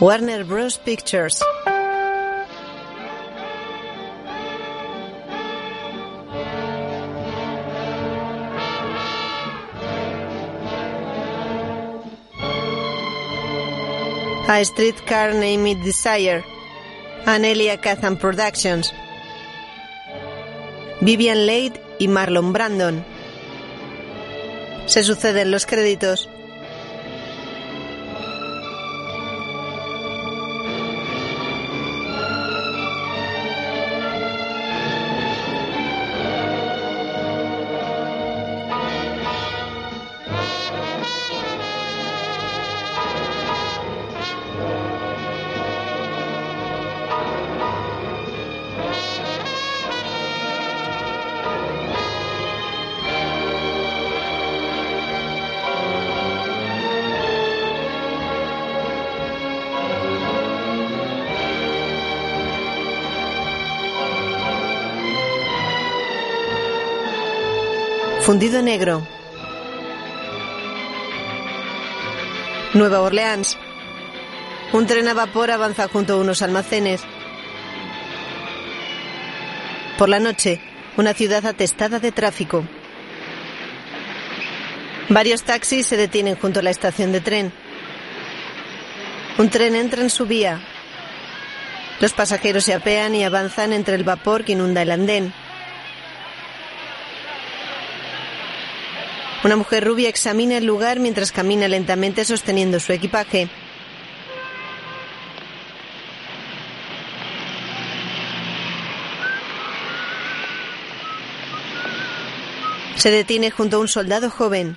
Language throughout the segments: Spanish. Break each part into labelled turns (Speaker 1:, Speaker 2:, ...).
Speaker 1: Warner Bros. Pictures. A Streetcar Named Desire, and Elia Kazan Productions. Vivian Leigh y Marlon Brandon. Se suceden los créditos. Fundido negro. Nueva Orleans. Un tren a vapor avanza junto a unos almacenes. Por la noche, una ciudad atestada de tráfico. Varios taxis se detienen junto a la estación de tren. Un tren entra en su vía. Los pasajeros se apean y avanzan entre el vapor que inunda el andén. Una mujer rubia examina el lugar mientras camina lentamente sosteniendo su equipaje. Se detiene junto a un soldado joven.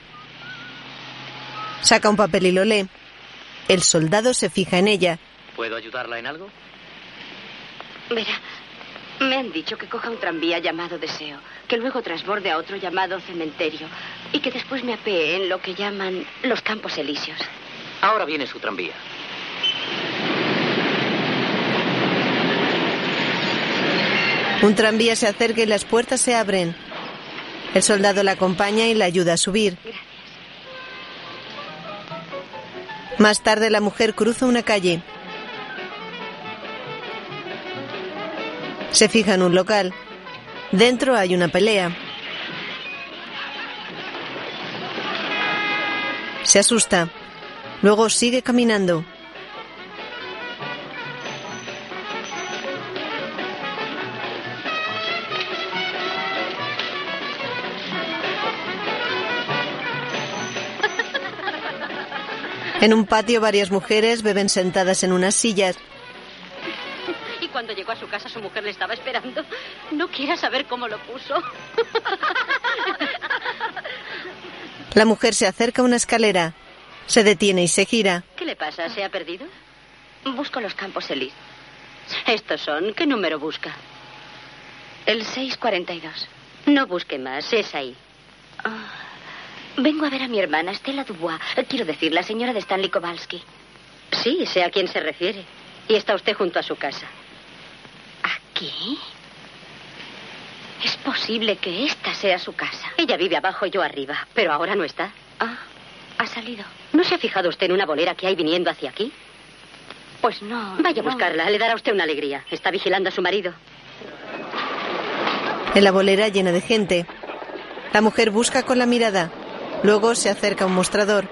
Speaker 1: Saca un papel y lo lee. El soldado se fija en ella.
Speaker 2: ¿Puedo ayudarla en algo?
Speaker 3: Verá, me han dicho que coja un tranvía llamado Deseo, que luego transborde a otro llamado Cementerio y que después me apee en lo que llaman los Campos Elíseos.
Speaker 2: Ahora viene su tranvía.
Speaker 1: Un tranvía se acerca y las puertas se abren. El soldado la acompaña y la ayuda a subir. Más tarde la mujer cruza una calle. Se fija en un local. Dentro hay una pelea. Se asusta. Luego sigue caminando. En un patio varias mujeres beben sentadas en unas sillas.
Speaker 3: Y cuando llegó a su casa, su mujer le estaba esperando. No quiera saber cómo lo puso.
Speaker 1: La mujer se acerca a una escalera. Se detiene y se gira.
Speaker 3: ¿Qué le pasa? ¿Se ha perdido? Busco los campos Elís. Estos son. ¿Qué número busca? El 642. No busque más, es ahí. Ah, vengo a ver a mi hermana, Estela Dubois. Eh, Quiero decir, la señora de Stanley Kowalski. Sí, sé a quién se refiere. Y está usted junto a su casa. ¿Aquí? Es posible que esta sea su casa. Ella vive abajo y yo arriba, pero ahora no está. Ah, ha salido. ¿No se ha fijado usted en una bolera que hay viniendo hacia aquí? Pues no. Vaya a buscarla, le dará usted una alegría. Está vigilando a su marido.
Speaker 1: En la bolera llena de gente. La mujer busca con la mirada. Luego se acerca a un mostrador.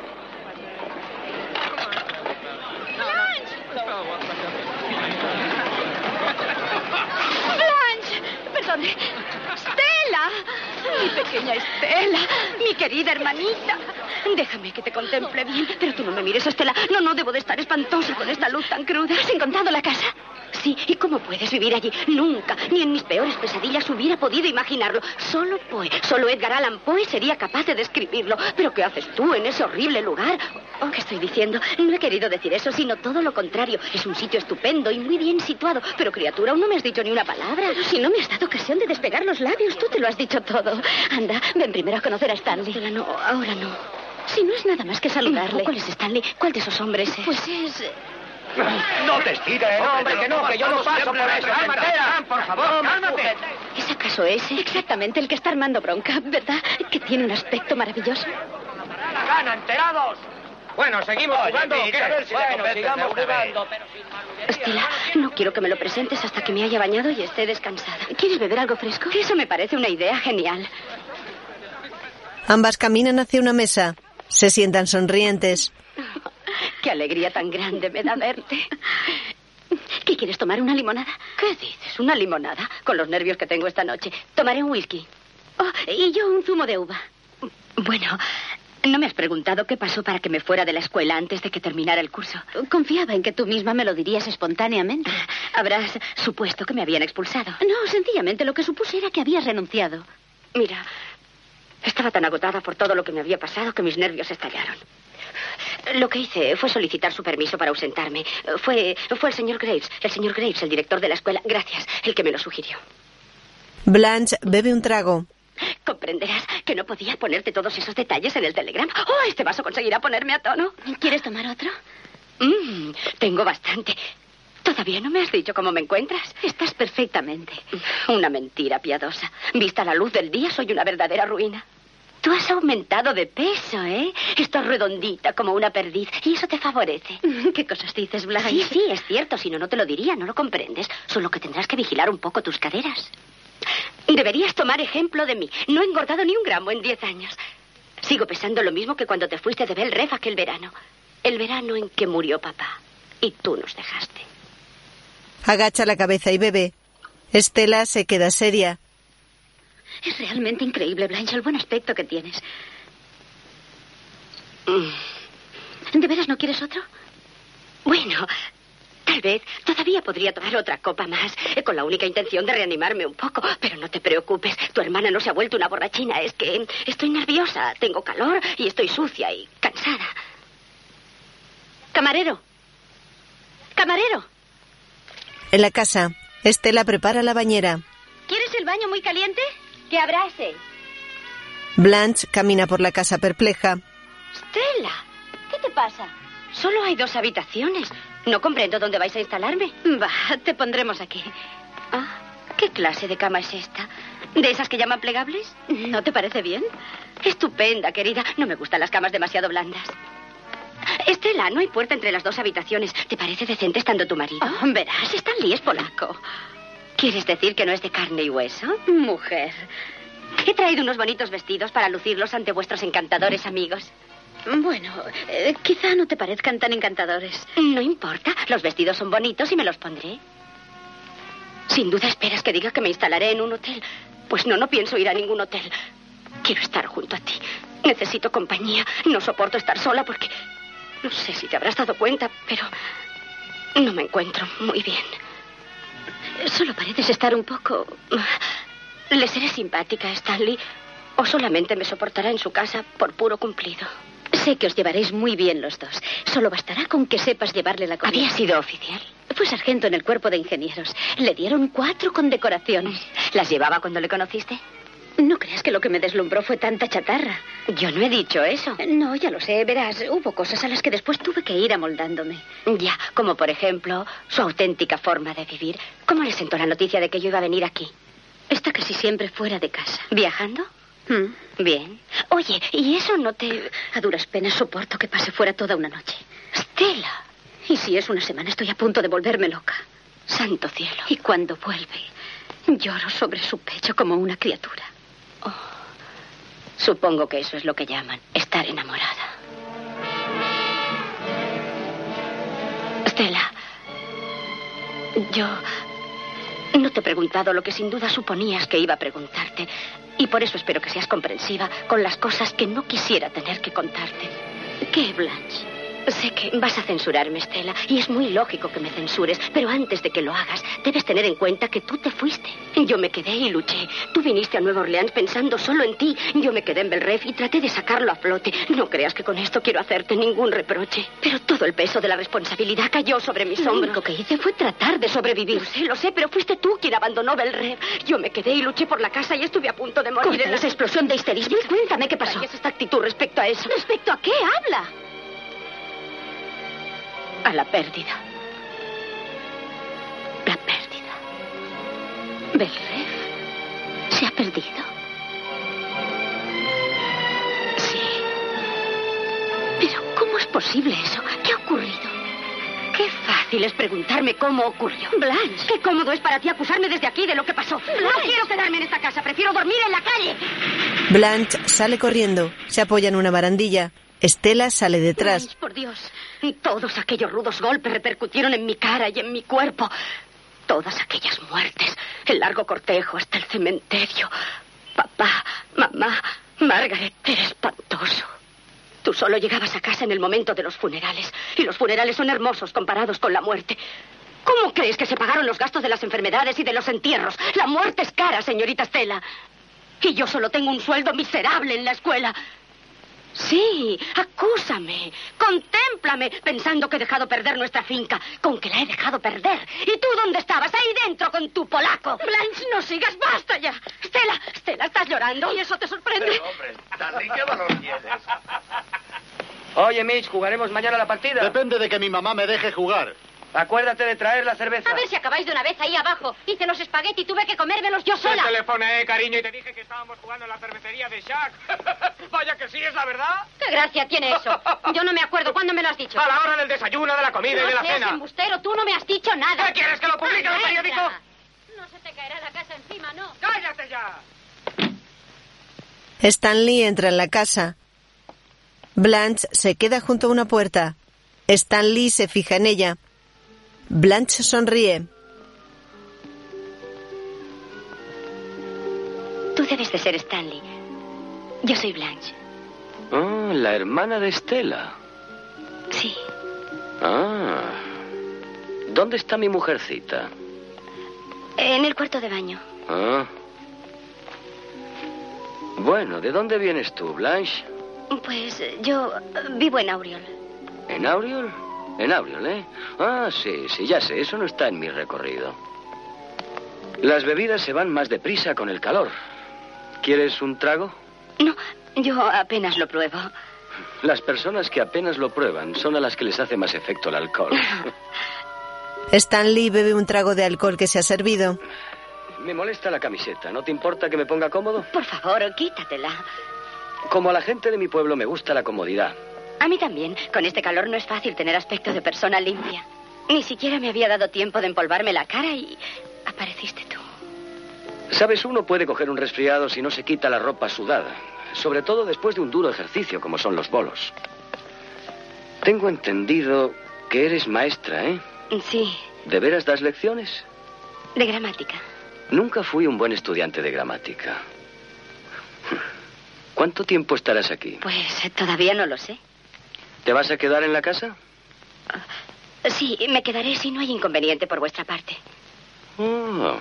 Speaker 3: Blanche, perdone. Stella, mi pequeña Estela, mi querida hermanita. Déjame que te contemple bien, pero tú no me mires, Estela. No, no, debo de estar espantosa con esta luz tan cruda. ¿Has encontrado la casa? Sí, ¿y cómo puedes vivir allí? Nunca, ni en mis peores pesadillas hubiera podido imaginarlo. Solo Poe, solo Edgar Allan Poe sería capaz de describirlo. Pero ¿qué haces tú en ese horrible lugar? Oh, ¿Qué estoy diciendo? No he querido decir eso, sino todo lo contrario. Es un sitio estupendo y muy bien situado. Pero, criatura, aún no me has dicho ni una palabra. Si no me has dado ocasión de despegar los labios, tú te lo has dicho todo. Anda, ven primero a conocer a Stanley. Ahora no, ahora no. Si no es nada más que saludarle. ¿Cuál es Stanley? ¿Cuál de esos hombres es? Pues es...
Speaker 4: ¡No te estires! ¡No, hombre, que no! ¡Que yo no paso por eso! ¡Cálmate, por favor! ¡Cálmate!
Speaker 3: ¿Es acaso ese? Exactamente, el que está armando bronca, ¿verdad? Que tiene un aspecto maravilloso.
Speaker 4: ¡La gana, enterados!
Speaker 5: Bueno, seguimos jugando.
Speaker 4: Oye, Peter, bueno, sigamos jugando,
Speaker 3: Estela, no quiero que me lo presentes hasta que me haya bañado y esté descansada. ¿Quieres beber algo fresco? Eso me parece una idea genial.
Speaker 1: Ambas caminan hacia una mesa. Se sientan sonrientes.
Speaker 3: Qué alegría tan grande me da verte. ¿Qué quieres tomar? ¿Una limonada? ¿Qué dices? ¿Una limonada? Con los nervios que tengo esta noche. Tomaré un whisky. Oh, y yo un zumo de uva. Bueno, no me has preguntado qué pasó para que me fuera de la escuela antes de que terminara el curso.
Speaker 6: Confiaba en que tú misma me lo dirías espontáneamente.
Speaker 3: Habrás supuesto que me habían expulsado.
Speaker 6: No, sencillamente lo que supuse era que habías renunciado.
Speaker 3: Mira, estaba tan agotada por todo lo que me había pasado que mis nervios estallaron. Lo que hice fue solicitar su permiso para ausentarme. Fue, fue el señor Graves, el señor Graves, el director de la escuela, gracias, el que me lo sugirió.
Speaker 1: Blanche bebe un trago.
Speaker 3: Comprenderás que no podía ponerte todos esos detalles en el telegrama. ¡Oh, este vaso conseguirá ponerme a tono!
Speaker 6: ¿Quieres tomar otro?
Speaker 3: Mm, tengo bastante. Todavía no me has dicho cómo me encuentras.
Speaker 6: Estás perfectamente.
Speaker 3: Una mentira piadosa. Vista la luz del día, soy una verdadera ruina. Tú has aumentado de peso, ¿eh? Estás redondita como una perdiz y eso te favorece.
Speaker 6: ¿Qué cosas dices, Blanche?
Speaker 3: Sí, sí, es cierto. Si no, no te lo diría. No lo comprendes. Solo que tendrás que vigilar un poco tus caderas. Deberías tomar ejemplo de mí. No he engordado ni un gramo en diez años. Sigo pesando lo mismo que cuando te fuiste de Belref aquel verano. El verano en que murió papá. Y tú nos dejaste.
Speaker 1: Agacha la cabeza y bebe. Estela se queda seria.
Speaker 6: Es realmente increíble, Blanche, el buen aspecto que tienes.
Speaker 3: Mm.
Speaker 6: ¿De veras no quieres otro?
Speaker 3: Bueno, Tal vez todavía podría tomar otra copa más, eh, con la única intención de reanimarme un poco. Pero no te preocupes, tu hermana no se ha vuelto una borrachina. Es que estoy nerviosa, tengo calor y estoy sucia y cansada. Camarero. Camarero.
Speaker 1: En la casa, Estela prepara la bañera.
Speaker 3: ¿Quieres el baño muy caliente? Que abrase.
Speaker 1: Blanche camina por la casa perpleja.
Speaker 3: Estela, ¿qué te pasa? Solo hay dos habitaciones. No comprendo dónde vais a instalarme. Va, te pondremos aquí. Ah, ¿qué clase de cama es esta? ¿De esas que llaman plegables? ¿No te parece bien? Estupenda, querida. No me gustan las camas demasiado blandas. Estela, no hay puerta entre las dos habitaciones. ¿Te parece decente estando tu marido? Oh, verás, Stanley es polaco. ¿Quieres decir que no es de carne y hueso? Mujer. He traído unos bonitos vestidos para lucirlos ante vuestros encantadores amigos.
Speaker 6: Bueno, eh, quizá no te parezcan tan encantadores.
Speaker 3: No importa, los vestidos son bonitos y me los pondré. Sin duda esperas que diga que me instalaré en un hotel. Pues no, no pienso ir a ningún hotel. Quiero estar junto a ti. Necesito compañía. No soporto estar sola porque... No sé si te habrás dado cuenta, pero... No me encuentro muy bien.
Speaker 6: Solo pareces estar un poco...
Speaker 3: ¿Le seré simpática a Stanley? ¿O solamente me soportará en su casa por puro cumplido?
Speaker 6: Sé que os llevaréis muy bien los dos. Solo bastará con que sepas llevarle la comida.
Speaker 3: ¿Había sido oficial?
Speaker 6: Fue sargento en el cuerpo de ingenieros. Le dieron cuatro condecoraciones.
Speaker 3: ¿Las llevaba cuando le conociste?
Speaker 6: No creas que lo que me deslumbró fue tanta chatarra.
Speaker 3: Yo no he dicho eso.
Speaker 6: No, ya lo sé. Verás, hubo cosas a las que después tuve que ir amoldándome.
Speaker 3: Ya, como por ejemplo su auténtica forma de vivir. ¿Cómo le sentó la noticia de que yo iba a venir aquí?
Speaker 6: Está casi siempre fuera de casa.
Speaker 3: ¿Viajando?
Speaker 6: Mm.
Speaker 3: Bien. Oye, ¿y eso no te...
Speaker 6: A duras penas soporto que pase fuera toda una noche.
Speaker 3: Stella.
Speaker 6: Y si es una semana, estoy a punto de volverme loca.
Speaker 3: Santo cielo.
Speaker 6: Y cuando vuelve, lloro sobre su pecho como una criatura.
Speaker 3: Oh. Supongo que eso es lo que llaman estar enamorada. Stella, yo no te he preguntado lo que sin duda suponías que iba a preguntarte. Y por eso espero que seas comprensiva con las cosas que no quisiera tener que contarte.
Speaker 6: ¿Qué, Blanche?
Speaker 3: Sé que vas a censurarme, Estela, y es muy lógico que me censures, pero antes de que lo hagas, debes tener en cuenta que tú te fuiste. Yo me quedé y luché. Tú viniste a Nueva Orleans pensando solo en ti. Yo me quedé en Belref y traté de sacarlo a flote. No creas que con esto quiero hacerte ningún reproche, pero todo el peso de la responsabilidad cayó sobre mis hombros.
Speaker 6: Lo único que hice fue tratar de sobrevivir.
Speaker 3: Lo sé, lo sé, pero fuiste tú quien abandonó Belref. Yo me quedé y luché por la casa y estuve a punto de morir.
Speaker 6: Corta
Speaker 3: en la-
Speaker 6: esa explosión de histerismo y cuéntame qué pasó.
Speaker 3: ¿Qué es esta actitud respecto a eso?
Speaker 6: ¿Respecto a qué habla?
Speaker 3: A la pérdida. La pérdida. ¿Belref?
Speaker 6: ¿Se ha perdido?
Speaker 3: Sí. Pero ¿cómo os
Speaker 7: posible eso? ¿Qué ha ocurrido?
Speaker 3: Qué fácil es preguntarme cómo ocurrió.
Speaker 7: Blanche.
Speaker 3: Qué cómodo es para ti acusarme desde aquí de lo que pasó. No quiero quedarme en esta casa, prefiero dormir en la calle.
Speaker 1: Blanche sale corriendo, se apoya en una barandilla. Estela sale detrás.
Speaker 3: Ay, por Dios. Todos aquellos rudos golpes repercutieron en mi cara y en mi cuerpo. Todas aquellas muertes. El largo cortejo hasta el cementerio. Papá, mamá, Margaret, era espantoso. Tú solo llegabas a casa en el momento de los funerales. Y los funerales son hermosos comparados con la muerte. ¿Cómo crees que se pagaron los gastos de las enfermedades y de los entierros? La muerte es cara, señorita Estela. Y yo solo tengo un sueldo miserable en la escuela. Sí, acúsame, contémplame, pensando que he dejado perder nuestra finca, con que la he dejado perder. ¿Y tú dónde estabas? Ahí dentro con tu polaco. Blanche, no sigas, basta ya. Estela, Estela, estás llorando y eso te sorprende.
Speaker 8: hombre, Stanley, ¿qué valor tienes?
Speaker 9: Oye, Mitch, ¿jugaremos mañana la partida?
Speaker 10: Depende de que mi mamá me deje jugar.
Speaker 9: Acuérdate de traer la cerveza.
Speaker 3: A ver si acabáis de una vez ahí abajo. Hice los espagueti y tuve que comérmelos yo sola.
Speaker 5: telefoné, cariño, y te dije que estábamos jugando en la cervecería de Shaq. Vaya que sí, es la verdad.
Speaker 3: ¿Qué gracia tiene eso? Yo no me acuerdo cuándo me lo has dicho.
Speaker 5: A la hora del desayuno, de la comida y de la
Speaker 3: no seas
Speaker 5: cena.
Speaker 3: embustero, tú no me has dicho nada.
Speaker 5: ¿Qué quieres, que lo publique en el
Speaker 3: Venga.
Speaker 5: periódico?
Speaker 3: No se te caerá la casa encima, no.
Speaker 5: ¡Cállate ya!
Speaker 1: Stanley entra en la casa. Blanche se queda junto a una puerta. Stanley se fija en ella. Blanche sonríe.
Speaker 7: Tú debes de ser Stanley. Yo soy Blanche.
Speaker 4: Ah, la hermana de Estela.
Speaker 7: Sí.
Speaker 4: Ah. ¿Dónde está mi mujercita?
Speaker 7: En el cuarto de baño.
Speaker 4: Ah. Bueno, ¿de dónde vienes tú, Blanche?
Speaker 7: Pues eh, yo eh, vivo en Auriol.
Speaker 4: ¿En Auriol? En Auriol, ¿eh? Ah, sí, sí, ya sé, eso no está en mi recorrido. Las bebidas se van más deprisa con el calor. ¿Quieres un trago?
Speaker 7: No, yo apenas lo pruebo.
Speaker 4: Las personas que apenas lo prueban son a las que les hace más efecto el alcohol.
Speaker 1: Stanley bebe un trago de alcohol que se ha servido.
Speaker 4: Me molesta la camiseta. ¿No te importa que me ponga cómodo?
Speaker 7: Por favor, quítatela.
Speaker 4: Como a la gente de mi pueblo me gusta la comodidad.
Speaker 7: A mí también. Con este calor no es fácil tener aspecto de persona limpia. Ni siquiera me había dado tiempo de empolvarme la cara y apareciste tú.
Speaker 4: Sabes, uno puede coger un resfriado si no se quita la ropa sudada. Sobre todo después de un duro ejercicio como son los bolos. Tengo entendido que eres maestra, ¿eh?
Speaker 7: Sí,
Speaker 4: ¿De veras das lecciones?
Speaker 7: de gramática.
Speaker 4: Nunca fui un buen estudiante de gramática. ¿Cuánto tiempo estarás aquí?
Speaker 7: Pues eh, todavía no lo sé.
Speaker 4: ¿Te vas a quedar en la casa?
Speaker 7: Sí, me quedaré si no hay inconveniente por vuestra parte.
Speaker 4: Oh,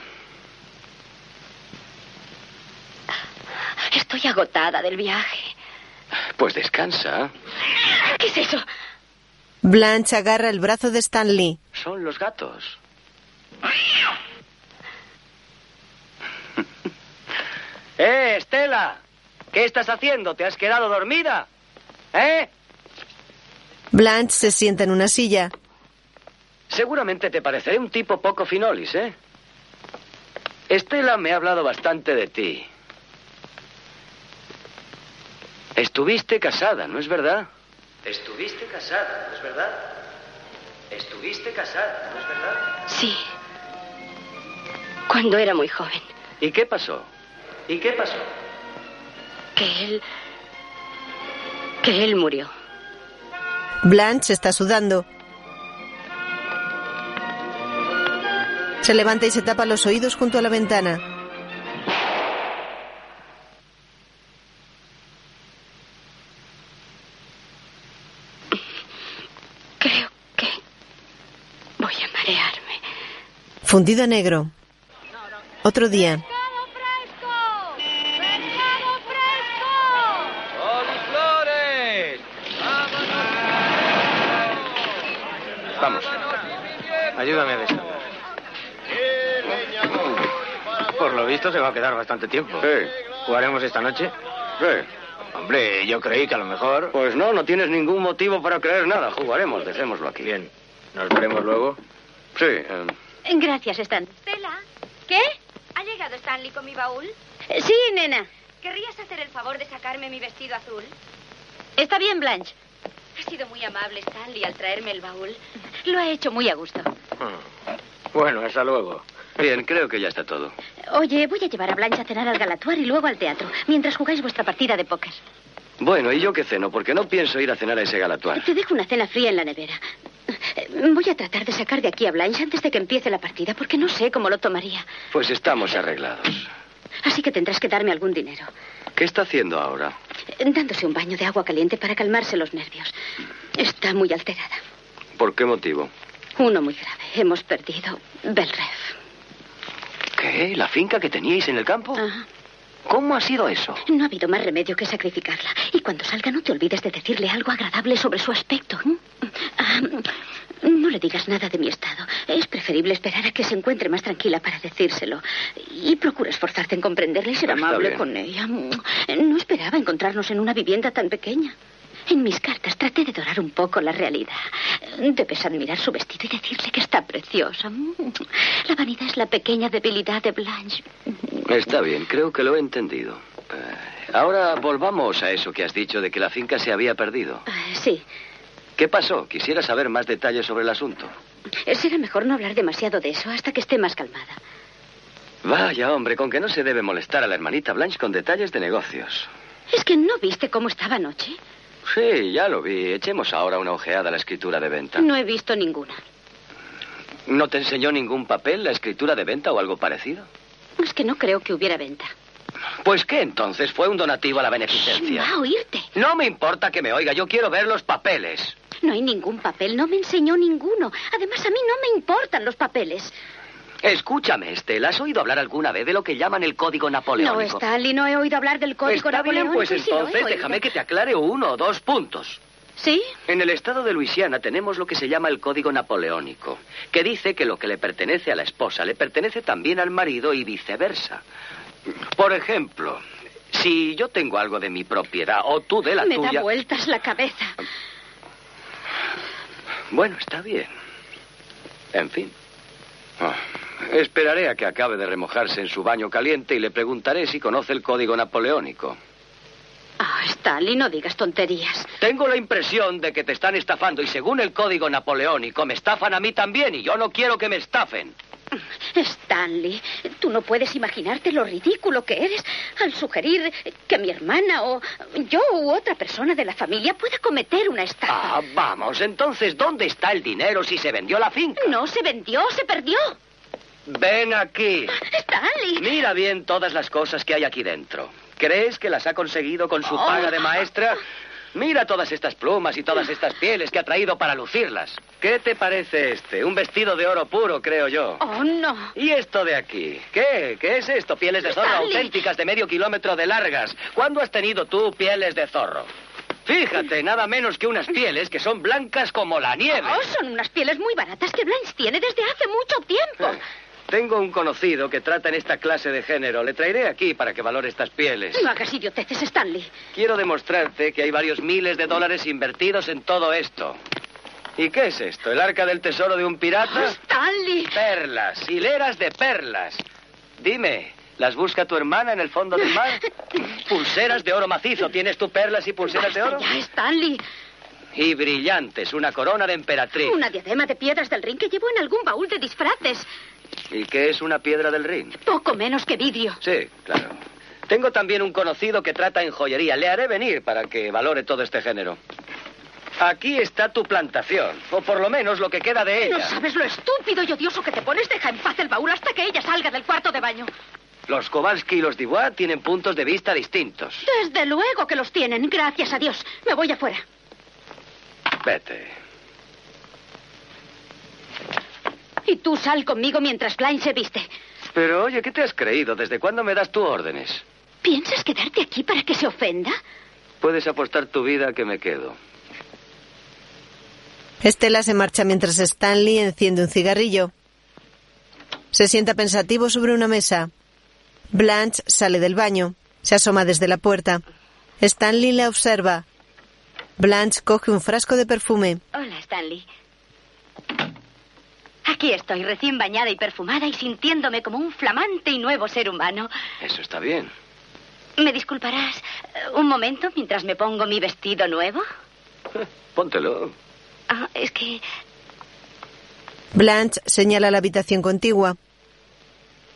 Speaker 7: Estoy agotada del viaje.
Speaker 4: pues descansa.
Speaker 7: ¿Qué es eso?
Speaker 1: Blanche agarra el brazo de Stanley.
Speaker 4: Son los gatos. ¡Eh, Estela! ¿Qué estás haciendo? ¿Te has quedado dormida? ¿Eh?
Speaker 1: Blanche se sienta en una silla.
Speaker 4: Seguramente te pareceré un tipo poco finolis, ¿eh? Estela me ha hablado bastante de ti. Estuviste casada, ¿no es verdad? Estuviste casada, ¿no es verdad? Estuviste casada, ¿no es verdad?
Speaker 7: Sí. Cuando era muy joven,
Speaker 4: ¿Y qué pasó? ¿Y qué pasó?
Speaker 7: que él... que él murió.
Speaker 1: Blanche está sudando. Se levanta y se tapa los oídos junto a la ventana.
Speaker 7: Creo que voy a marearme.
Speaker 1: Fundido a negro. Otro día.
Speaker 9: ¡Coliflores!
Speaker 4: Vamos. Ayúdame a descansar. Por lo visto se va a quedar bastante tiempo. Sí. ¿Jugaremos esta noche? Sí. Hombre, yo creí que a lo mejor... Pues no, no tienes ningún motivo para creer nada. Jugaremos, dejémoslo aquí. Bien. ¿Nos veremos luego? Sí. eh,
Speaker 7: Gracias, Stan.
Speaker 3: Estela,
Speaker 7: ¿Qué?
Speaker 3: ¿ha llegado Stanley con mi baúl?
Speaker 7: Sí, nena.
Speaker 3: ¿Querrías hacer el favor de sacarme mi vestido azul?
Speaker 7: Está bien, Blanche.
Speaker 3: Ha sido muy amable Stanley al traerme el baúl. Lo ha hecho muy a gusto.
Speaker 4: Bueno, hasta luego. Bien, creo que ya está todo.
Speaker 3: Oye, voy a llevar a Blanche a cenar al Galatuar y luego al teatro, mientras jugáis vuestra partida de póker.
Speaker 4: Bueno, ¿y yo qué ceno? Porque no pienso ir a cenar a ese galatuar.
Speaker 3: Te dejo una cena fría en la nevera. Eh, Voy a tratar de sacar de aquí a Blanche antes de que empiece la partida, porque no sé cómo lo tomaría.
Speaker 4: Pues estamos arreglados.
Speaker 3: Así que tendrás que darme algún dinero.
Speaker 4: ¿Qué está haciendo ahora?
Speaker 3: Eh, Dándose un baño de agua caliente para calmarse los nervios. Está muy alterada.
Speaker 4: ¿Por qué motivo?
Speaker 3: Uno muy grave. Hemos perdido Belref.
Speaker 4: ¿Qué? ¿La finca que teníais en el campo?
Speaker 3: Ah,
Speaker 4: ¿Cómo ha sido eso?
Speaker 3: No ha habido más remedio que sacrificarla. Y cuando salga, no te olvides de decirle algo agradable sobre su aspecto. ¿m? Ah, no le digas nada de mi estado. Es preferible esperar a que se encuentre más tranquila para decírselo. Y procura esforzarte en comprenderla y ser
Speaker 4: Ah, Está
Speaker 3: amable
Speaker 4: bien.
Speaker 3: con ella. No esperaba encontrarnos en una vivienda tan pequeña. En mis cartas traté de dorar un poco la realidad. Debes admirar su vestido y decirle que está preciosa. La vanidad es la pequeña debilidad de Blanche.
Speaker 4: Está bien, creo que lo he entendido. Eh, ahora volvamos a eso que has dicho de que la finca se había perdido.
Speaker 3: Ah, Sí,
Speaker 4: ¿Qué pasó? Quisiera saber más detalles sobre el asunto.
Speaker 3: Eh, Será mejor no hablar demasiado de eso hasta que esté más calmada.
Speaker 4: Vaya, hombre, con que no se debe molestar a la hermanita Blanche con detalles de negocios.
Speaker 3: ¿Es que no viste cómo estaba anoche?
Speaker 4: Sí, ya lo vi. Echemos ahora una ojeada a la escritura de venta.
Speaker 3: No he visto ninguna.
Speaker 4: ¿No te enseñó ningún papel la escritura de venta o algo parecido?
Speaker 3: Es que no creo que hubiera venta.
Speaker 4: Pues qué entonces, fue un donativo a la beneficencia.
Speaker 3: Va a oírte.
Speaker 4: No me importa que me oiga, yo quiero ver los papeles.
Speaker 3: No hay ningún papel, no me enseñó ninguno. Además, a mí no me importan los papeles.
Speaker 4: Escúchame, Estela, ¿has oído hablar alguna vez de lo que llaman el código
Speaker 3: No,
Speaker 4: napoleónico?
Speaker 3: Stanley, no he oído hablar del código
Speaker 4: Está bien,
Speaker 3: napoleónico
Speaker 4: pues
Speaker 3: y sí lo he
Speaker 4: entonces
Speaker 3: oído.
Speaker 4: déjame que te aclare uno o dos puntos.
Speaker 3: ¿Sí?
Speaker 4: En el estado de Luisiana tenemos lo que se llama el Código Napoleónico, que dice que lo que le pertenece a la esposa le pertenece también al marido y viceversa. Por ejemplo, si yo tengo algo de mi propiedad o tú de la
Speaker 3: me
Speaker 4: tuya...
Speaker 3: da vueltas la cabeza.
Speaker 4: Bueno, está bien. En fin. Ah, esperaré a que acabe de remojarse en su baño caliente y le preguntaré si conoce el Código Napoleónico.
Speaker 3: Ah, Stanley, no digas tonterías.
Speaker 4: Tengo la impresión de que te están estafando y según el Código Napoleónico me estafan a mí también y yo no quiero que me estafen.
Speaker 3: Stanley, tú no puedes imaginarte lo ridículo que eres al sugerir que mi hermana o yo u otra persona de la familia pueda cometer una estafa.
Speaker 4: Ah, vamos, entonces, ¿dónde está el dinero si se vendió la finca?
Speaker 3: No se vendió, se perdió.
Speaker 4: Ven aquí.
Speaker 3: Stanley.
Speaker 4: Mira bien todas las cosas que hay aquí dentro. ¿Crees que las ha conseguido con su paga de maestra? Mira todas estas plumas y todas estas pieles que ha traído para lucirlas. ¿Qué te parece este? Un vestido de oro puro, creo yo.
Speaker 3: Oh, no.
Speaker 4: ¿Y esto de aquí? ¿Qué? ¿Qué es esto? Pieles de zorro
Speaker 3: Stanley.
Speaker 4: auténticas de medio kilómetro de largas. ¿Cuándo has tenido tú pieles de zorro? Fíjate, nada menos que unas pieles que son blancas como la nieve.
Speaker 3: Oh, son unas pieles muy baratas que Blanche tiene desde hace mucho tiempo.
Speaker 4: Tengo un conocido que trata en esta clase de género. Le traeré aquí para que valore estas pieles.
Speaker 3: No hagas idioteces, Stanley.
Speaker 4: Quiero demostrarte que hay varios miles de dólares invertidos en todo esto. ¿Y qué es esto? ¿El arca del tesoro de un pirata?
Speaker 3: Stanley.
Speaker 4: Perlas, hileras de perlas. Dime, ¿las busca tu hermana en el fondo del mar? Pulseras de oro macizo. ¿Tienes tú perlas y pulseras de oro?
Speaker 3: Ya, Stanley.
Speaker 4: Y brillantes, una corona de emperatriz.
Speaker 3: Una diadema de piedras del ring que llevo en algún baúl de disfraces.
Speaker 4: ¿Y qué es una piedra del ring?
Speaker 3: Poco menos que vidrio.
Speaker 4: Sí, claro. Tengo también un conocido que trata en joyería. Le haré venir para que valore todo este género. Aquí está tu plantación, o por lo menos lo que queda de
Speaker 3: No
Speaker 4: ella.
Speaker 3: sabes lo estúpido y odioso que te pones. Deja en paz el baúl hasta que ella salga del cuarto de baño.
Speaker 4: Los Kowalski y los Dubois tienen puntos de vista distintos.
Speaker 3: Desde luego que los tienen. Gracias a Dios. Me voy afuera.
Speaker 4: Vete.
Speaker 3: Y tú sal conmigo mientras Blanche se viste.
Speaker 4: Pero oye, ¿qué te has creído? ¿Desde cuándo me das tú órdenes?
Speaker 3: ¿Piensas quedarte aquí para que se ofenda?
Speaker 4: Puedes apostar tu vida a que me quedo.
Speaker 1: Estela se marcha mientras Stanley enciende un cigarrillo. Se sienta pensativo sobre una mesa. Blanche sale del baño. Se asoma desde la puerta. Stanley la observa. Blanche coge un frasco de perfume.
Speaker 3: Hola, Stanley. Aquí estoy, recién bañada y perfumada y sintiéndome como un flamante y nuevo ser humano.
Speaker 4: Eso está bien.
Speaker 3: ¿Me disculparás eh, un momento mientras me pongo mi vestido nuevo?
Speaker 4: Póntelo.
Speaker 3: Ah, es que.
Speaker 1: Blanche señala la habitación contigua.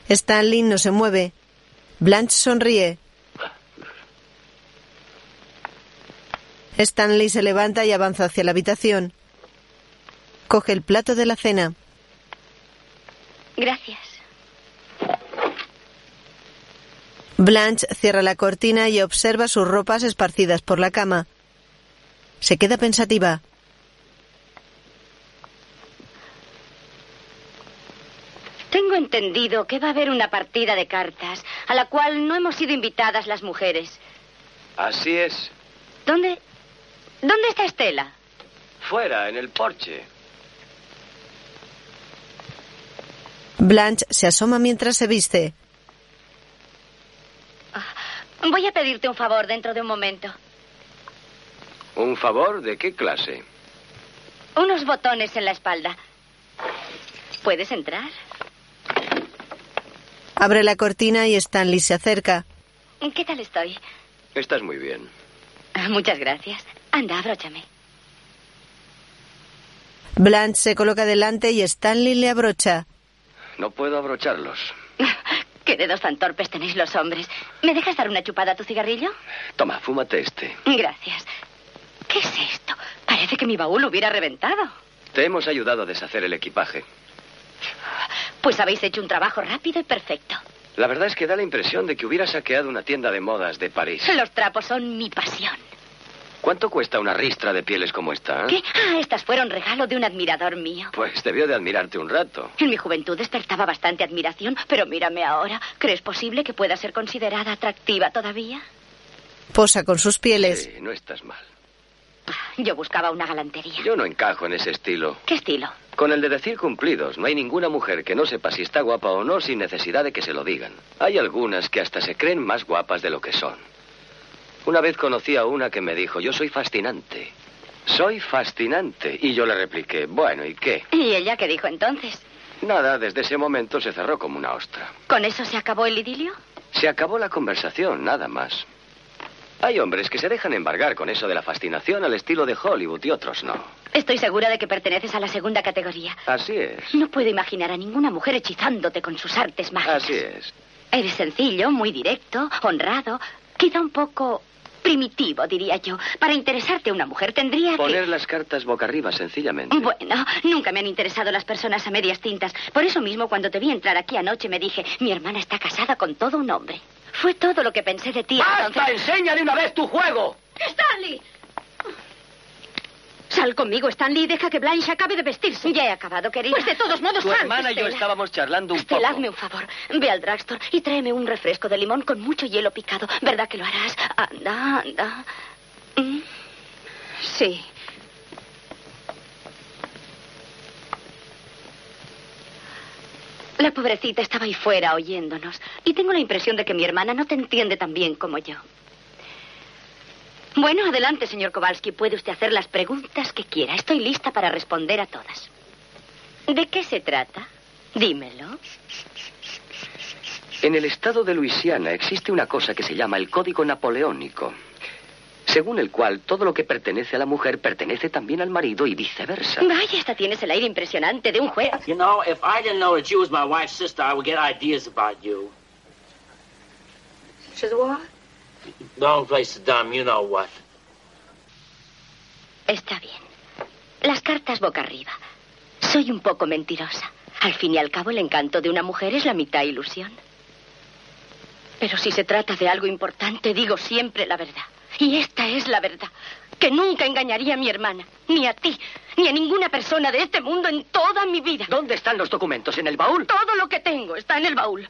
Speaker 1: Stanley no se mueve. Blanche sonríe. Stanley se levanta y avanza hacia la habitación. Coge el plato de la cena.
Speaker 3: Gracias.
Speaker 1: Blanche cierra la cortina y observa sus ropas esparcidas por la cama. Se queda pensativa.
Speaker 3: Tengo entendido que va a haber una partida de cartas a la cual no hemos sido invitadas las mujeres.
Speaker 4: Así es.
Speaker 3: ¿Dónde. ¿Dónde está Estela?
Speaker 4: Fuera, en el porche.
Speaker 1: Blanche se asoma mientras se viste.
Speaker 3: Ah, Voy a pedirte un favor dentro de un momento.
Speaker 4: ¿Un favor de qué clase?
Speaker 3: Unos botones en la espalda. ¿Puedes entrar?
Speaker 1: Abre la cortina y Stanley se acerca.
Speaker 3: ¿Qué tal estoy?
Speaker 4: Estás muy bien.
Speaker 3: Ah, Muchas gracias. Anda, abróchame.
Speaker 1: Blanche se coloca delante y Stanley le abrocha.
Speaker 4: No puedo abrocharlos.
Speaker 3: Qué dedos tan torpes tenéis los hombres. ¿Me dejas dar una chupada a tu cigarrillo?
Speaker 4: Toma, fúmate este.
Speaker 3: Gracias. ¿Qué es esto? Parece que mi baúl hubiera reventado.
Speaker 4: Te hemos ayudado a deshacer el equipaje.
Speaker 3: Pues habéis hecho un trabajo rápido y perfecto.
Speaker 4: La verdad es que da la impresión de que hubiera saqueado una tienda de modas de París.
Speaker 3: Los trapos son mi pasión.
Speaker 4: ¿Cuánto cuesta una ristra de pieles como esta? eh?
Speaker 3: ¿Qué? Ah, estas fueron regalo de un admirador mío.
Speaker 4: Pues debió de admirarte un rato.
Speaker 3: En mi juventud despertaba bastante admiración, pero mírame ahora. ¿Crees posible que pueda ser considerada atractiva todavía?
Speaker 1: Posa con sus pieles.
Speaker 4: Sí, no estás mal.
Speaker 3: Yo buscaba una galantería.
Speaker 4: Yo no encajo en ese estilo.
Speaker 3: ¿Qué estilo?
Speaker 4: Con el de decir cumplidos, no hay ninguna mujer que no sepa si está guapa o no sin necesidad de que se lo digan. Hay algunas que hasta se creen más guapas de lo que son. Una vez conocí a una que me dijo, yo soy fascinante. Soy fascinante. Y yo le repliqué, bueno, ¿y qué?
Speaker 3: ¿Y ella qué dijo entonces?
Speaker 4: Nada, desde ese momento se cerró como una ostra.
Speaker 3: ¿Con eso se acabó el idilio?
Speaker 4: Se acabó la conversación, nada más. Hay hombres que se dejan embargar con eso de la fascinación al estilo de Hollywood y otros no.
Speaker 3: Estoy segura de que perteneces a la segunda categoría.
Speaker 4: Así es,
Speaker 3: No puedo imaginar a ninguna mujer hechizándote con sus artes mágicas.
Speaker 4: así es.
Speaker 3: Eres sencillo, muy directo, honrado, quizá un poco primitivo, diría yo. Para interesarte a una mujer tendría
Speaker 4: Poner las cartas boca arriba, sencillamente.
Speaker 3: que... Bueno, nunca me han interesado las personas a medias tintas. Por eso mismo, cuando te vi entrar aquí anoche, me dije, mi hermana está casada con todo un hombre. Fue todo lo que pensé de ti.
Speaker 11: ¡Basta!
Speaker 3: entonces-
Speaker 11: ¡Enséñale una vez tu juego!
Speaker 12: ¡Stanley!
Speaker 3: Sal conmigo, Stanley, y deja que Blanche acabe de vestirse. Ya he acabado, querida.
Speaker 12: Pues de todos modos,
Speaker 4: Tu
Speaker 12: sal.
Speaker 4: hermana y yo
Speaker 3: Estela.
Speaker 4: estábamos charlando un
Speaker 3: Estela,
Speaker 4: poco.
Speaker 3: hazme un favor. Ve al drugstore y tráeme un refresco de limón con mucho hielo picado. ¿Verdad que lo harás? Anda, anda. Mm. Sí. La pobrecita estaba ahí fuera oyéndonos. Y tengo la impresión de que mi hermana no te entiende tan bien como yo. Bueno, adelante, señor Kowalski. Puede usted hacer las preguntas que quiera. Estoy lista para responder a todas. ¿De qué se trata? Dímelo.
Speaker 4: En el estado de Luisiana existe una cosa que se llama el Código Napoleónico, según el cual todo lo que pertenece a la mujer pertenece también al marido y viceversa.
Speaker 3: Vaya, hasta tienes el aire impresionante de un juez.
Speaker 13: You know, if I didn't know that you was my wife's sister, I would get ideas about you. Wrong place to dumb, you know what.
Speaker 3: Está bien. Las cartas boca arriba. Soy un poco mentirosa. Al fin y al cabo, el encanto de una mujer es la mitad ilusión. Pero si se trata de algo importante, digo siempre la verdad. Y esta es la verdad. Que nunca engañaría a mi hermana, ni a ti, ni a ninguna persona de este mundo en toda mi vida.
Speaker 4: ¿Dónde están los documentos? ¿En el baúl?
Speaker 3: Todo lo que tengo está en el baúl.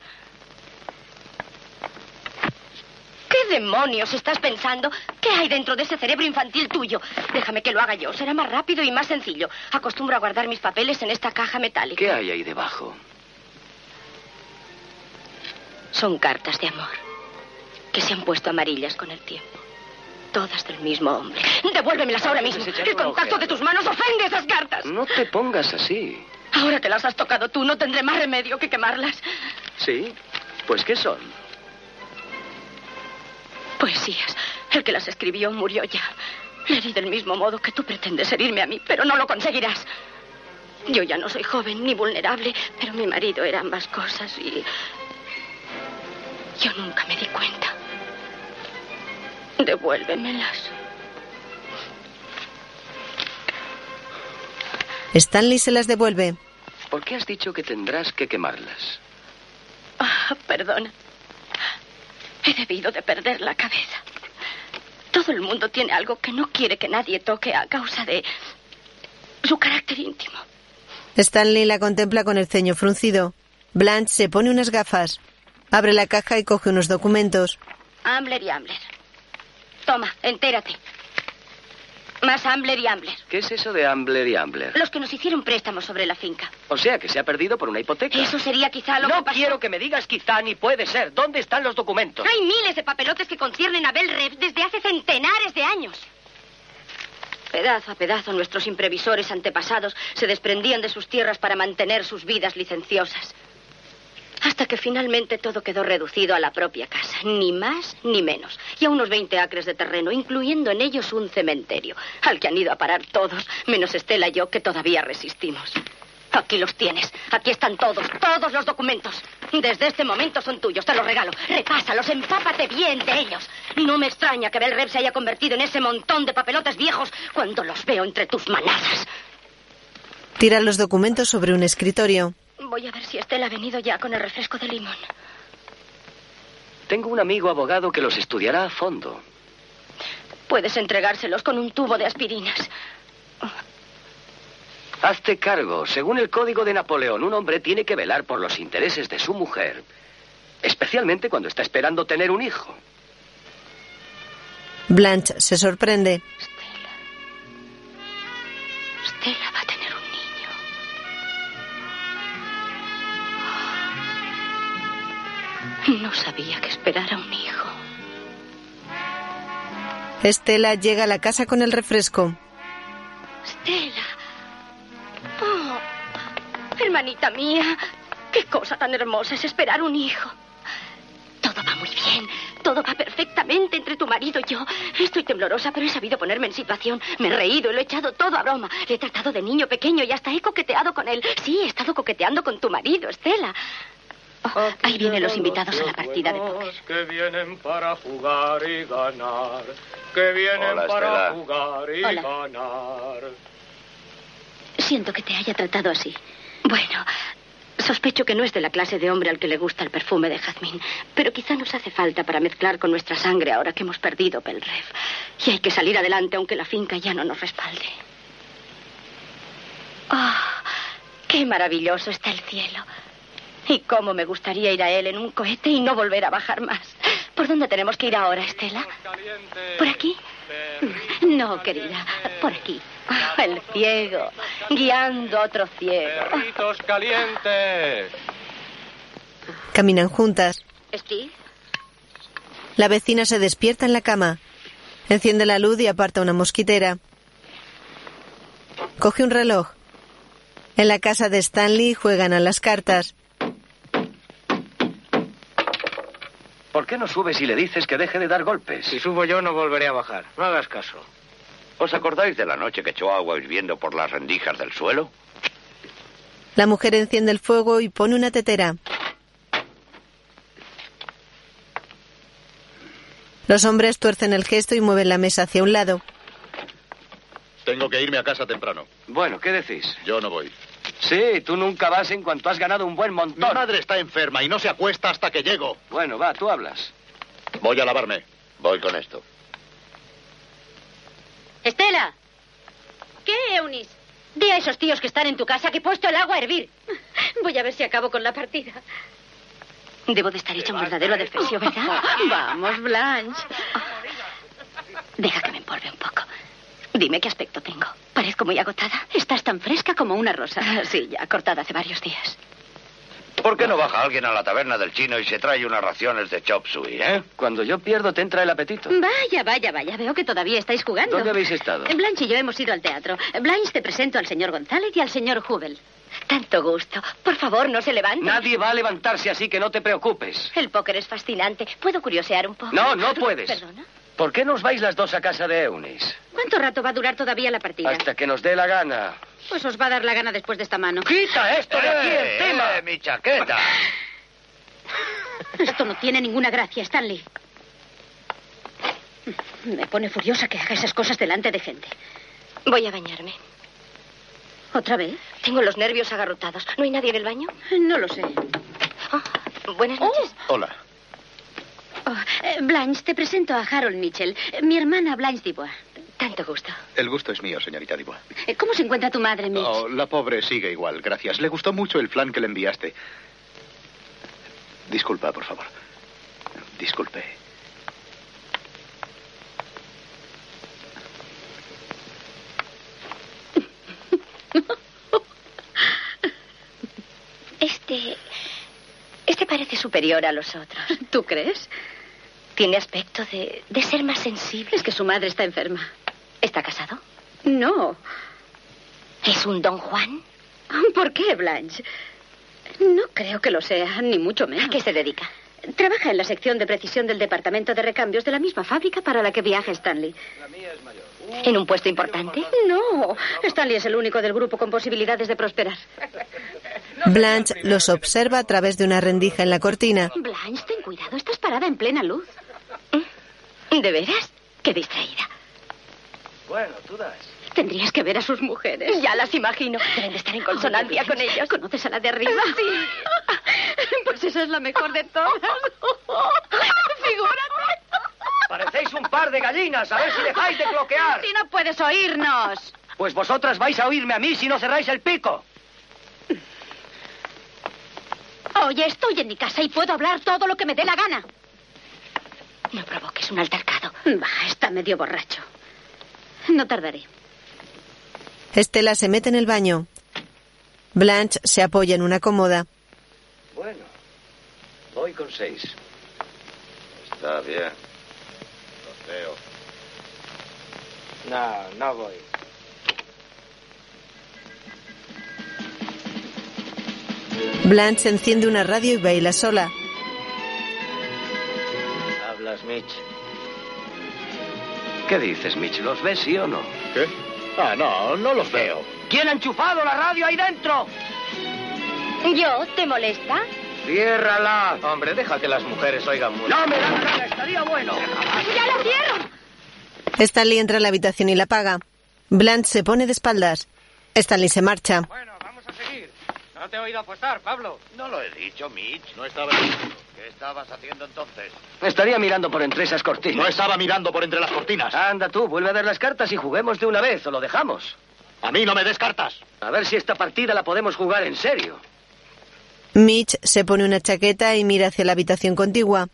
Speaker 3: ¿Qué demonios estás pensando? ¿Qué hay dentro de ese cerebro infantil tuyo? Déjame que lo haga yo. Será más rápido y más sencillo. Acostumbro a guardar mis papeles en esta caja metálica.
Speaker 4: ¿Qué hay ahí debajo?
Speaker 3: Son cartas de amor que se han puesto amarillas con el tiempo. Todas del mismo hombre. Devuélvemelas ahora mismo.
Speaker 4: Puedes echarle
Speaker 3: El
Speaker 4: una ¿Mm?
Speaker 3: contacto
Speaker 4: ojeada.
Speaker 3: de tus manos ofende esas cartas.
Speaker 4: No te pongas así.
Speaker 3: Ahora que las has tocado tú, no tendré más remedio que quemarlas.
Speaker 4: ¿Sí? Pues ¿qué son?
Speaker 3: Poesías. El que las escribió murió ya. Le herí del mismo modo que tú pretendes herirme a mí, pero no lo conseguirás. Yo ya no soy joven ni vulnerable, pero mi marido era ambas cosas y... Yo nunca me di cuenta. Devuélvemelas.
Speaker 1: Stanley se las devuelve.
Speaker 4: ¿Por qué has dicho que tendrás que quemarlas?
Speaker 3: Ah, perdona. He debido de perder la cabeza. Todo el mundo tiene algo que no quiere que nadie toque a causa de su carácter íntimo.
Speaker 1: Stanley la contempla con el ceño fruncido. Blanche se pone unas gafas. Abre la caja y coge unos documentos.
Speaker 3: Ambler y Ambler. Toma, entérate. Más Ambler y Ambler.
Speaker 4: ¿Qué es eso de Ambler y Ambler?
Speaker 3: Los que nos hicieron préstamos sobre la finca.
Speaker 4: O sea, que se ha perdido por una hipoteca.
Speaker 3: Eso sería quizá lo
Speaker 14: No
Speaker 3: que pasó.
Speaker 14: quiero que me digas quizá ni puede ser. ¿Dónde están los documentos?
Speaker 3: Hay miles de papelotes que conciernen a Bell Rev desde hace centenares de años. Pedazo a pedazo, nuestros imprevisores antepasados se desprendían de sus tierras para mantener sus vidas licenciosas. Hasta que finalmente todo quedó reducido a la propia casa, ni más ni menos, y a unos 20 acres de terreno, incluyendo en ellos un cementerio, al que han ido a parar todos, menos Estela y yo, que todavía resistimos. Aquí los tienes, aquí están todos, todos los documentos. Desde este momento son tuyos, te los regalo. Repásalos, empápate bien de ellos. No me extraña que Bel Rev se haya convertido en ese montón de papelotes viejos cuando los veo entre tus manadas.
Speaker 1: Tira los documentos sobre un escritorio.
Speaker 3: Voy a ver si Estela ha venido ya con el refresco de limón.
Speaker 4: Tengo un amigo abogado que los estudiará a fondo.
Speaker 3: Puedes entregárselos con un tubo de aspirinas.
Speaker 4: Hazte cargo. Según el código de Napoleón, un hombre tiene que velar por los intereses de su mujer. Especialmente cuando está esperando tener un hijo.
Speaker 1: Blanche se sorprende.
Speaker 3: Estela va a tener un niño. No sabía que esperara un hijo.
Speaker 1: Estela llega a la casa con el refresco.
Speaker 3: Estela. Oh, hermanita mía, qué cosa tan hermosa es esperar un hijo. Todo va muy bien, todo va perfectamente entre tu marido y yo. Estoy temblorosa, pero he sabido ponerme en situación. Me he reído y lo he echado todo a broma. Le he tratado de niño pequeño y hasta he coqueteado con él. Sí, he estado coqueteando con tu marido, Estela. Oh, ahí vienen los invitados a la partida de póker.
Speaker 5: Que vienen para jugar y ganar. Que vienen
Speaker 15: Hola,
Speaker 5: para
Speaker 15: Estela.
Speaker 5: jugar y
Speaker 15: Hola.
Speaker 5: ganar.
Speaker 15: Siento que te haya tratado así.
Speaker 3: Bueno, sospecho que no es de la clase de hombre al que le gusta el perfume de jazmín, pero quizá nos hace falta para mezclar con nuestra sangre ahora que hemos perdido Belrev. Y hay que salir adelante aunque la finca ya no nos respalde. ¡Ah! ¡Qué maravilloso está el cielo! Y cómo me gustaría ir a él en un cohete y no volver a bajar más. ¿Por dónde tenemos que ir ahora, Estela? ¿Por aquí? No, querida, por aquí. Ah, El ciego, guiando a otro ciego.
Speaker 5: Perritos calientes.
Speaker 1: Caminan juntas.
Speaker 3: ¿Steve?
Speaker 1: La vecina se despierta en la cama. Enciende la luz y aparta una mosquitera. Coge un reloj. En la casa de Stanley juegan a las cartas.
Speaker 4: ¿Por qué no subes y le dices que deje de dar golpes?
Speaker 16: Si subo yo no volveré a bajar. No hagas caso.
Speaker 17: ¿Os acordáis de la noche que echó agua hirviendo por las rendijas del suelo?
Speaker 1: La mujer enciende el fuego y pone una tetera. Los hombres tuercen el gesto y mueven la mesa hacia un lado.
Speaker 18: Tengo que irme a casa temprano.
Speaker 4: Bueno, ¿qué decís?
Speaker 18: Yo no voy.
Speaker 4: Sí, tú nunca vas en cuanto has ganado un buen montón.
Speaker 18: Mi madre está enferma y no se acuesta hasta que llego.
Speaker 4: Bueno, va, tú hablas.
Speaker 18: Voy a lavarme. Voy con esto.
Speaker 19: Estela. ¿Qué, Eunice? Di a esos tíos que están en tu casa que he puesto el agua a hervir. Voy a ver si acabo con la partida.
Speaker 3: Debo de estar hecho un verdadero adefesio, ¿verdad? Vamos, Blanche. Deja que me empolve un poco. Dime qué aspecto tengo. Parezco muy agotada. Estás tan fresca como una rosa. Sí, ya cortada hace varios días.
Speaker 17: ¿Por qué no baja alguien a la taberna del chino y se trae unas raciones de chop suey, eh?
Speaker 4: Cuando yo pierdo te entra el apetito.
Speaker 19: Vaya, vaya, vaya. Veo que todavía estáis jugando.
Speaker 4: ¿Dónde habéis estado?
Speaker 19: Blanche y yo hemos ido al teatro. Blanche, te presento al señor González y al señor Hubel. Tanto gusto. Por favor, no se levanten.
Speaker 4: Nadie va a levantarse así que no te preocupes.
Speaker 19: El póker es fascinante. ¿Puedo curiosear un poco?
Speaker 4: No, no puedes.
Speaker 19: ¿Perdona?
Speaker 13: ¿Por qué nos vais las dos a casa de Eunice?
Speaker 7: ¿Cuánto rato va a durar todavía la partida?
Speaker 13: Hasta que nos dé la gana.
Speaker 7: Pues os va a dar la gana después de esta mano.
Speaker 13: ¡Quita esto de aquí
Speaker 4: Eh,
Speaker 13: el tema!
Speaker 5: mi chaqueta!
Speaker 7: Esto no tiene ninguna gracia, Stanley. Me pone furiosa que haga esas cosas delante de gente.
Speaker 3: Voy a bañarme.
Speaker 7: ¿Otra vez?
Speaker 3: Tengo los nervios agarrotados. ¿No hay nadie en el baño? Oh,
Speaker 7: No lo sé.
Speaker 3: Buenas noches.
Speaker 4: Hola.
Speaker 7: Oh, eh, Blanche, te presento a Harold Mitchell, eh, mi hermana Blanche Dubois. Tanto gusto.
Speaker 4: El gusto es mío, señorita Dibois.
Speaker 7: Eh, ¿Cómo se encuentra tu madre, Mitch?
Speaker 4: Oh, la pobre sigue igual, gracias. Le gustó mucho el flan que le enviaste. Disculpa, por favor. Disculpe.
Speaker 3: Este. Este parece superior a los otros.
Speaker 7: ¿Tú crees?
Speaker 3: Tiene aspecto de, de ser más sensible.
Speaker 7: Es que su madre está enferma.
Speaker 3: ¿Está casado?
Speaker 7: No.
Speaker 3: ¿Es un don Juan?
Speaker 7: ¿Por qué, Blanche? No creo que lo sea, ni mucho menos.
Speaker 3: ¿A qué se dedica?
Speaker 7: Trabaja en la sección de precisión del departamento de recambios de la misma fábrica para la que viaja Stanley.
Speaker 3: ¿En un puesto importante?
Speaker 7: No, Stanley es el único del grupo con posibilidades de prosperar.
Speaker 1: Blanche los observa a través de una rendija en la cortina.
Speaker 7: Blanche, ten cuidado, estás parada en plena luz.
Speaker 3: ¿De veras? Qué distraída.
Speaker 20: Bueno, tú das.
Speaker 7: Tendrías que ver a sus mujeres.
Speaker 3: Ya las imagino.
Speaker 7: Deben de estar en
Speaker 3: Consonancia con ellas.
Speaker 7: ¿Conoces a la de arriba?
Speaker 3: Sí.
Speaker 7: Pues esa es la mejor de todas.
Speaker 3: Figúrate.
Speaker 20: Parecéis un par de gallinas. A ver si dejáis de cloquear.
Speaker 7: Si no puedes oírnos.
Speaker 20: Pues vosotras vais a oírme a mí si no cerráis el pico.
Speaker 7: Oye, estoy en mi casa y puedo hablar todo lo que me dé la gana.
Speaker 3: No provoques un altercado.
Speaker 7: Bah, está medio borracho. No tardaré.
Speaker 1: Estela se mete en el baño. Blanche se apoya en una cómoda.
Speaker 13: Bueno, voy con seis.
Speaker 5: Está bien. Lo veo.
Speaker 20: No, no voy.
Speaker 1: Blanche enciende una radio y baila sola.
Speaker 13: Hablas, Mitch.
Speaker 21: ¿Qué dices, Mitch? ¿Los ves sí o no?
Speaker 4: ¿Qué? Ah, no, no los veo.
Speaker 20: ¿Quién ha enchufado la radio ahí dentro?
Speaker 7: ¿Yo? ¿Te molesta?
Speaker 13: Ciérrala. Hombre, deja que las mujeres oigan mucho.
Speaker 20: No me da la gana, estaría bueno.
Speaker 7: ¡Ya la cierro!
Speaker 1: Stanley entra a la habitación y la apaga. Blanche se pone de espaldas. Stanley se marcha.
Speaker 22: Bueno, vamos a seguir. No te he oído apostar, Pablo.
Speaker 5: No lo he dicho, Mitch. No estaba diciendo. ¿Qué estabas haciendo entonces?
Speaker 13: Estaría mirando por entre esas
Speaker 4: No
Speaker 13: cortinas.
Speaker 4: estaba mirando por entre las cortinas.
Speaker 13: Anda tú, vuelve a dar las cartas y juguemos de una vez o lo dejamos.
Speaker 4: A mí no me descartas.
Speaker 13: A ver si esta partida la podemos jugar en serio.
Speaker 1: Mitch se pone una chaqueta y mira hacia la habitación contigua.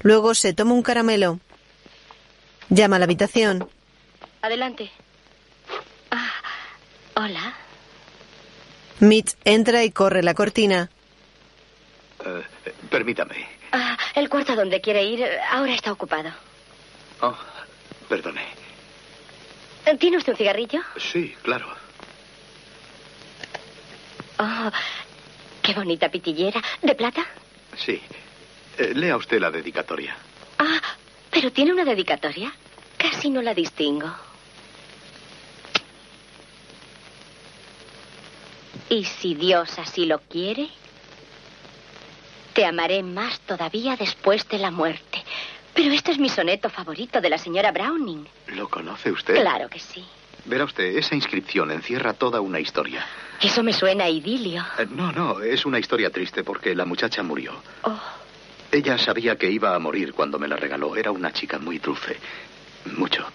Speaker 1: Luego se toma un caramelo. Llama a la habitación.
Speaker 3: Adelante. Ah, hola.
Speaker 1: Mitch entra y corre la cortina.
Speaker 4: Eh, eh, permítame.
Speaker 3: Ah, el cuarto a donde quiere ir eh, ahora está ocupado.
Speaker 4: Oh, perdone.
Speaker 3: ¿Tiene usted un cigarrillo?
Speaker 4: Sí, claro.
Speaker 3: Oh, qué bonita pitillera. ¿De plata?
Speaker 4: Sí. Eh, lea usted la dedicatoria.
Speaker 3: Ah, pero tiene una dedicatoria. Casi no la distingo. Y si Dios así lo quiere, te amaré más todavía después de la muerte. Pero este es mi soneto favorito de la señora Browning.
Speaker 4: ¿Lo conoce usted?
Speaker 3: Claro que sí.
Speaker 4: Verá usted, esa inscripción encierra toda una historia.
Speaker 3: Eso me suena a idilio.
Speaker 4: Eh, No, no, es una historia triste porque la muchacha murió.
Speaker 3: Oh,
Speaker 4: Ella sabía que iba a morir cuando me la regaló. Era una chica muy dulce. Mucho.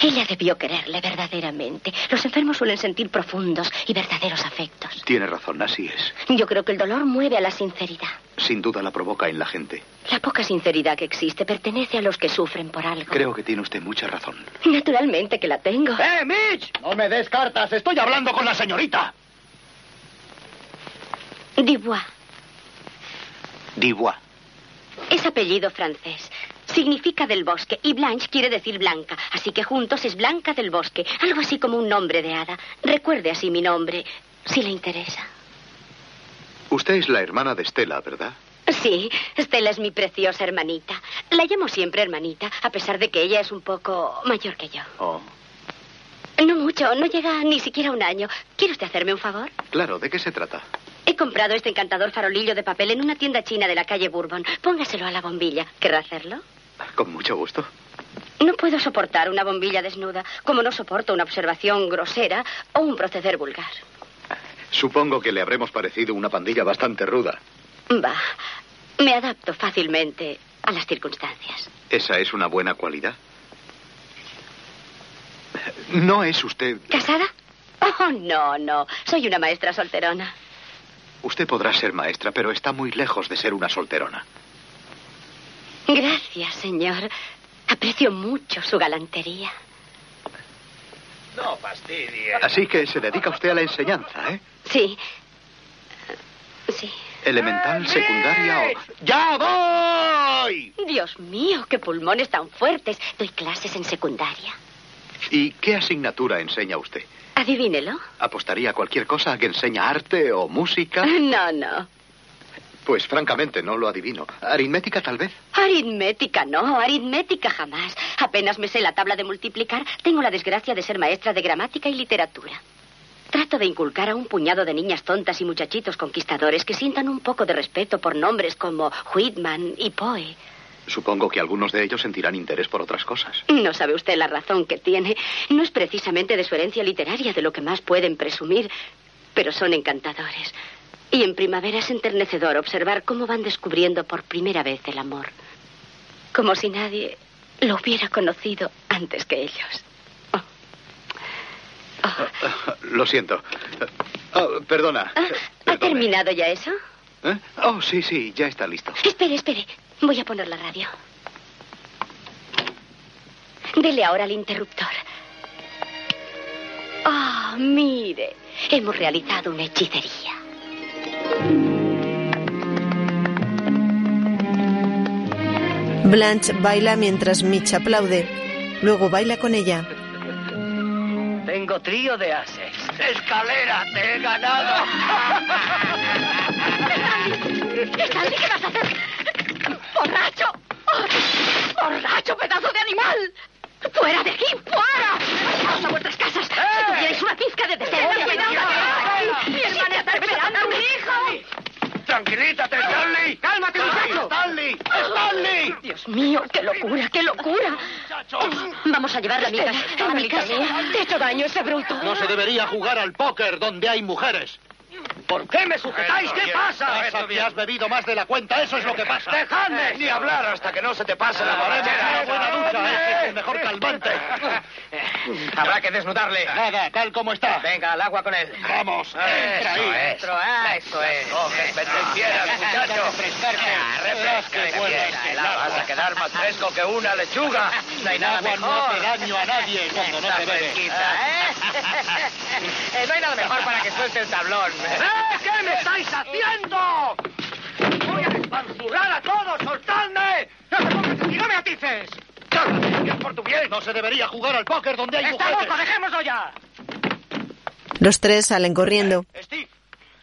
Speaker 3: ella debió quererle verdaderamente. Los enfermos suelen sentir profundos y verdaderos afectos.
Speaker 4: Tiene razón, así es.
Speaker 3: Yo creo que el dolor mueve a la sinceridad.
Speaker 4: Sin duda la provoca en la gente.
Speaker 3: La poca sinceridad que existe pertenece a los que sufren por algo.
Speaker 4: Creo que tiene usted mucha razón.
Speaker 3: Naturalmente que la tengo.
Speaker 20: ¡Eh, Mitch!
Speaker 4: No me descartas, estoy hablando con la señorita.
Speaker 3: Dubois
Speaker 4: Dubois.
Speaker 3: es apellido francés. Significa del bosque y Blanche quiere decir blanca, así que juntos es Blanca del Bosque, algo así como un nombre de hada. Recuerde así mi nombre, si le interesa.
Speaker 4: Usted es la hermana de Estela, ¿verdad?
Speaker 3: Sí, Stella es mi preciosa hermanita.
Speaker 7: La llamo siempre hermanita, a pesar de que ella es un poco mayor que yo.
Speaker 23: Oh,
Speaker 7: No mucho, no llega ni siquiera a un año. ¿Quiere usted hacerme un favor?
Speaker 23: claro, ¿de qué se trata?
Speaker 7: He comprado este encantador farolillo de papel en una tienda china de la calle Bourbon. Póngaselo a la bombilla. ¿Querrá hacerlo?
Speaker 23: Con mucho gusto.
Speaker 7: No puedo soportar una bombilla desnuda, como no soporto una observación grosera o un proceder vulgar.
Speaker 23: Supongo que le habremos parecido una pandilla bastante ruda.
Speaker 7: Va, me adapto fácilmente a las circunstancias.
Speaker 23: ¿Esa es una buena cualidad? No es usted.
Speaker 7: ¿Casada? Oh, no, no. Soy una maestra solterona.
Speaker 23: Usted podrá ser maestra, pero está muy lejos de ser una solterona.
Speaker 7: Gracias, señor. Aprecio mucho su galantería.
Speaker 23: No fastidies. Así que se dedica usted a la enseñanza, ¿eh?
Speaker 7: Sí.
Speaker 23: Elemental, secundaria o... ¡Ya voy!
Speaker 7: Dios mío, qué pulmones tan fuertes. Doy clases en secundaria.
Speaker 23: ¿Y qué asignatura enseña usted?
Speaker 7: Adivínelo.
Speaker 23: ¿Apostaría a cualquier cosa que enseña arte o música?
Speaker 7: Ah, No, no.
Speaker 23: Pues francamente no lo adivino. Aritmética tal vez.
Speaker 7: Aritmética, no, aritmética jamás. Apenas me sé la tabla de multiplicar, tengo la desgracia de ser maestra de gramática y literatura. Trato de inculcar a un puñado de niñas tontas y muchachitos conquistadores que sientan un poco de respeto por nombres como Whitman y Poe.
Speaker 23: Supongo que algunos de ellos sentirán interés por otras cosas.
Speaker 7: No sabe usted la razón que tiene. No es precisamente de su herencia literaria de lo que más pueden presumir, pero son encantadores. Y en primavera es enternecedor observar cómo van descubriendo por primera vez el amor. Como si nadie lo hubiera conocido antes que ellos.
Speaker 23: Lo siento. Ah, perdona.
Speaker 7: ¿Ha terminado ya eso?
Speaker 23: ¿Eh? Oh, sí, sí, ya está listo.
Speaker 7: Espere, espere. Voy a poner la radio. Dele ahora al interruptor. Ah, mire. Hemos realizado una hechicería.
Speaker 1: Blanche baila mientras Mitch aplaude. Luego baila con ella.
Speaker 4: Tengo trío de ases. ¡Escalera! ¡Te he ganado!
Speaker 7: ¡Stanley, qué vas a hacer! ¡Borracho! ¡Borracho, pedazo de animal! ¡Fuera de aquí! ¡Fuera! ¡Vamos a vuestras casas! Si tuvierais una pizca de deseo,
Speaker 4: Oye,
Speaker 7: cuidado.
Speaker 4: cuidado.
Speaker 7: ¡Mi hermana está esperando a un hijo!
Speaker 4: ¡Tranquilízate, Stanley! ¡Cálmate, muchacho! ¡Stanley! ¡Stanley!
Speaker 7: Dios mío, qué locura, qué locura. Vamos a llevarla a mi casa. A mi casa. Te he hecho daño ese bruto.
Speaker 5: No se debería jugar al póker donde hay mujeres. ¿Por qué me sujetáis?
Speaker 4: Esto bien, esto
Speaker 5: Pasa que has bebido más de la cuenta, eso es lo que pasa.
Speaker 4: ¡Dejadme!
Speaker 5: Ni hablar hasta que no se te pase la borrachera. Una buena ducha, ese es el mejor calmante.
Speaker 4: Habrá que desnudarle.
Speaker 5: Nada, tal como está.
Speaker 4: Venga, al agua con él.
Speaker 5: Vamos.
Speaker 4: Eso es. Dentro, ah, eso es. Coges, pendencieras, muchacho. Ah, refrescarte, bien. Vas a quedar más fresco que una lechuga. No hay
Speaker 5: El
Speaker 4: nada
Speaker 5: agua
Speaker 4: mejor.
Speaker 5: no hace daño a nadie cuando no
Speaker 4: Está
Speaker 5: se bebe.
Speaker 4: fresquita, ¿eh? Eh, No hay nada mejor para que suelte el tablón.
Speaker 5: ¡Eh!
Speaker 4: ¿Qué me estáis haciendo? ¡Voy a despanzurrar a todos! ¡Soltadme! ¡Y no me atices! ¡Es por tu bien!
Speaker 5: No se debería jugar al póker donde hay
Speaker 4: ¡Está
Speaker 5: mujeres.
Speaker 4: loco! ¡Dejémoslo ya!
Speaker 1: Los tres salen corriendo.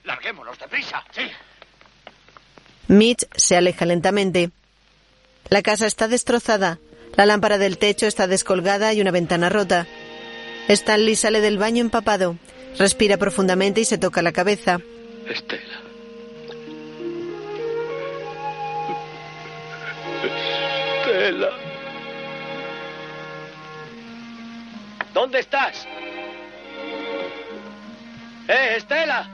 Speaker 5: Larguémonos deprisa. Sí.
Speaker 1: Mitch se aleja lentamente. La casa está destrozada. La lámpara del techo está descolgada y una ventana rota. Stanley sale del baño empapado. Respira profundamente y se toca la cabeza.
Speaker 24: Estela.
Speaker 4: Estela. ¿Dónde estás? ¡Eh, Estela!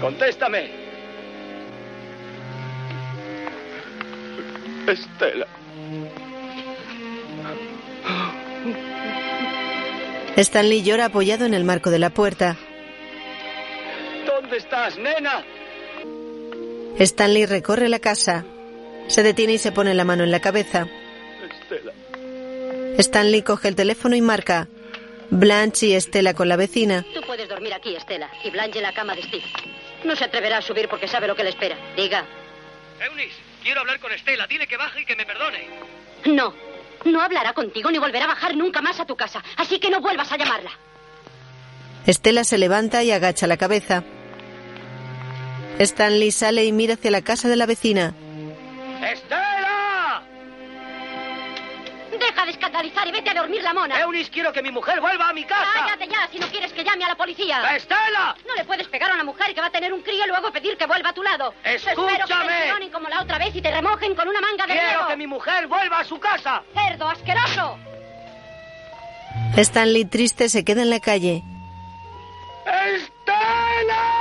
Speaker 4: Contéstame.
Speaker 24: Estela.
Speaker 1: Stanley llora apoyado en el marco de la puerta.
Speaker 4: ¿Dónde estás, nena?
Speaker 1: Stanley recorre la casa. Se detiene y se pone la mano en la cabeza.
Speaker 24: Estela.
Speaker 1: Stanley coge el teléfono y marca. Blanche y Estela con la vecina.
Speaker 3: Tú puedes dormir aquí, Estela, y Blanche en la cama de Steve. No se atreverá a subir porque sabe lo que le espera. Diga.
Speaker 25: Eunice, quiero hablar con Estela. Dile que baje y que me perdone.
Speaker 3: No. No hablará contigo ni volverá a bajar nunca más a tu casa. Así que no vuelvas a llamarla.
Speaker 1: Estela se levanta y agacha la cabeza. Stanley sale y mira hacia la casa de la vecina.
Speaker 13: ¡Estela!
Speaker 3: Deja de escandalizar y vete a dormir la mona.
Speaker 13: Eunice, quiero que mi mujer vuelva a mi casa.
Speaker 3: Cállate ya si no quieres que llame a la policía.
Speaker 13: ¡Estela!
Speaker 3: No le puedes pegar a una mujer que va a tener un crío y luego pedir que vuelva a tu lado. Espero que
Speaker 13: ¡Escúchame!
Speaker 3: te envenenen como la otra vez y te remojen con una manga de
Speaker 13: ¡Quiero
Speaker 3: hielo.
Speaker 13: que mi mujer vuelva a su casa!
Speaker 3: ¡Cerdo asqueroso!
Speaker 1: Stanley triste se queda en la calle.
Speaker 13: ¡Estela! ¡Estela!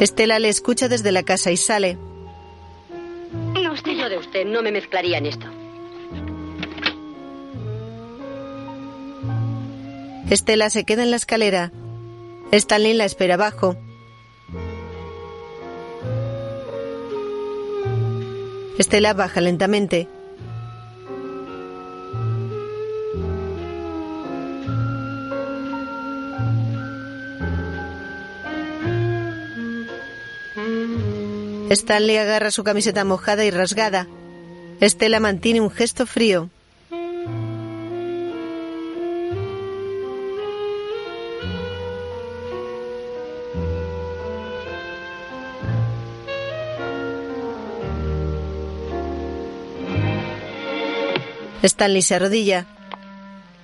Speaker 1: Estela le escucha desde la casa y sale.
Speaker 3: No, usted no de usted, no me mezclaría en esto.
Speaker 1: Estela se queda en la escalera. Stanley la espera abajo. Estela baja lentamente. Stanley agarra su camiseta mojada y rasgada. Estela mantiene un gesto frío. Stanley se arrodilla.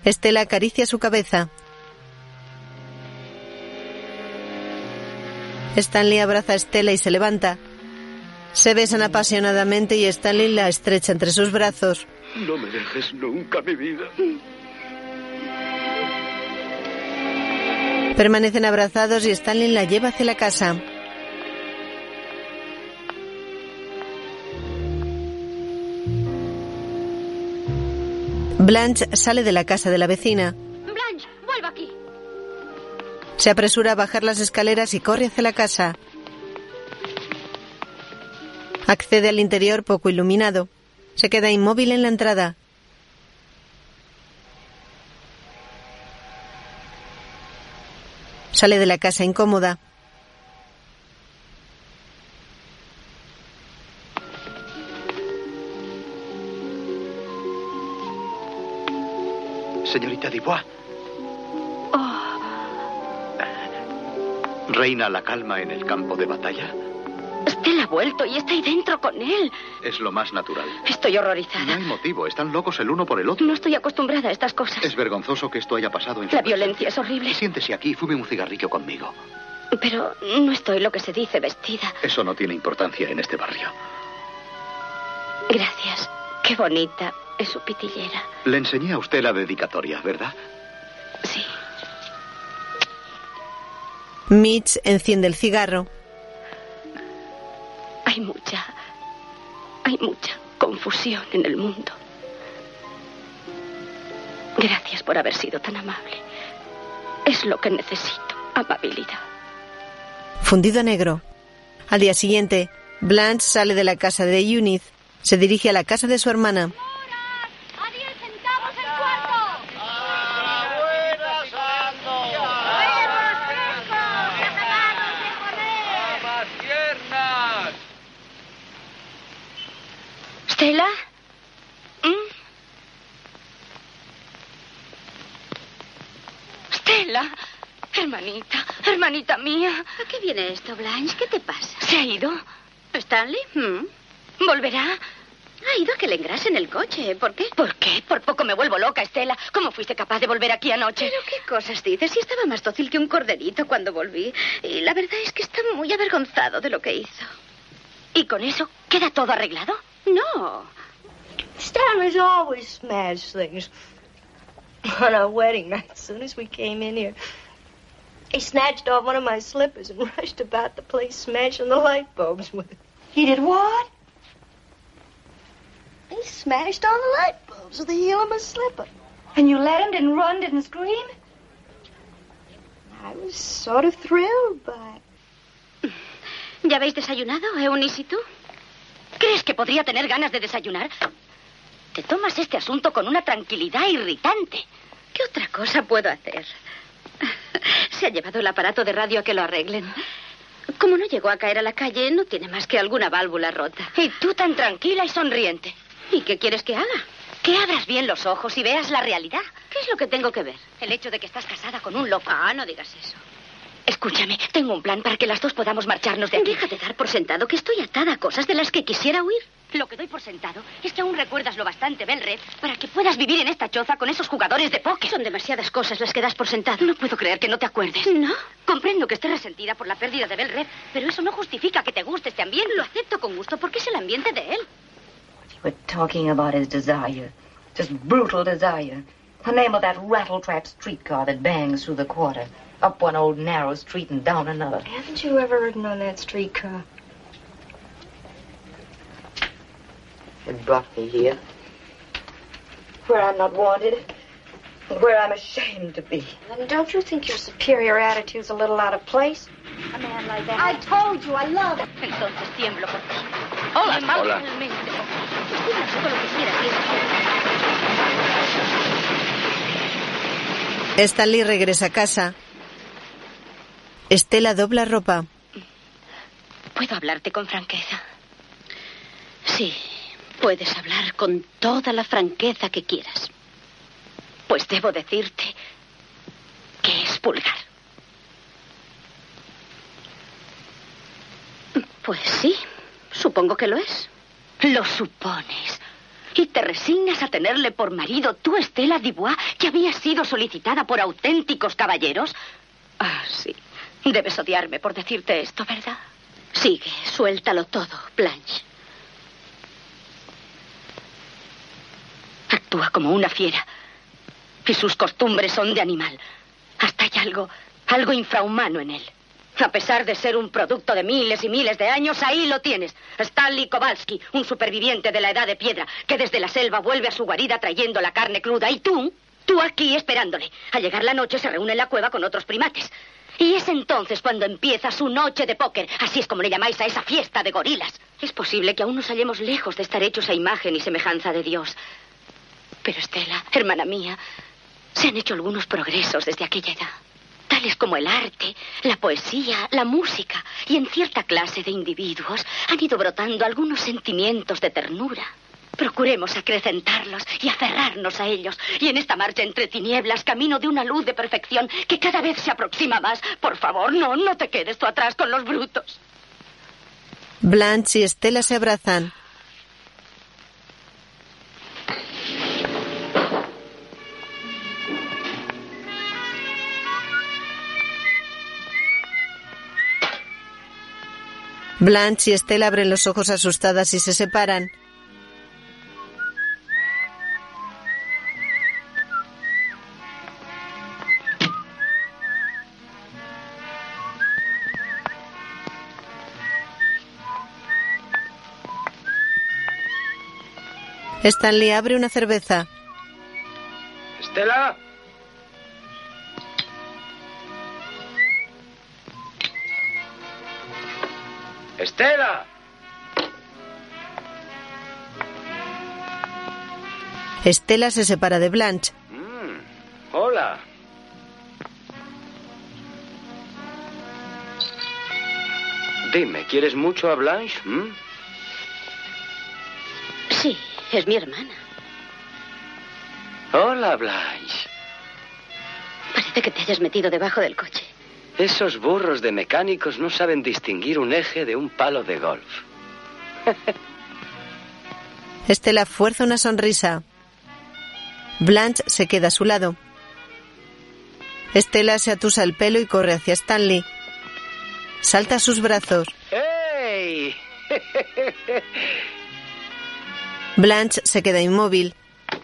Speaker 1: Estela acaricia su cabeza. Stanley abraza a Estela y se levanta. Se besan apasionadamente y Stanley la estrecha entre sus brazos.
Speaker 23: No me dejes nunca, mi vida.
Speaker 1: Permanecen abrazados y Stanley la lleva hacia la casa. Blanche sale de la casa de la vecina.
Speaker 3: Blanche, vuelva aquí.
Speaker 1: Se apresura a bajar las escaleras y corre hacia la casa. Accede al interior poco iluminado. Se queda inmóvil en la entrada. Sale de la casa incómoda.
Speaker 23: Señorita Dubois. Oh. ¿Reina la calma en el campo de batalla?
Speaker 3: Usted la ha vuelto y está ahí dentro con él.
Speaker 23: Es lo más natural.
Speaker 3: Estoy horrorizada.
Speaker 23: No hay motivo. Están locos el uno por el otro.
Speaker 3: No estoy acostumbrada a estas cosas.
Speaker 23: Es vergonzoso que esto haya pasado en su
Speaker 3: La violencia es horrible.
Speaker 23: Siéntese aquí y fume un cigarrillo conmigo.
Speaker 3: Pero no estoy lo que se dice vestida.
Speaker 23: Eso no tiene importancia en este barrio.
Speaker 3: Gracias. Qué bonita es su pitillera.
Speaker 23: Le enseñé a usted la dedicatoria, ¿verdad?
Speaker 1: Mitch enciende el cigarro.
Speaker 3: Hay mucha, hay mucha confusión en el mundo. Gracias por haber sido tan amable. Es lo que necesito, amabilidad.
Speaker 1: Fundido a negro. Al día siguiente, Blanche sale de la casa de Eunice. Se dirige a la casa de su hermana.
Speaker 3: ¿Stella? ¿Mm? Stella, hermanita, hermanita mía.
Speaker 26: ¿A qué viene esto, Blanche? ¿Qué te pasa?
Speaker 3: ¿Se ha ido?
Speaker 26: ¿Stanley? ¿Mm?
Speaker 3: ¿Volverá?
Speaker 26: Ha ido a que le engrasen el coche. ¿Por qué?
Speaker 3: ¿Por qué? Por poco me vuelvo loca, Estela. ¿Cómo fuiste capaz de volver aquí anoche?
Speaker 26: ¿Pero qué cosas dices? Si estaba más dócil que un corderito cuando volví. Y la verdad es que está muy avergonzado de lo que hizo.
Speaker 3: ¿Y con eso queda todo arreglado?
Speaker 26: No.
Speaker 27: Stanley's always smashed things. On our wedding night, as soon as we came in here, he snatched off one of my slippers and rushed about the place smashing the light bulbs with it. He did what? He smashed all the light bulbs with the heel of my slipper. And you let him? Didn't run? Didn't scream? I was sort of thrilled by it.
Speaker 3: ¿Ya habéis desayunado, Eunice y tú? ¿Crees que podría tener ganas de desayunar? Te tomas este asunto con una tranquilidad irritante.
Speaker 26: ¿Qué otra cosa puedo hacer? Se ha llevado el aparato de radio a que lo arreglen. Como no llegó a caer a la calle, no tiene más que alguna válvula rota.
Speaker 3: Y tú tan tranquila y sonriente.
Speaker 26: ¿Y qué quieres que haga?
Speaker 3: Que abras bien los ojos y veas la realidad. ¿Qué es lo que tengo que ver? El hecho de que estás casada con un loco. Ah, no digas eso. Escúchame, tengo un plan para que las dos podamos marcharnos de aquí. Déjate dar por sentado que estoy atada a cosas de las que quisiera huir. Lo que doy por sentado es que aún recuerdas lo bastante, Belred, para que puedas vivir en esta choza con esos jugadores de póker. Son demasiadas cosas las que das por sentado. No puedo creer que no te acuerdes. ¿No? Comprendo que estés resentida por la pérdida de Belred, pero eso no justifica que te guste este ambiente. Lo acepto con gusto porque es el ambiente de él.
Speaker 28: We're talking about his desire. Just brutal desire. The name of that rattletrap streetcar that bangs through the quarter. Up one old narrow street and down another.
Speaker 27: Haven't you ever ridden on that streetcar?
Speaker 28: It brought me here. Where I'm not wanted. and Where I'm ashamed to be.
Speaker 27: And don't you think your superior attitude's a little out of place? A man like that. I told you I love him.
Speaker 3: Entonces tiemblo por ti. Hola, Paula.
Speaker 27: Hola.
Speaker 1: Stanley regresa a casa. Estela dobla ropa.
Speaker 3: Puedo hablarte con franqueza. Sí, puedes hablar con toda la franqueza que quieras. Pues debo decirte que es vulgar. Pues sí, supongo que lo es. Lo supones. Y te resignas a tenerle por marido tú, Estela Dubois, que había sido solicitada por auténticos caballeros. Ah, sí. Debes odiarme por decirte esto, ¿verdad? Sigue, suéltalo todo, Blanche. Actúa como una fiera. Y sus costumbres son de animal. Hasta hay algo, algo infrahumano en él. A pesar de ser un producto de miles y miles de años, ahí lo tienes. Stanley Kowalski, un superviviente de la edad de piedra, que desde la selva vuelve a su guarida trayendo la carne cruda. Y tú, tú aquí esperándole. Al llegar la noche se reúne en la cueva con otros primates. Y es entonces cuando empieza su noche de póker. Así es como le llamáis a esa fiesta de gorilas. Es posible que aún nos hallemos lejos de estar hechos a imagen y semejanza de Dios. Pero Estela, hermana mía, se han hecho algunos progresos desde aquella edad. Tales como el arte, la poesía, la música y en cierta clase de individuos han ido brotando algunos sentimientos de ternura. Procuremos acrecentarlos y aferrarnos a ellos. Y en esta marcha entre tinieblas, camino de una luz de perfección que cada vez se aproxima más. Por favor, no, no te quedes tú atrás con los brutos.
Speaker 1: Blanche y Estela se abrazan. Blanche y Estela abren los ojos asustadas y se separan. Stanley abre una cerveza.
Speaker 13: Estela. Estela.
Speaker 1: Estela se separa de Blanche.
Speaker 13: Mm, hola.
Speaker 4: Dime, ¿quieres mucho a Blanche? mm?
Speaker 3: Sí, es mi hermana.
Speaker 4: Hola, Blanche.
Speaker 3: Parece que te hayas metido debajo del coche.
Speaker 4: Esos burros de mecánicos no saben distinguir un eje de un palo de golf.
Speaker 1: Estela fuerza una sonrisa. Blanche se queda a su lado. Estela se atusa el pelo y corre hacia Stanley. Salta a sus brazos.
Speaker 13: ¡Ey!
Speaker 1: Blanche se queda inmóvil,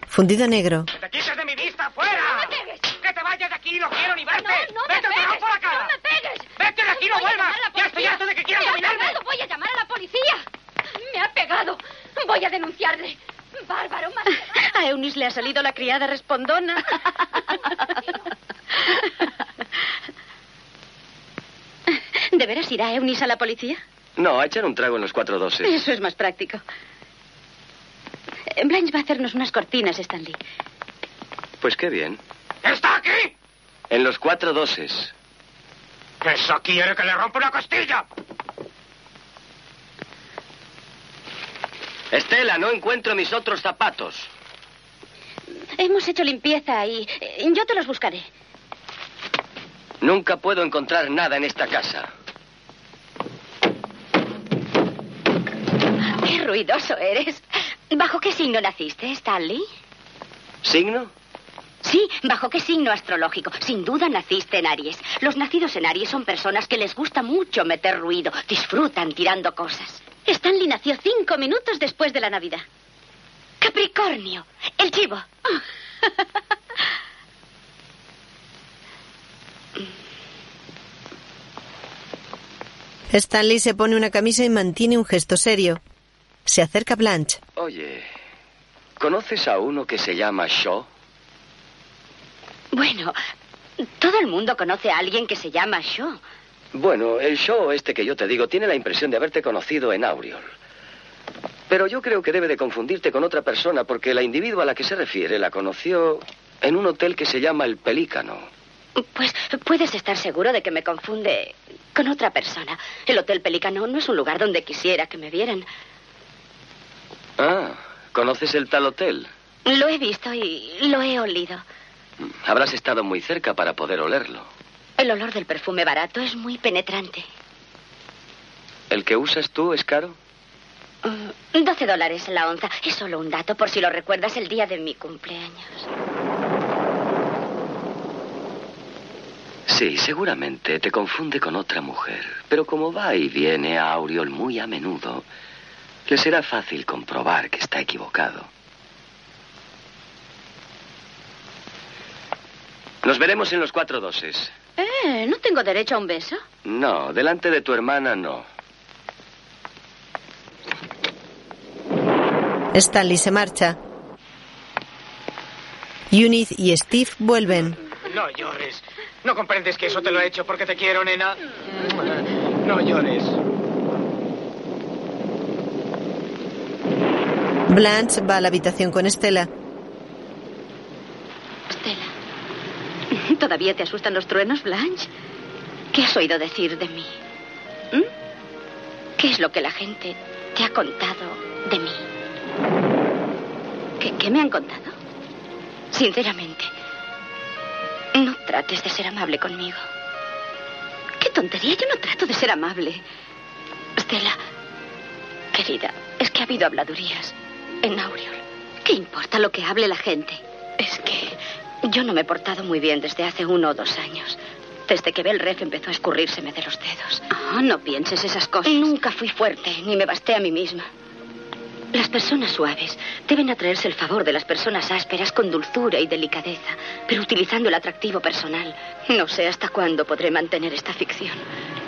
Speaker 1: fundido a negro.
Speaker 5: ¡Te quites de mi vista! ¡Fuera! ¡No me pegues! ¡Que te vayas de aquí! ¡No quiero ni verte!
Speaker 7: No, no me
Speaker 5: ¡Vete a tomar
Speaker 7: pegues.
Speaker 5: por acá!
Speaker 7: ¡No me pegues!
Speaker 5: ¡Vete de aquí! ¡No
Speaker 7: Voy a
Speaker 5: vuelvas!
Speaker 7: llamar a la
Speaker 5: ¡Ya estoy
Speaker 7: policía.
Speaker 5: harto de que quieras
Speaker 7: Me ha
Speaker 5: dominarme!
Speaker 7: pegado. ¡Voy a llamar a la policía! ¡Me ha pegado! ¡Voy a denunciarle! ¡Bárbaro! más-
Speaker 3: A Eunice le ha salido la criada respondona. ¿De veras irá Eunice a la policía?
Speaker 4: No, a echar un trago en los cuatro doses.
Speaker 3: Eso es más práctico. Eh, Blanche va a hacernos unas cortinas, Stanley.
Speaker 4: Pues qué bien.
Speaker 5: ¡Está aquí!
Speaker 4: En los cuatro doses.
Speaker 5: ¡Eso quiere Pues que le rompa una costilla!
Speaker 4: Estela, no encuentro mis otros zapatos.
Speaker 3: Hemos hecho limpieza y eh, yo te los buscaré.
Speaker 4: Nunca puedo encontrar nada en esta casa.
Speaker 3: Qué ruidoso eres. ¿Bajo qué signo naciste, Stanley?
Speaker 4: ¿Signo?
Speaker 3: Sí, ¿bajo qué signo astrológico? Sin duda naciste en Aries. Los nacidos en Aries son personas que les gusta mucho meter ruido, disfrutan tirando cosas. Stanley nació cinco minutos después de la Navidad. Capricornio, el chivo. Ah,
Speaker 1: Stanley se pone una camisa y mantiene un gesto serio. Se acerca Blanche.
Speaker 4: Oye, ¿conoces a uno que se llama Shaw?
Speaker 3: Bueno, todo el mundo conoce a alguien que se llama Shaw.
Speaker 4: Bueno, el show este que yo te digo tiene la impresión de haberte conocido en Aureol. Pero yo creo que debe de confundirte con otra persona porque la individua a la que se refiere la conoció en un hotel que se llama El Pelícano.
Speaker 3: Pues puedes estar seguro de que me confunde con otra persona. El Hotel Pelicano no es un lugar donde quisiera que me vieran.
Speaker 4: Ah, ¿conoces el tal hotel?
Speaker 3: Lo he visto y lo he olido.
Speaker 4: Habrás estado muy cerca para poder olerlo.
Speaker 3: El olor del perfume barato es muy penetrante.
Speaker 4: ¿El que usas tú es caro?
Speaker 3: Mm, 12 dólares la onza. Es solo un dato por si lo recuerdas el día de mi cumpleaños.
Speaker 4: Sí, seguramente te confunde con otra mujer. Pero como va y viene a Auriol muy a menudo, le será fácil comprobar que está equivocado. Nos veremos en los cuatro doses.
Speaker 3: Eh, ¿no tengo derecho a un beso?
Speaker 4: No, delante de tu hermana no.
Speaker 1: Stanley se marcha. Eunice y Steve vuelven.
Speaker 29: No llores. No comprendes que eso te lo he hecho porque te quiero, nena. No llores.
Speaker 1: Blanche va a la habitación con Estela.
Speaker 3: ¿Todavía te asustan los truenos, Blanche? ¿Qué has oído decir de mí? ¿Mm? ¿Qué es lo que la gente te ha contado de mí? ¿Qué, qué me han contado? Sinceramente, no trates de ser amable conmigo. ¡Qué tontería! Yo no trato de ser amable. Stella, querida, es que ha habido habladurías en Aureol. ¿Qué importa lo que hable la gente? Es que yo no me he portado muy bien desde hace uno o dos años. Desde que Belref empezó a escurrírseme de los dedos. Ah, no pienses esas cosas. Nunca fui fuerte, ni me basté a mí misma. Las personas suaves deben atraerse el favor de las personas ásperas con dulzura y delicadeza, pero utilizando el atractivo personal. No sé hasta cuándo podré mantener esta ficción.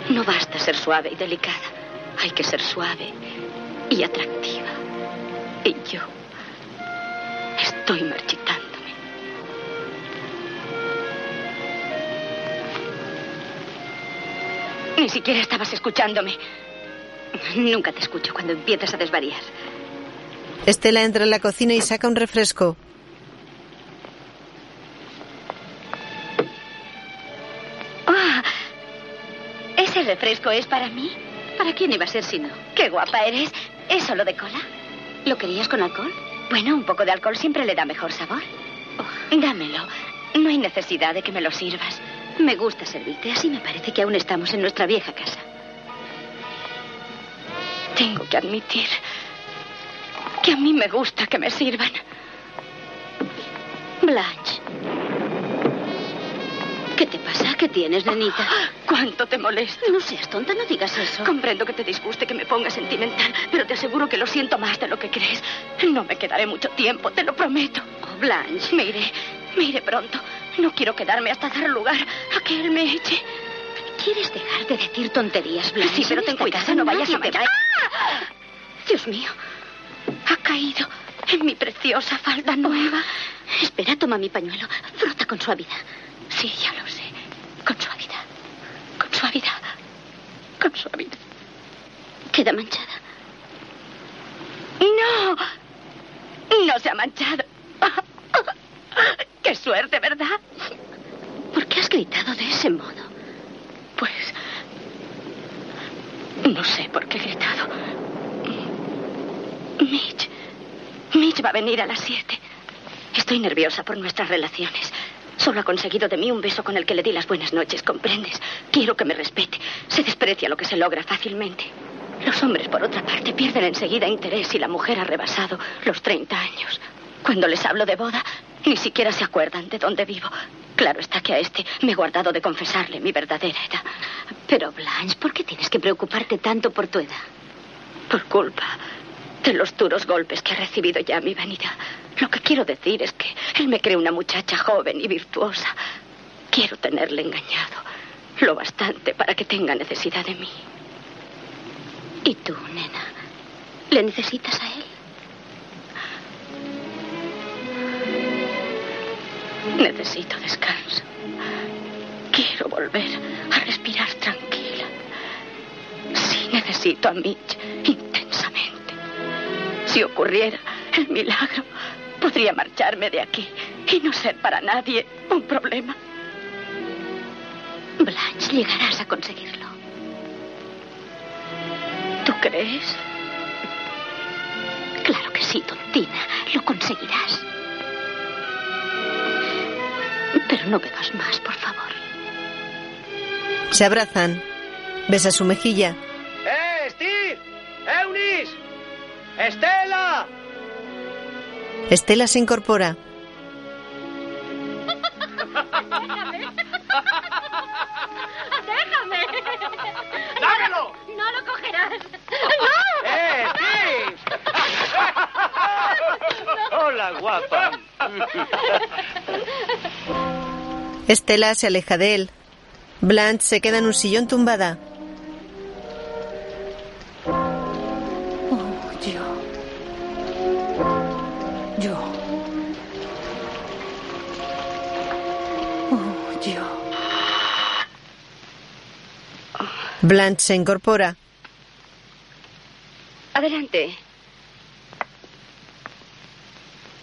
Speaker 3: No basta ser suave y delicada. Hay que ser suave y atractiva. Y yo estoy marchitando. Ni siquiera estabas escuchándome. Nunca te escucho cuando empiezas a desvariar.
Speaker 1: Estela entra en la cocina y saca un refresco.
Speaker 3: Ah, ¿Ese refresco es para mí? ¿Para quién iba a ser si no? ¡Qué guapa eres! ¿Es solo de cola? ¿Lo querías con alcohol? Bueno, un poco de alcohol siempre le da mejor sabor. Oh, dámelo. No hay necesidad de que me lo sirvas. Me gusta servirte, así me parece que aún estamos en nuestra vieja casa. Tengo que admitir que a mí me gusta que me sirvan. Blanche. ¿Qué te pasa? ¿Qué tienes, nenita? ¿Cuánto te molesta? No seas tonta, no digas eso. Comprendo que te disguste que me ponga sentimental, pero te aseguro que lo siento más de lo que crees. No me quedaré mucho tiempo, te lo prometo. Oh, Blanche. Me iré, me iré pronto. No quiero quedarme hasta dar lugar a que él me eche. ¿Quieres dejar de decir tonterías, Blanche? Sí, pero ten cuidado, no vayas a matar. Dios mío, ha caído en mi preciosa falda nueva. Espera, toma mi pañuelo. Frota con suavidad. Sí, ya lo sé. Con suavidad. Con suavidad. Con suavidad. Queda manchada. ¡No! No se ha manchado. ¡Qué suerte, ¿verdad? ¿Por qué has gritado de ese modo? Pues... No sé por qué he gritado. Mitch. Mitch va a venir a las siete.
Speaker 26: Estoy nerviosa por nuestras relaciones. Solo ha conseguido de mí un beso con el que le di las buenas noches, ¿comprendes? Quiero que me respete. Se desprecia lo que se logra fácilmente. Los hombres, por otra parte, pierden enseguida interés y la mujer ha rebasado los 30 años. Cuando les hablo de boda, ni siquiera se acuerdan de dónde vivo. Claro está que a este me he guardado de confesarle mi verdadera edad. Pero, Blanche, ¿por qué tienes que preocuparte tanto por tu edad? Por culpa de los duros golpes que ha recibido ya mi vanidad. Lo que quiero decir es que él me cree una muchacha joven y virtuosa. Quiero tenerle engañado. Lo bastante para que tenga necesidad de mí. ¿Y tú, nena? ¿Le necesitas a él? Necesito descanso. Quiero volver a respirar tranquila. Sí, necesito a Mitch intensamente. Si ocurriera el milagro, podría marcharme de aquí y no ser para nadie un problema. Blanche, llegarás a conseguirlo. ¿Tú crees? Claro que sí, tontina. Lo conseguirás. Pero no bebas más, por favor.
Speaker 1: Se abrazan. Besa su mejilla.
Speaker 13: ¡Eh, Steve! ¡Eunice! ¡Estela!
Speaker 1: Estela se incorpora.
Speaker 7: ¡Déjame!
Speaker 13: ¡Dámelo!
Speaker 7: ¡No lo cogerás! ¡No!
Speaker 13: ¡Eh, Steve! ¡Hola, guapa!
Speaker 1: Estela se aleja de él. Blanche se queda en un sillón tumbada.
Speaker 30: Oh, yo. Yo. Oh, yo.
Speaker 1: Blanche se incorpora.
Speaker 3: Adelante.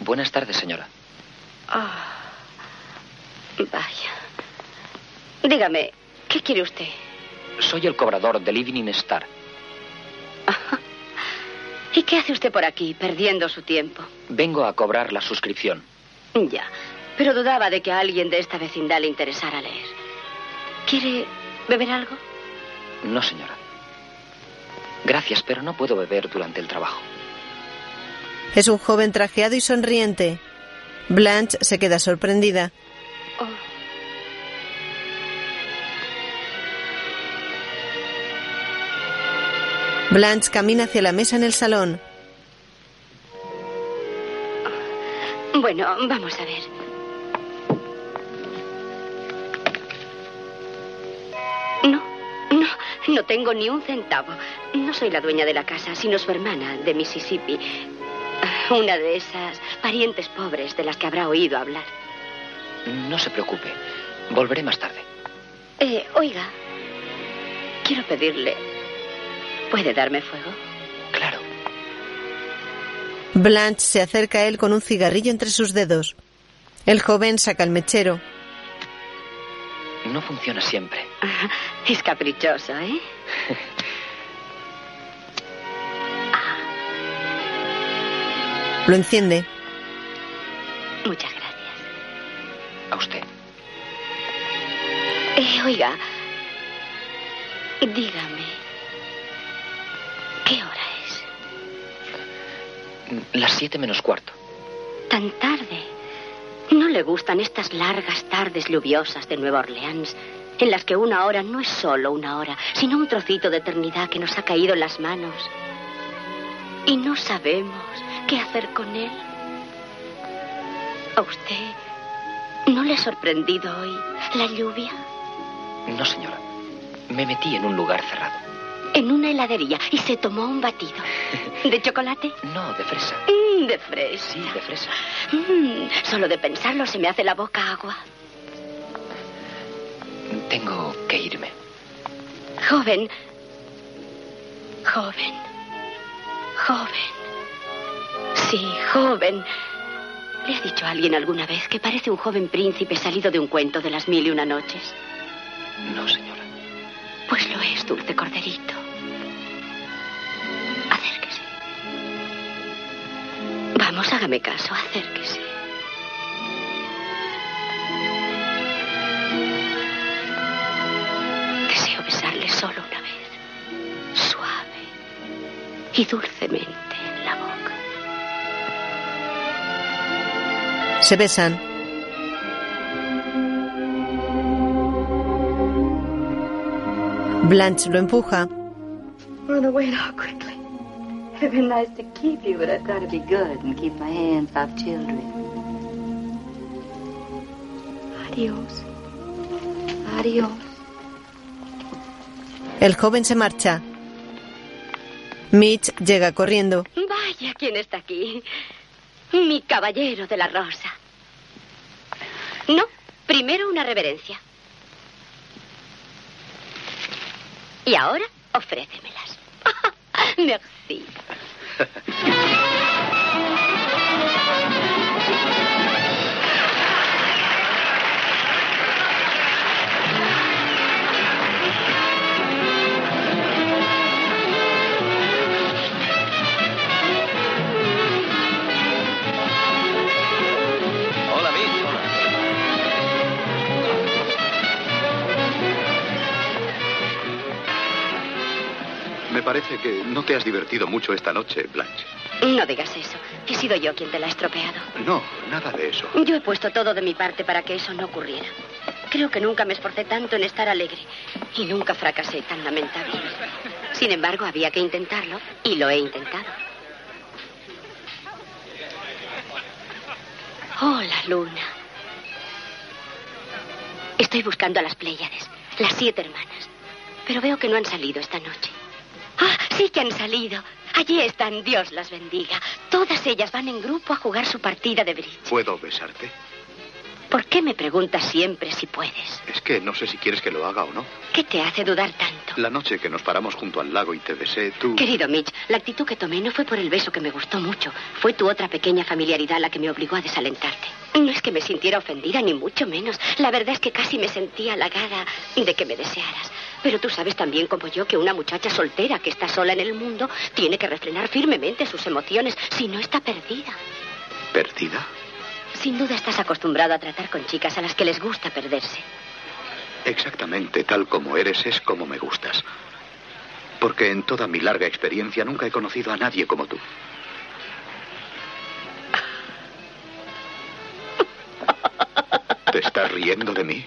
Speaker 31: Buenas tardes, señora.
Speaker 3: Ah, vaya. Dígame, ¿qué quiere usted?
Speaker 31: Soy el cobrador del Evening Star.
Speaker 3: ¿Y qué hace usted por aquí, perdiendo su tiempo?
Speaker 31: Vengo a cobrar la suscripción.
Speaker 3: Ya, pero dudaba de que a alguien de esta vecindad le interesara leer. ¿Quiere beber algo?
Speaker 31: No, señora. Gracias, pero no puedo beber durante el trabajo.
Speaker 1: Es un joven trajeado y sonriente. Blanche se queda sorprendida. Blanche camina hacia la mesa en el salón.
Speaker 3: Bueno, vamos a ver. No, no, no tengo ni un centavo. No soy la dueña de la casa, sino su hermana de Mississippi. Ah, Una de esas parientes pobres de las que habrá oído hablar.
Speaker 31: No se preocupe. Volveré más tarde.
Speaker 3: Eh, oiga, quiero pedirle... ¿Puede darme fuego?
Speaker 1: Blanche se acerca a él con un cigarrillo entre sus dedos. El joven saca el mechero.
Speaker 31: No funciona siempre.
Speaker 3: Es caprichoso, ¿eh?
Speaker 1: Lo enciende.
Speaker 3: Muchas gracias.
Speaker 31: A usted.
Speaker 3: Eh, oiga, dígame, ¿qué hora es?
Speaker 31: Las siete menos cuarto.
Speaker 3: Tan tarde. ¿No le gustan estas largas tardes lluviosas de Nueva Orleans, en las que una hora no es solo una hora, sino un trocito de eternidad que nos ha caído en las manos? Y no sabemos qué hacer con él. ¿A usted no le ha sorprendido hoy la lluvia?
Speaker 31: No, señora. Me metí en un lugar cerrado.
Speaker 3: En una heladería y se tomó un batido. ¿De chocolate?
Speaker 31: No, de fresa.
Speaker 3: Mm, de fresa.
Speaker 31: Sí, de fresa.
Speaker 3: Mm, solo de pensarlo se me hace la boca agua.
Speaker 31: Tengo que irme.
Speaker 3: Joven. Joven. Joven. Sí, joven. ¿Le ha dicho a alguien alguna vez que parece un joven príncipe salido de un cuento de las mil y una noches?
Speaker 31: No, señora.
Speaker 3: Pues lo es, dulce corderito. Acérquese. Vamos, hágame caso, acérquese.
Speaker 26: y dulcemente.
Speaker 1: Se besan. Blanche lo empuja.
Speaker 28: Run away now quickly. It'd be nice to keep you, but I've got to be good and keep my hands off children. Adios. Adios.
Speaker 1: El joven se marcha. Mitch llega corriendo.
Speaker 7: Vaya, ¿quién está aquí? Mi caballero de la rosa. No, primero una reverencia. Y ahora, ofrécemelas. Merci.
Speaker 32: Hola, Mitch.
Speaker 23: Me parece que no te has divertido mucho esta noche, Blanche.
Speaker 3: No digas eso. He sido yo quien te la ha estropeado.
Speaker 23: No, nada de eso.
Speaker 3: Yo he puesto todo de mi parte para que eso no ocurriera. Creo que nunca me esforcé tanto en estar alegre y nunca fracasé tan lamentablemente. Sin embargo, había que intentarlo y lo he intentado. Oh, la luna. Estoy buscando a las Pléyades, las siete hermanas. Pero veo que no han salido esta noche. Ah, sí que han salido. Allí están, Dios las bendiga. Todas ellas van en grupo a jugar su partida de bridge.
Speaker 23: ¿Puedo besarte?
Speaker 3: ¿Por qué me preguntas siempre si puedes?
Speaker 23: Es que no sé si quieres que lo haga o no.
Speaker 3: ¿Qué te hace dudar tanto?
Speaker 23: La noche que nos paramos junto al lago y te besé, tú...
Speaker 3: Querido Mitch, la actitud que tomé no fue por el beso que me gustó mucho. Fue tu otra pequeña familiaridad la que me obligó a desalentarte. No es que me sintiera ofendida, ni mucho menos. La verdad es que casi me sentía halagada de que me desearas. Pero tú sabes también como yo que una muchacha soltera que está sola en el mundo tiene que refrenar firmemente sus emociones, si no está perdida.
Speaker 23: ¿Perdida?
Speaker 3: Sin duda estás acostumbrado a tratar con chicas a las que les gusta perderse.
Speaker 23: Exactamente tal como eres es como me gustas. Porque en toda mi larga experiencia nunca he conocido a nadie como tú. ¿Te estás riendo de mí?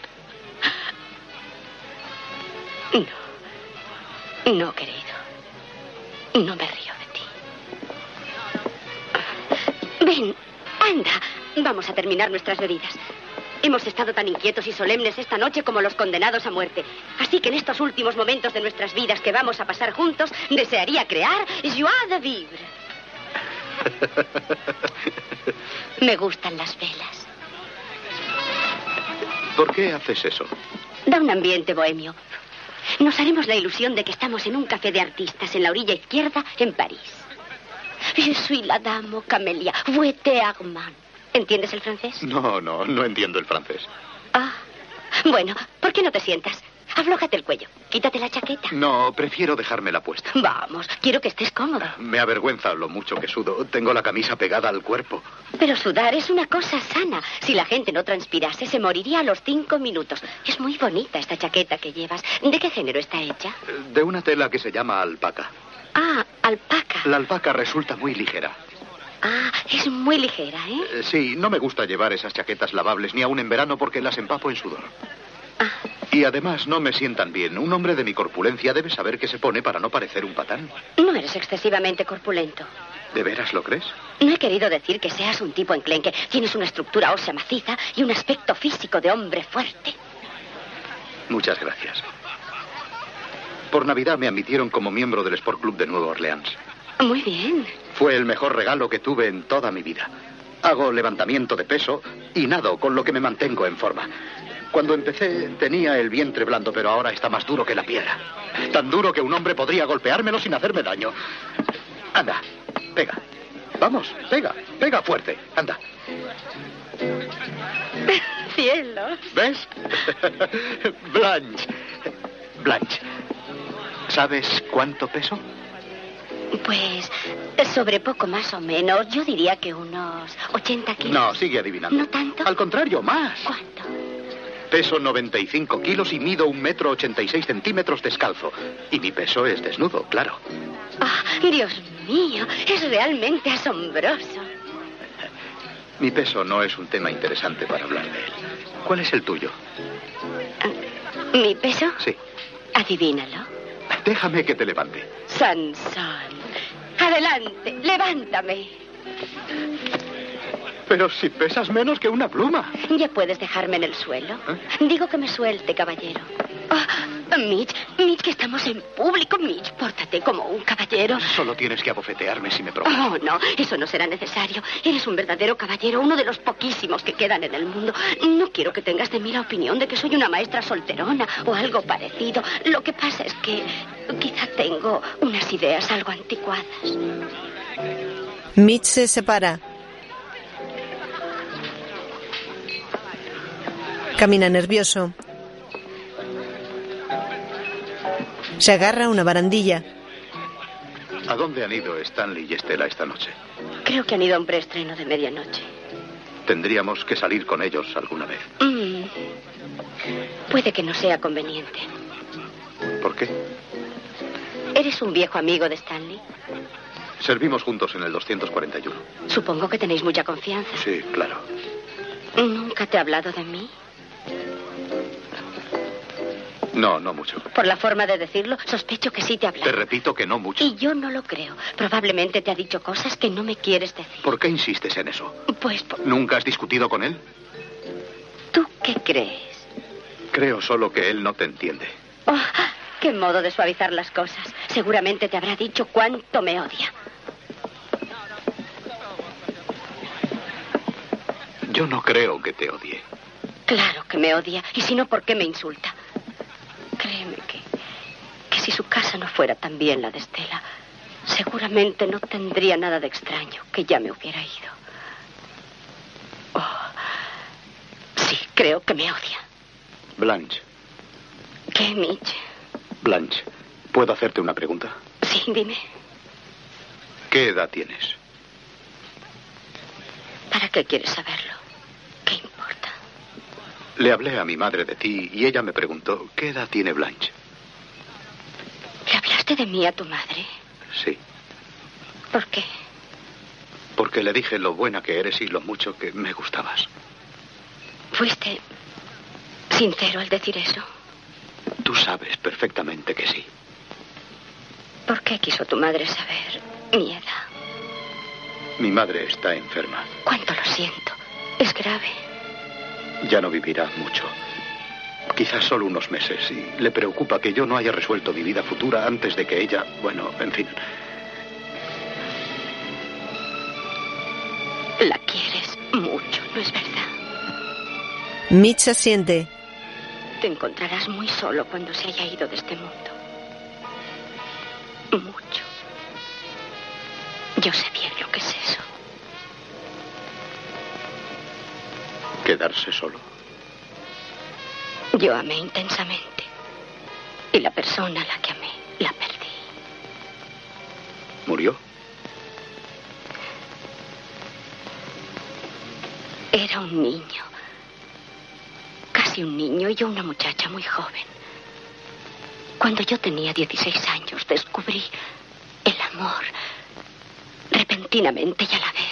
Speaker 3: No, querido. No me río de ti. Ven, anda. Vamos a terminar nuestras bebidas. Hemos estado tan inquietos y solemnes esta noche como los condenados a muerte. Así que en estos últimos momentos de nuestras vidas que vamos a pasar juntos, desearía crear Joie de Vivre. Me gustan las velas.
Speaker 23: ¿Por qué haces eso?
Speaker 3: Da un ambiente bohemio. Nos haremos la ilusión de que estamos en un café de artistas en la orilla izquierda en París. Je suis la dame aux camélias, vuete Armand. ¿Entiendes el francés?
Speaker 23: No, no, no entiendo el francés.
Speaker 3: Ah. Bueno, ¿por qué no te sientas? Aflójate el cuello, quítate la chaqueta.
Speaker 23: No, prefiero dejármela puesta.
Speaker 3: Vamos, quiero que estés cómodo.
Speaker 23: Me avergüenza lo mucho que sudo. Tengo la camisa pegada al cuerpo.
Speaker 3: Pero sudar es una cosa sana. Si la gente no transpirase, se moriría a los cinco minutos. Es muy bonita esta chaqueta que llevas. ¿De qué género está hecha?
Speaker 23: De una tela que se llama alpaca.
Speaker 3: Ah, alpaca.
Speaker 23: La alpaca resulta muy ligera.
Speaker 3: Ah, es muy ligera, ¿eh?
Speaker 23: Eh, Sí, no me gusta llevar esas chaquetas lavables ni aún en verano porque las empapo en sudor. Y además no me sientan bien. Un hombre de mi corpulencia debe saber qué se pone para no parecer un patán.
Speaker 3: No eres excesivamente corpulento.
Speaker 23: ¿De veras lo crees?
Speaker 3: No he querido decir que seas un tipo enclenque. Tienes una estructura ósea maciza y un aspecto físico de hombre fuerte.
Speaker 23: Muchas gracias. Por Navidad me admitieron como miembro del Sport Club de Nueva Orleans.
Speaker 3: Muy bien.
Speaker 23: Fue el mejor regalo que tuve en toda mi vida. Hago levantamiento de peso y nado, con lo que me mantengo en forma. Cuando empecé tenía el vientre blando, pero ahora está más duro que la piedra. Tan duro que un hombre podría golpeármelo sin hacerme daño. Anda, pega. Vamos, pega, pega fuerte. Anda.
Speaker 3: Cielo.
Speaker 23: ¿Ves? Blanche. Blanche. ¿Sabes cuánto peso?
Speaker 3: Pues sobre poco más o menos, yo diría que unos 80 kilos.
Speaker 23: No, sigue adivinando.
Speaker 3: No tanto.
Speaker 23: Al contrario, más. ¿Cuánto? Peso 95 kilos y mido un metro 86 centímetros descalzo. Y mi peso es desnudo, claro.
Speaker 3: Ah, Dios mío. mío, es realmente asombroso.
Speaker 23: Mi peso no es un tema interesante para hablar de él. ¿Cuál es el tuyo?
Speaker 3: ¿Mi peso?
Speaker 23: Sí.
Speaker 3: Adivínalo.
Speaker 23: Déjame que te levante.
Speaker 3: Sansón. Adelante, levántame.
Speaker 23: Pero si pesas menos que una pluma.
Speaker 3: Ya puedes dejarme en el suelo. Digo que me suelte, caballero. Oh, Mitch, Mitch, que estamos en público, Mitch, pórtate como un caballero.
Speaker 23: Solo tienes que abofetearme si me provocas.
Speaker 3: Oh, no, eso no será necesario. Eres un verdadero caballero, uno de los poquísimos que quedan en el mundo. No quiero que tengas de mí la opinión de que soy una maestra solterona o algo parecido. Lo que pasa es que quizá tengo unas ideas algo anticuadas.
Speaker 1: Mitch se separa. Camina nervioso. Se agarra a una barandilla.
Speaker 23: ¿A dónde han ido Stanley y Estela esta noche?
Speaker 3: Creo que han ido a un preestreno de medianoche.
Speaker 23: Tendríamos que salir con ellos alguna vez.
Speaker 3: Mm. Puede que no sea conveniente.
Speaker 23: ¿Por qué?
Speaker 3: ¿Eres un viejo amigo de Stanley?
Speaker 23: Servimos juntos en el 241.
Speaker 3: Supongo que tenéis mucha confianza.
Speaker 23: Sí, claro.
Speaker 3: ¿Nunca te ha hablado de mí?
Speaker 23: No, no mucho.
Speaker 3: Por la forma de decirlo, sospecho que sí te ha hablado.
Speaker 23: Te repito que no mucho.
Speaker 3: Y yo no lo creo. Probablemente te ha dicho cosas que no me quieres decir.
Speaker 23: ¿Por qué insistes en eso?
Speaker 3: Pues, po-
Speaker 23: ¿Nunca has discutido con él?
Speaker 3: ¿tú qué crees?
Speaker 23: Creo solo que él no te entiende.
Speaker 3: Oh, qué modo de suavizar las cosas. Seguramente te habrá dicho cuánto me odia.
Speaker 23: Yo no creo que te odie.
Speaker 3: Claro que me odia. Y si no, ¿por qué me insulta? Créeme que, que si su casa no fuera tan bien la de Estela, seguramente no tendría nada de extraño que ya me hubiera ido. Oh, sí, creo que me odia.
Speaker 23: Blanche,
Speaker 3: ¿Qué, Mitch?
Speaker 23: Blanche, ¿puedo hacerte una pregunta?
Speaker 3: Sí, dime.
Speaker 23: ¿Qué edad tienes?
Speaker 3: ¿Para qué quieres saberlo?
Speaker 23: Le hablé a mi madre de ti y ella me preguntó, ¿qué edad tiene Blanche?
Speaker 3: ¿Le hablaste de mí a tu madre?
Speaker 23: Sí,
Speaker 3: ¿Por qué?
Speaker 23: porque le dije lo buena que eres y lo mucho que me gustabas.
Speaker 3: ¿Fuiste sincero al decir eso?
Speaker 23: Tú sabes perfectamente que sí.
Speaker 3: ¿Por qué quiso tu madre saber mi edad?
Speaker 23: Mi madre está enferma.
Speaker 3: Cuánto lo siento. Es grave.
Speaker 23: Ya no vivirá mucho. Quizás solo unos meses. Y le preocupa que yo no haya resuelto mi vida futura antes de que ella... Bueno, en fin.
Speaker 3: La quieres mucho, ¿no es verdad?
Speaker 1: Mitch asiente.
Speaker 3: Te encontrarás muy solo cuando se haya ido de este mundo. Mucho. Yo sé bien lo que es eso.
Speaker 23: Quedarse solo.
Speaker 3: Yo amé intensamente. Y la persona a la que amé la perdí.
Speaker 23: ¿Murió?
Speaker 3: Era un niño. Casi un niño y yo una muchacha muy joven. Cuando yo tenía 16 años descubrí el amor repentinamente y a la vez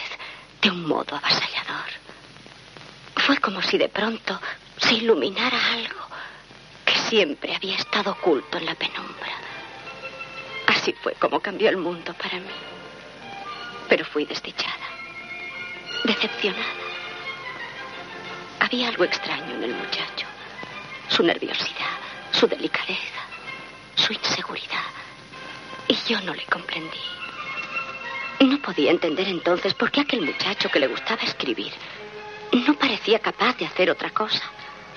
Speaker 3: de un modo avasallador. Fue como si de pronto se iluminara algo que siempre había estado oculto en la penumbra. Así fue como cambió el mundo para mí. Pero fui desdichada, decepcionada. Había algo extraño en el muchacho. Su nerviosidad, su delicadeza, su inseguridad. Y yo no le comprendí. No podía entender entonces por qué aquel muchacho que le gustaba escribir no parecía capaz de hacer otra cosa.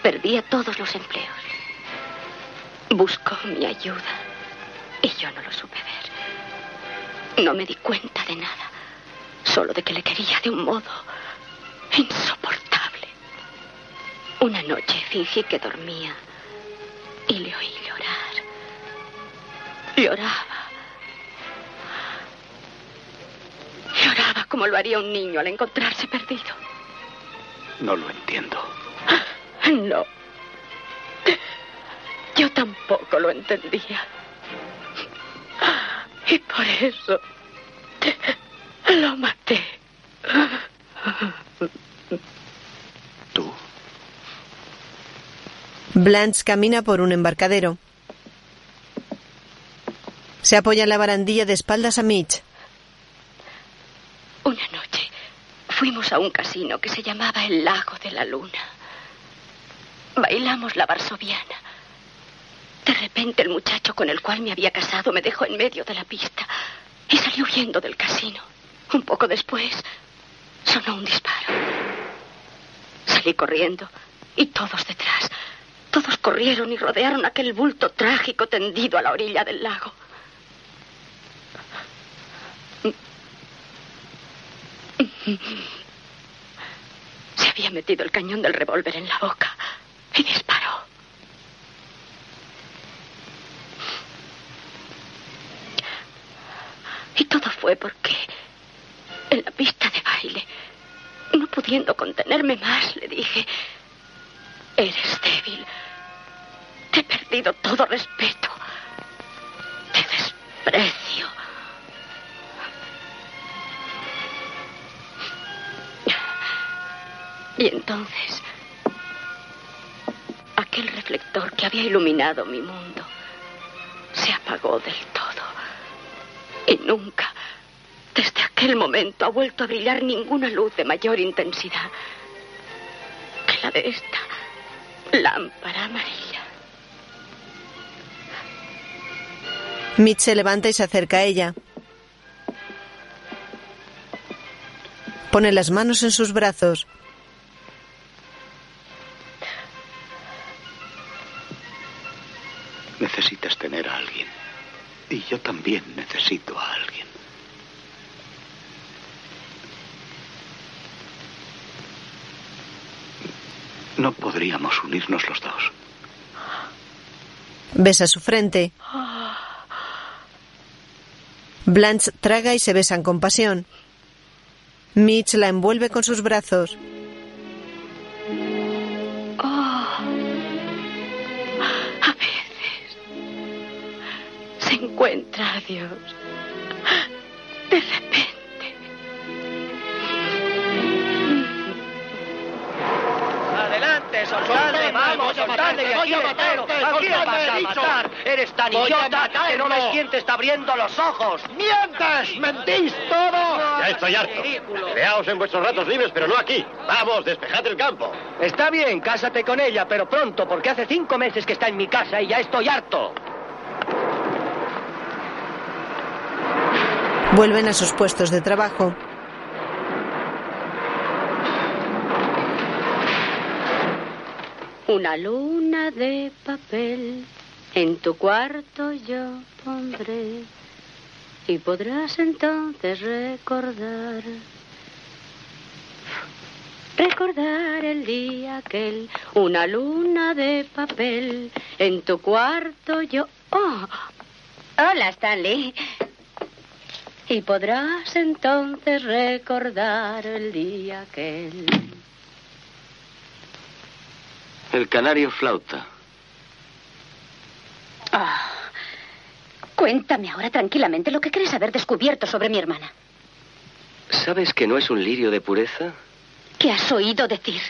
Speaker 3: Perdía todos los empleos. Buscó mi ayuda y yo no lo supe ver. No me di cuenta de nada, solo de que le quería de un modo insoportable. Una noche fingí que dormía y le oí llorar. Lloraba. Lloraba como lo haría un niño al encontrarse perdido.
Speaker 23: No lo entiendo.
Speaker 3: No. Yo tampoco lo entendía. Y por eso Lo maté.
Speaker 1: Blanche camina por un embarcadero. Se apoya en la barandilla de espaldas a Mitch.
Speaker 3: Una noche fuimos a un casino que se llamaba el Lago de la Luna. Bailamos la varsoviana. De repente el muchacho con el cual me había casado me dejó en medio de la pista y salió huyendo del casino. Un poco después sonó un disparo. Salí corriendo y todos detrás. Todos corrieron y rodearon aquel bulto trágico tendido a la orilla del lago. Se había metido el cañón del revólver en la boca y disparó. Y todo fue porque en la pista de baile, no pudiendo contenerme más, le dije, eres débil. Te he perdido todo respeto. Te desprecio. Y entonces, aquel reflector que había iluminado mi mundo se apagó del todo. Y nunca, desde aquel momento, ha vuelto a brillar ninguna luz de mayor intensidad que la de esta lámpara amarilla.
Speaker 1: Mitch se levanta y se acerca a ella. Pone las manos en sus brazos.
Speaker 23: Necesitas tener a alguien. Y yo también necesito a alguien. No podríamos unirnos los dos.
Speaker 1: Besa su frente. Blanche traga y se besan con pasión. Mitch la envuelve con sus brazos.
Speaker 3: A veces se encuentra a Dios. De repente.
Speaker 13: ¡Adelante, soltadme! ¡Vamos, soltadme! ¡Que aquí os matero! ¡Aquí os vas a matar! ¡Eres tan
Speaker 33: Voy a
Speaker 13: idiota que no ves
Speaker 33: matarlo.
Speaker 13: quién te está abriendo los ojos!
Speaker 33: ¡Mientes! ¡Mentís todo!
Speaker 34: Ya estoy harto. Peleaos en vuestros ratos libres, pero no aquí. Vamos, despejad el campo.
Speaker 13: Está bien, cásate con ella, pero pronto, porque hace cinco meses que está en mi casa y ya estoy harto.
Speaker 1: Vuelven a sus puestos de trabajo.
Speaker 7: Una luna de papel en tu cuarto yo pondré y podrás entonces recordar. Recordar el día aquel, una luna de papel en tu cuarto yo. ¡Oh! Hola, Stanley. Y podrás entonces recordar el día aquel.
Speaker 4: El canario flauta.
Speaker 35: Ah. Cuéntame ahora tranquilamente lo que crees haber descubierto sobre mi hermana.
Speaker 4: ¿Sabes que no es un lirio de pureza?
Speaker 35: ¿Qué has oído decir?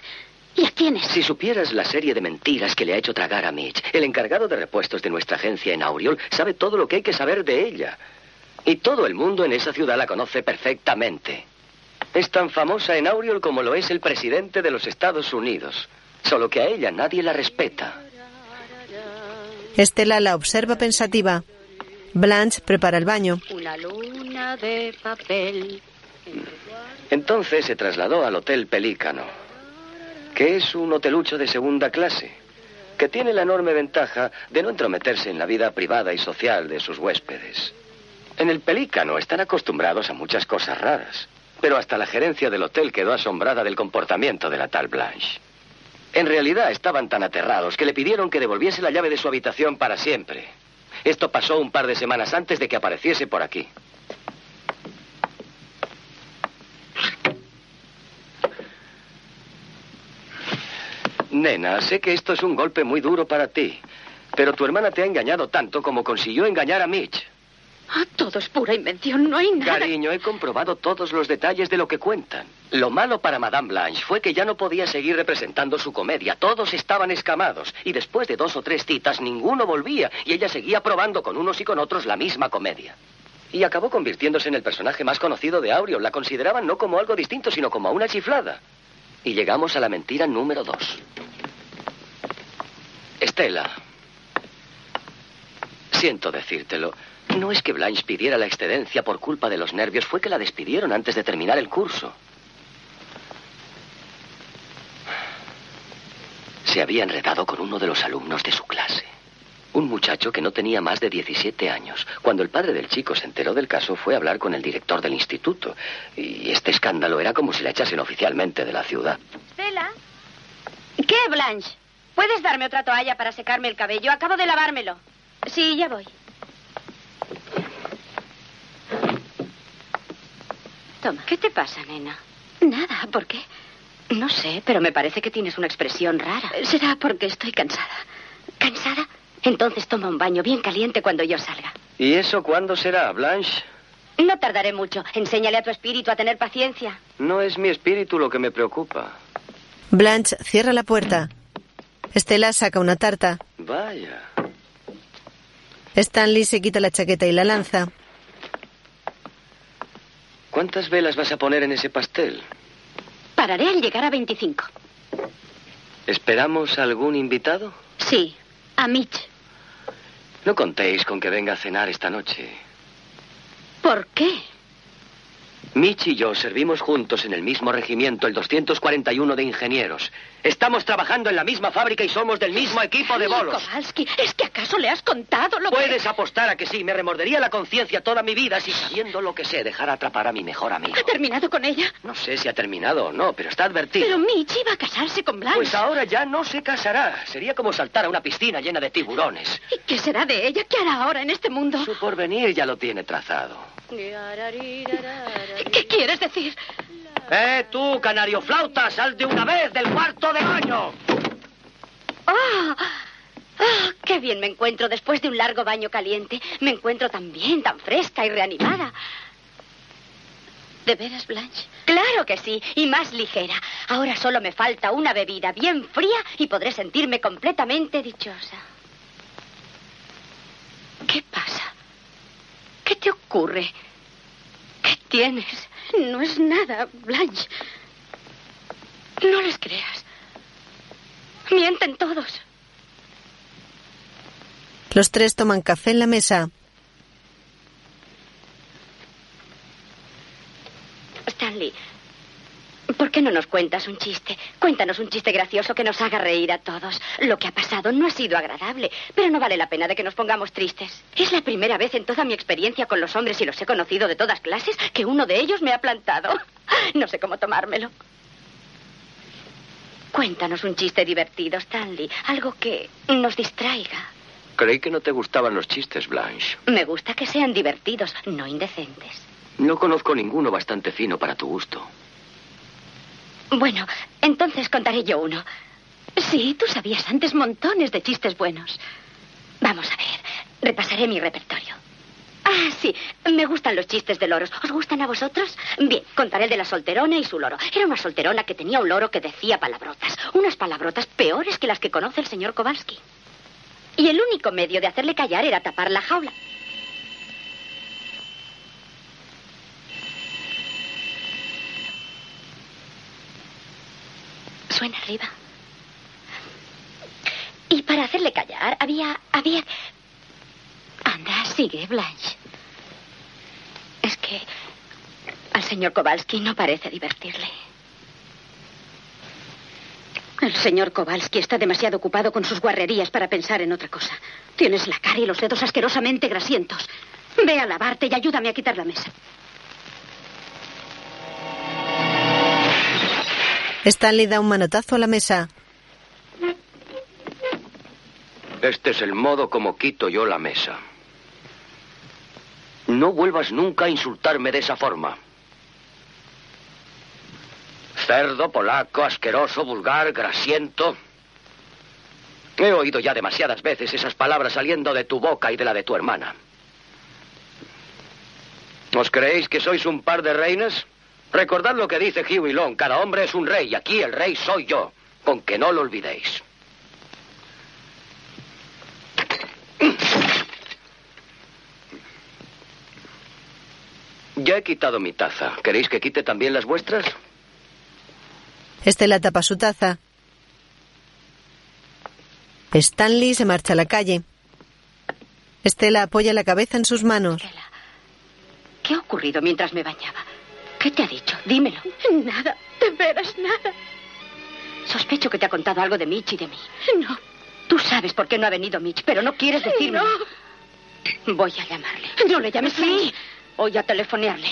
Speaker 35: ¿Y a quiénes?
Speaker 4: Si supieras la serie de mentiras que le ha hecho tragar a Mitch, el encargado de repuestos de nuestra agencia en Auriol sabe todo lo que hay que saber de ella. Y todo el mundo en esa ciudad la conoce perfectamente. Es tan famosa en Auriol como lo es el presidente de los Estados Unidos. Solo que a ella nadie la respeta.
Speaker 1: Estela la observa pensativa. Blanche prepara el baño.
Speaker 7: Una luna de papel.
Speaker 4: Entonces se trasladó al Hotel Pelícano, que es un hotelucho de segunda clase, que tiene la enorme ventaja de no entrometerse en la vida privada y social de sus huéspedes. En el Pelícano están acostumbrados a muchas cosas raras, pero hasta la gerencia del hotel quedó asombrada del comportamiento de la tal Blanche. En realidad estaban tan aterrados que le pidieron que devolviese la llave de su habitación para siempre. Esto pasó un par de semanas antes de que apareciese por aquí. Nena, sé que esto es un golpe muy duro para ti, pero tu hermana te ha engañado tanto como consiguió engañar a Mitch.
Speaker 36: Ah, todo es pura invención, no hay nada.
Speaker 4: Cariño, he comprobado todos los detalles de lo que cuentan. Lo malo para Madame Blanche fue que ya no podía seguir representando su comedia. Todos estaban escamados. Y después de dos o tres citas, ninguno volvía. Y ella seguía probando con unos y con otros la misma comedia. Y acabó convirtiéndose en el personaje más conocido de Aureol. La consideraban no como algo distinto, sino como a una chiflada. Y llegamos a la mentira número dos. Estela, siento decírtelo. No es que Blanche pidiera la excedencia por culpa de los nervios, fue que la despidieron antes de terminar el curso. Se había enredado con uno de los alumnos de su clase. Un muchacho que no tenía más de 17 años. Cuando el padre del chico se enteró del caso, fue a hablar con el director del instituto. Y este escándalo era como si la echasen oficialmente de la ciudad.
Speaker 36: Estela. ¿Qué, Blanche? ¿Puedes darme otra toalla para secarme el cabello? Acabo de lavármelo. Sí, ya voy.
Speaker 3: Toma. ¿Qué te pasa, nena?
Speaker 37: Nada, ¿por qué?
Speaker 3: No sé, pero me parece que tienes una expresión rara.
Speaker 37: Será porque estoy cansada.
Speaker 3: ¿Cansada? Entonces toma un baño bien caliente cuando yo salga.
Speaker 4: ¿Y eso cuándo será, Blanche?
Speaker 3: No tardaré mucho. Enséñale a tu espíritu a tener paciencia.
Speaker 4: No es mi espíritu lo que me preocupa.
Speaker 1: Blanche cierra la puerta. Estela saca una tarta.
Speaker 4: Vaya.
Speaker 1: Stanley se quita la chaqueta y la lanza.
Speaker 4: ¿Cuántas velas vas a poner en ese pastel?
Speaker 3: Pararé al llegar a 25.
Speaker 4: ¿Esperamos algún invitado?
Speaker 3: Sí, a Mitch.
Speaker 4: No contéis con que venga a cenar esta noche.
Speaker 3: ¿Por qué?
Speaker 4: Mitch y yo servimos juntos en el mismo regimiento, el 241 de ingenieros. Estamos trabajando en la misma fábrica y somos del mismo equipo de bolos.
Speaker 3: Kowalski, ¿es que acaso le has contado lo que...
Speaker 4: Puedes apostar a que sí, me remordería la conciencia toda mi vida si sabiendo lo que sé dejara atrapar a mi mejor amigo.
Speaker 3: ¿Ha terminado con ella?
Speaker 4: No sé si ha terminado o no, pero está advertido.
Speaker 3: Pero Mitch iba a casarse con Blanche.
Speaker 4: Pues ahora ya no se casará. Sería como saltar a una piscina llena de tiburones.
Speaker 3: ¿Y qué será de ella? ¿Qué hará ahora en este mundo?
Speaker 4: Su porvenir ya lo tiene trazado.
Speaker 3: ¿Qué quieres decir?
Speaker 4: ¡Eh, tú, canario flauta! ¡Sal de una vez del cuarto de baño!
Speaker 3: ¡Ah! ¡Ah! ¡Qué bien me encuentro después de un largo baño caliente! Me encuentro tan bien, tan fresca y reanimada.
Speaker 37: ¿De veras, Blanche?
Speaker 3: Claro que sí, y más ligera. Ahora solo me falta una bebida bien fría y podré sentirme completamente dichosa. ¿Qué pasa? ¿Qué te ocurre? ¿Qué tienes? No es nada, Blanche. No les creas. Mienten todos.
Speaker 1: Los tres toman café en la mesa.
Speaker 3: Stanley, ¿por qué no nos cuentas un chiste? Cuéntanos un chiste gracioso que nos haga reír a todos. Lo que ha pasado no ha sido agradable, pero no vale la pena de que nos pongamos tristes. Es la primera vez en toda mi experiencia con los hombres y los he conocido de todas clases que uno de ellos me ha plantado. No sé cómo tomármelo. Cuéntanos un chiste divertido, Stanley. Algo que nos distraiga.
Speaker 4: Creí que no te gustaban los chistes, Blanche.
Speaker 3: Me gusta que sean divertidos, no indecentes.
Speaker 4: No conozco ninguno bastante fino para tu gusto.
Speaker 3: Bueno, entonces contaré yo uno. Sí, tú sabías antes montones de chistes buenos. Vamos a ver, repasaré mi repertorio. Ah, sí, me gustan los chistes de loros. ¿Os gustan a vosotros? Bien, contaré el de la solterona y su loro. Era una solterona que tenía un loro que decía palabrotas, unas palabrotas peores que las que conoce el señor Kowalski. Y el único medio de hacerle callar era tapar la jaula. Suena arriba. Y para hacerle callar había... había... Anda, sigue, Blanche. Es que al señor Kowalski no parece divertirle. El señor Kowalski está demasiado ocupado con sus guarrerías para pensar en otra cosa. Tienes la cara y los dedos asquerosamente grasientos. Ve a lavarte y ayúdame a quitar la mesa.
Speaker 1: Stanley da un manotazo a la mesa.
Speaker 4: Este es el modo como quito yo la mesa. No vuelvas nunca a insultarme de esa forma. Cerdo, polaco, asqueroso, vulgar, grasiento. He oído ya demasiadas veces esas palabras saliendo de tu boca y de la de tu hermana. ¿Os creéis que sois un par de reinas? Recordad lo que dice Huey Long. Cada hombre es un rey. y Aquí el rey soy yo. Con que no lo olvidéis. Ya he quitado mi taza. ¿Queréis que quite también las vuestras?
Speaker 1: Estela tapa su taza. Stanley se marcha a la calle. Estela apoya la cabeza en sus manos.
Speaker 3: ¿Qué ha ocurrido mientras me bañaba? ¿Qué te ha dicho? Dímelo.
Speaker 7: Nada, de veras nada.
Speaker 3: Sospecho que te ha contado algo de Mitch y de mí.
Speaker 7: No,
Speaker 3: Tú sabes por qué no ha venido Mitch, pero no quieres decirme. Voy a llamarle.
Speaker 7: no le llames
Speaker 3: Sí, voy a telefonearle.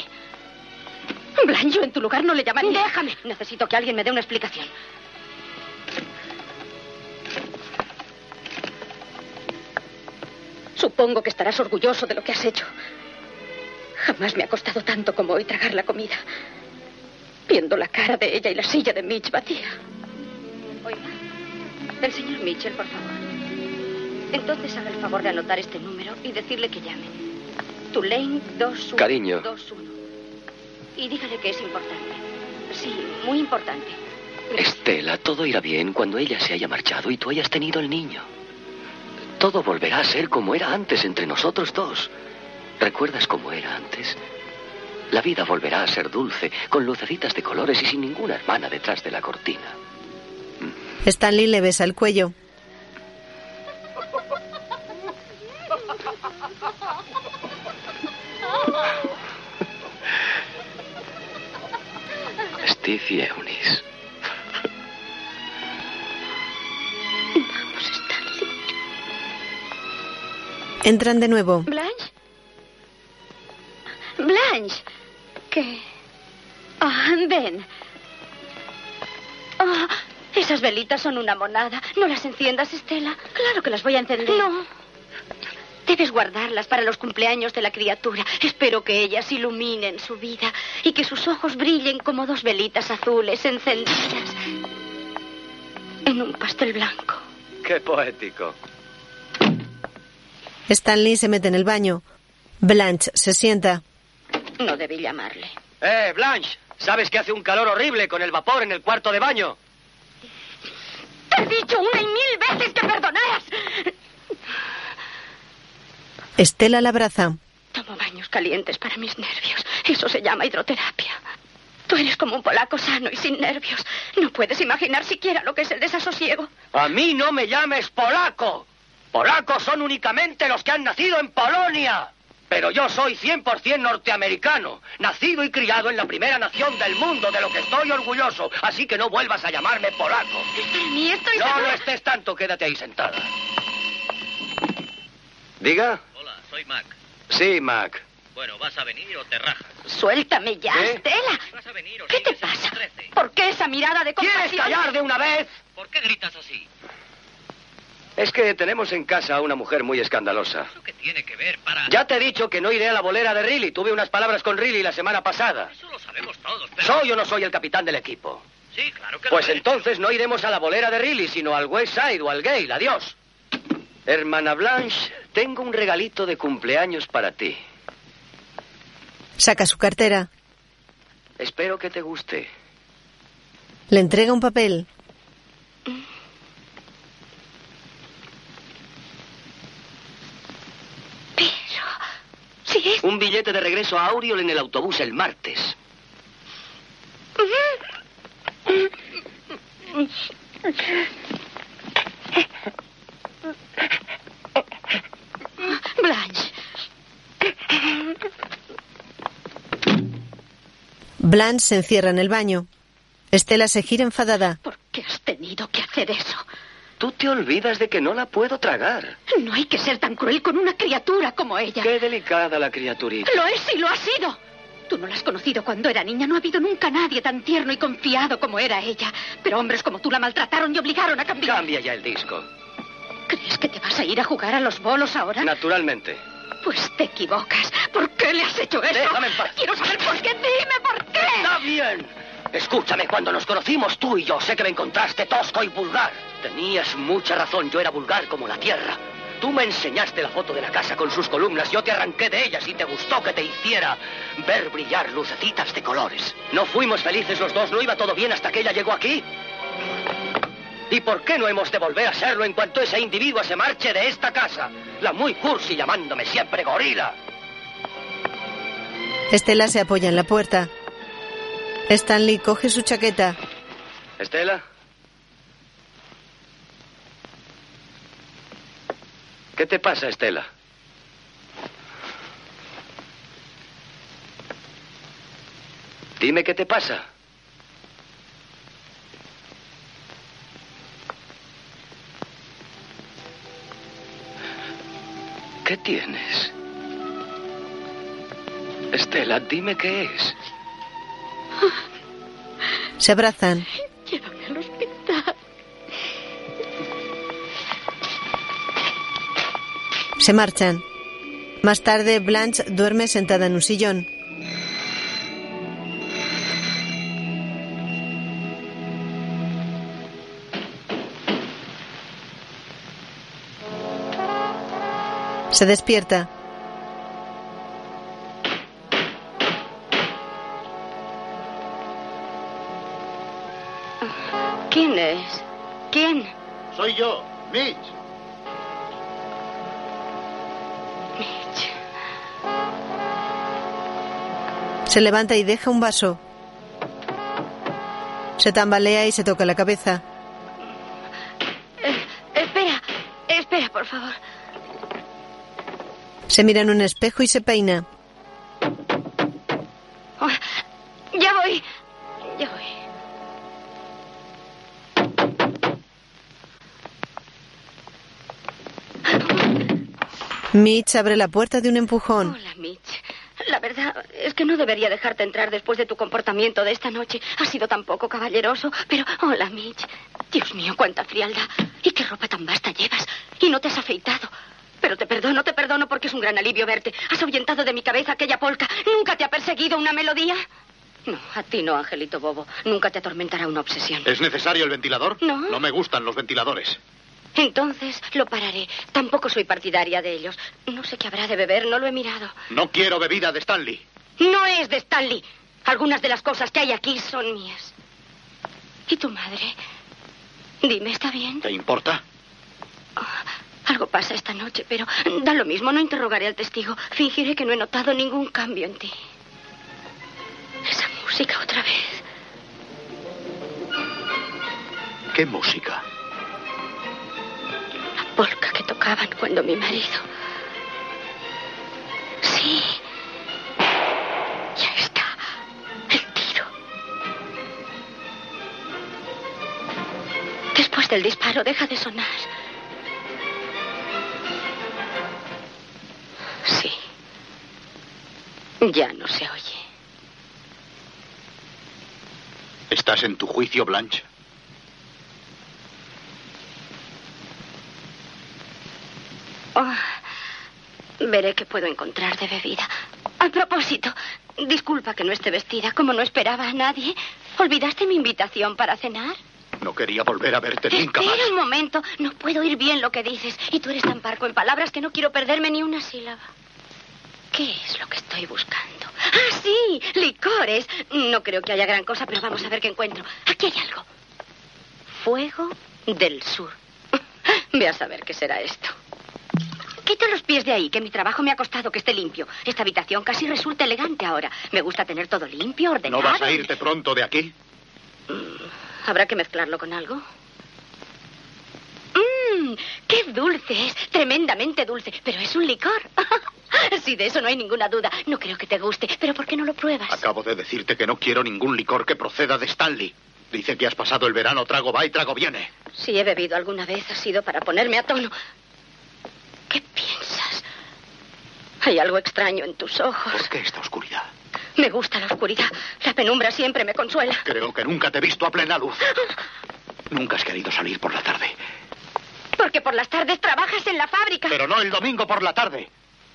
Speaker 3: Blanche, yo en tu lugar no le llamaría. Déjame. Necesito que alguien me dé una explicación. Supongo que estarás orgulloso de lo que has hecho. Jamás me ha costado tanto como hoy tragar la comida. Viendo la cara de ella y la silla de Mitch vacía. Oiga, el señor Mitchell, por favor. Entonces haga el favor de anotar este número y decirle que llame. Tulane 21.
Speaker 32: Cariño.
Speaker 3: 21. Y dígale que es importante. Sí, muy importante.
Speaker 32: Estela, todo irá bien cuando ella se haya marchado y tú hayas tenido el niño. Todo volverá a ser como era antes entre nosotros dos. ¿Recuerdas cómo era antes? La vida volverá a ser dulce, con luceritas de colores y sin ninguna hermana detrás de la cortina.
Speaker 1: Stanley le besa el cuello.
Speaker 32: Steve y Eunice.
Speaker 1: Entran de nuevo.
Speaker 7: Blanche. Blanche. ¿Qué? Ah, ven.
Speaker 3: Ah, esas velitas son una monada. No las enciendas, Estela. Claro que las voy a encender. No. Debes guardarlas para los cumpleaños de la criatura. Espero que ellas iluminen su vida y que sus ojos brillen como dos velitas azules encendidas en un pastel blanco.
Speaker 32: Qué poético.
Speaker 1: Stanley se mete en el baño. Blanche se sienta.
Speaker 3: No debí llamarle.
Speaker 4: ¡Eh, Blanche! ¿Sabes que hace un calor horrible con el vapor en el cuarto de baño?
Speaker 7: Te he dicho una y mil veces que perdonaras.
Speaker 1: Estela la abraza.
Speaker 3: Tomo baños calientes para mis nervios. Eso se llama hidroterapia. Tú eres como un polaco sano y sin nervios. No puedes imaginar siquiera lo que es el desasosiego.
Speaker 13: A mí no me llames polaco. Polacos son únicamente los que han nacido en Polonia. Pero yo soy 100% norteamericano, nacido y criado en la primera nación del mundo, de lo que estoy orgulloso. Así que no vuelvas a llamarme polaco.
Speaker 7: Ni estoy
Speaker 13: No
Speaker 7: segura.
Speaker 13: lo estés tanto, quédate ahí sentada.
Speaker 32: Diga.
Speaker 30: Hola, soy Mac.
Speaker 32: Sí, Mac.
Speaker 30: Bueno, ¿vas a venir o te rajas?
Speaker 3: Suéltame ya,
Speaker 30: ¿Qué?
Speaker 3: Estela. ¿Qué te pasa? ¿Por qué esa mirada de compasión?
Speaker 30: ¿Quieres callar de una
Speaker 13: vez?
Speaker 30: ¿Por qué gritas así?
Speaker 4: Es que tenemos en casa a una mujer muy escandalosa.
Speaker 30: ¿Qué tiene que ver para...?
Speaker 4: Ya te he dicho que no iré a la bolera de Riley. Tuve unas palabras con Riley la semana pasada.
Speaker 30: Eso lo sabemos todos.
Speaker 4: ¿Soy o no soy el capitán del equipo?
Speaker 30: Sí, claro que
Speaker 4: Pues
Speaker 30: lo
Speaker 4: entonces no iremos a la bolera de Riley, sino al West Side o al Gale. Adiós. Hermana Blanche, tengo un regalito de cumpleaños para ti.
Speaker 1: Saca su cartera.
Speaker 4: Espero que te guste.
Speaker 1: Le entrega un papel.
Speaker 4: Un billete de regreso a Auriol en el autobús el martes.
Speaker 3: Blanche.
Speaker 1: Blanche se encierra en el baño. Estela se gira enfadada.
Speaker 3: ¿Qué has tenido que hacer eso?
Speaker 4: Tú te olvidas de que no la puedo tragar.
Speaker 3: No hay que ser tan cruel con una criatura como ella.
Speaker 4: Qué delicada la criaturita.
Speaker 3: Lo es y lo ha sido. Tú no la has conocido cuando era niña. No ha habido nunca nadie tan tierno y confiado como era ella. Pero hombres como tú la maltrataron y obligaron a cambiar.
Speaker 4: Cambia ya el disco.
Speaker 3: ¿Crees que te vas a ir a jugar a los bolos ahora?
Speaker 4: Naturalmente.
Speaker 3: Pues te equivocas. ¿Por qué le has hecho eso?
Speaker 4: Déjame Eh, en paz.
Speaker 3: Quiero saber por qué. Dime por qué.
Speaker 4: Está bien. Escúchame, cuando nos conocimos tú y yo, sé que me encontraste tosco y vulgar. Tenías mucha razón, yo era vulgar como la tierra.
Speaker 13: Tú me enseñaste la foto de la casa con sus columnas, yo te arranqué de ellas y te gustó que te hiciera ver brillar lucecitas de colores. No fuimos felices los dos, no iba todo bien hasta que ella llegó aquí. ¿Y por qué no hemos de volver a serlo en cuanto ese individuo se marche de esta casa? La muy cursi llamándome siempre gorila.
Speaker 1: Estela se apoya en la puerta. Stanley coge su chaqueta.
Speaker 32: Estela. ¿Qué te pasa, Estela? Dime qué te pasa. ¿Qué tienes? Estela, dime qué es.
Speaker 1: Se abrazan.
Speaker 7: Llévame al hospital.
Speaker 1: Se marchan. Más tarde, Blanche duerme sentada en un sillón. Se despierta.
Speaker 3: ¿Quién es? ¿Quién?
Speaker 38: Soy yo, Mitch.
Speaker 1: Se levanta y deja un vaso. Se tambalea y se toca la cabeza.
Speaker 7: Eh, espera, espera, por favor.
Speaker 1: Se mira en un espejo y se peina.
Speaker 3: Oh,
Speaker 7: Ya voy. Ya voy.
Speaker 1: Mitch abre la puerta de un empujón.
Speaker 3: Hola, Mitch. La verdad es que no debería dejarte entrar después de tu comportamiento de esta noche. Ha sido tan poco caballeroso, pero hola, Mitch. Dios mío, cuánta frialdad. ¿Y qué ropa tan vasta llevas? Y no te has afeitado. Pero te perdono, te perdono porque es un gran alivio verte. Has ahuyentado de mi cabeza aquella polca. ¿Nunca te ha perseguido una melodía? No, a ti no, Angelito Bobo. Nunca te atormentará una obsesión.
Speaker 23: ¿Es necesario el ventilador?
Speaker 3: No.
Speaker 23: No me gustan los ventiladores.
Speaker 3: Entonces lo pararé. Tampoco soy partidaria de ellos. No sé qué habrá de beber, no lo he mirado.
Speaker 23: No quiero bebida de Stanley.
Speaker 3: No es de Stanley. Algunas de las cosas que hay aquí son mías. ¿Y tu madre? Dime, ¿está bien? Oh,
Speaker 23: ¿Te importa?
Speaker 3: Algo pasa esta noche, pero da lo mismo, no interrogaré al testigo. Fingiré que no he notado ningún cambio en ti. Esa música otra vez.
Speaker 23: ¿Qué música?
Speaker 3: La polca que tocaban cuando mi marido. Sí. Ya está. El tiro. Después del disparo, deja de sonar. Sí. Ya no se oye.
Speaker 23: ¿Estás en tu juicio, Blanche?
Speaker 3: Oh, veré qué puedo encontrar de bebida. A propósito, disculpa que no esté vestida como no esperaba a nadie. ¿Olvidaste mi invitación para cenar?
Speaker 23: No quería volver a verte nunca más.
Speaker 3: Eh, Espera un momento. No puedo oír bien lo que dices. Y tú eres tan parco en palabras que no quiero perderme ni una sílaba. ¿Qué es lo que estoy buscando? ¡Ah, sí! ¡Licores! No creo que haya gran cosa, pero vamos a ver qué encuentro. Aquí hay algo. Fuego del sur. Ve a saber qué será esto. Quita los pies de ahí, que mi trabajo me ha costado que esté limpio. Esta habitación casi resulta elegante ahora. Me gusta tener todo limpio, ordenado.
Speaker 23: ¿No vas a irte pronto de aquí?
Speaker 3: ¿Habrá que mezclarlo con algo? ¡Mmm! ¡Qué dulce es! Tremendamente dulce, pero es un licor. sí, de eso no hay ninguna duda. No creo que te guste, pero ¿por qué no lo pruebas?
Speaker 23: Acabo de decirte que no quiero ningún licor que proceda de Stanley. Dice que has pasado el verano trago va y trago viene.
Speaker 3: Si he bebido alguna vez ha sido para ponerme a tono. ¿Qué piensas? Hay algo extraño en tus ojos.
Speaker 23: ¿Por qué esta oscuridad?
Speaker 3: Me gusta la oscuridad. La penumbra siempre me consuela.
Speaker 23: Creo que nunca te he visto a plena luz. Nunca has querido salir por la tarde.
Speaker 3: Porque por las tardes trabajas en la fábrica.
Speaker 23: Pero no el domingo por la tarde.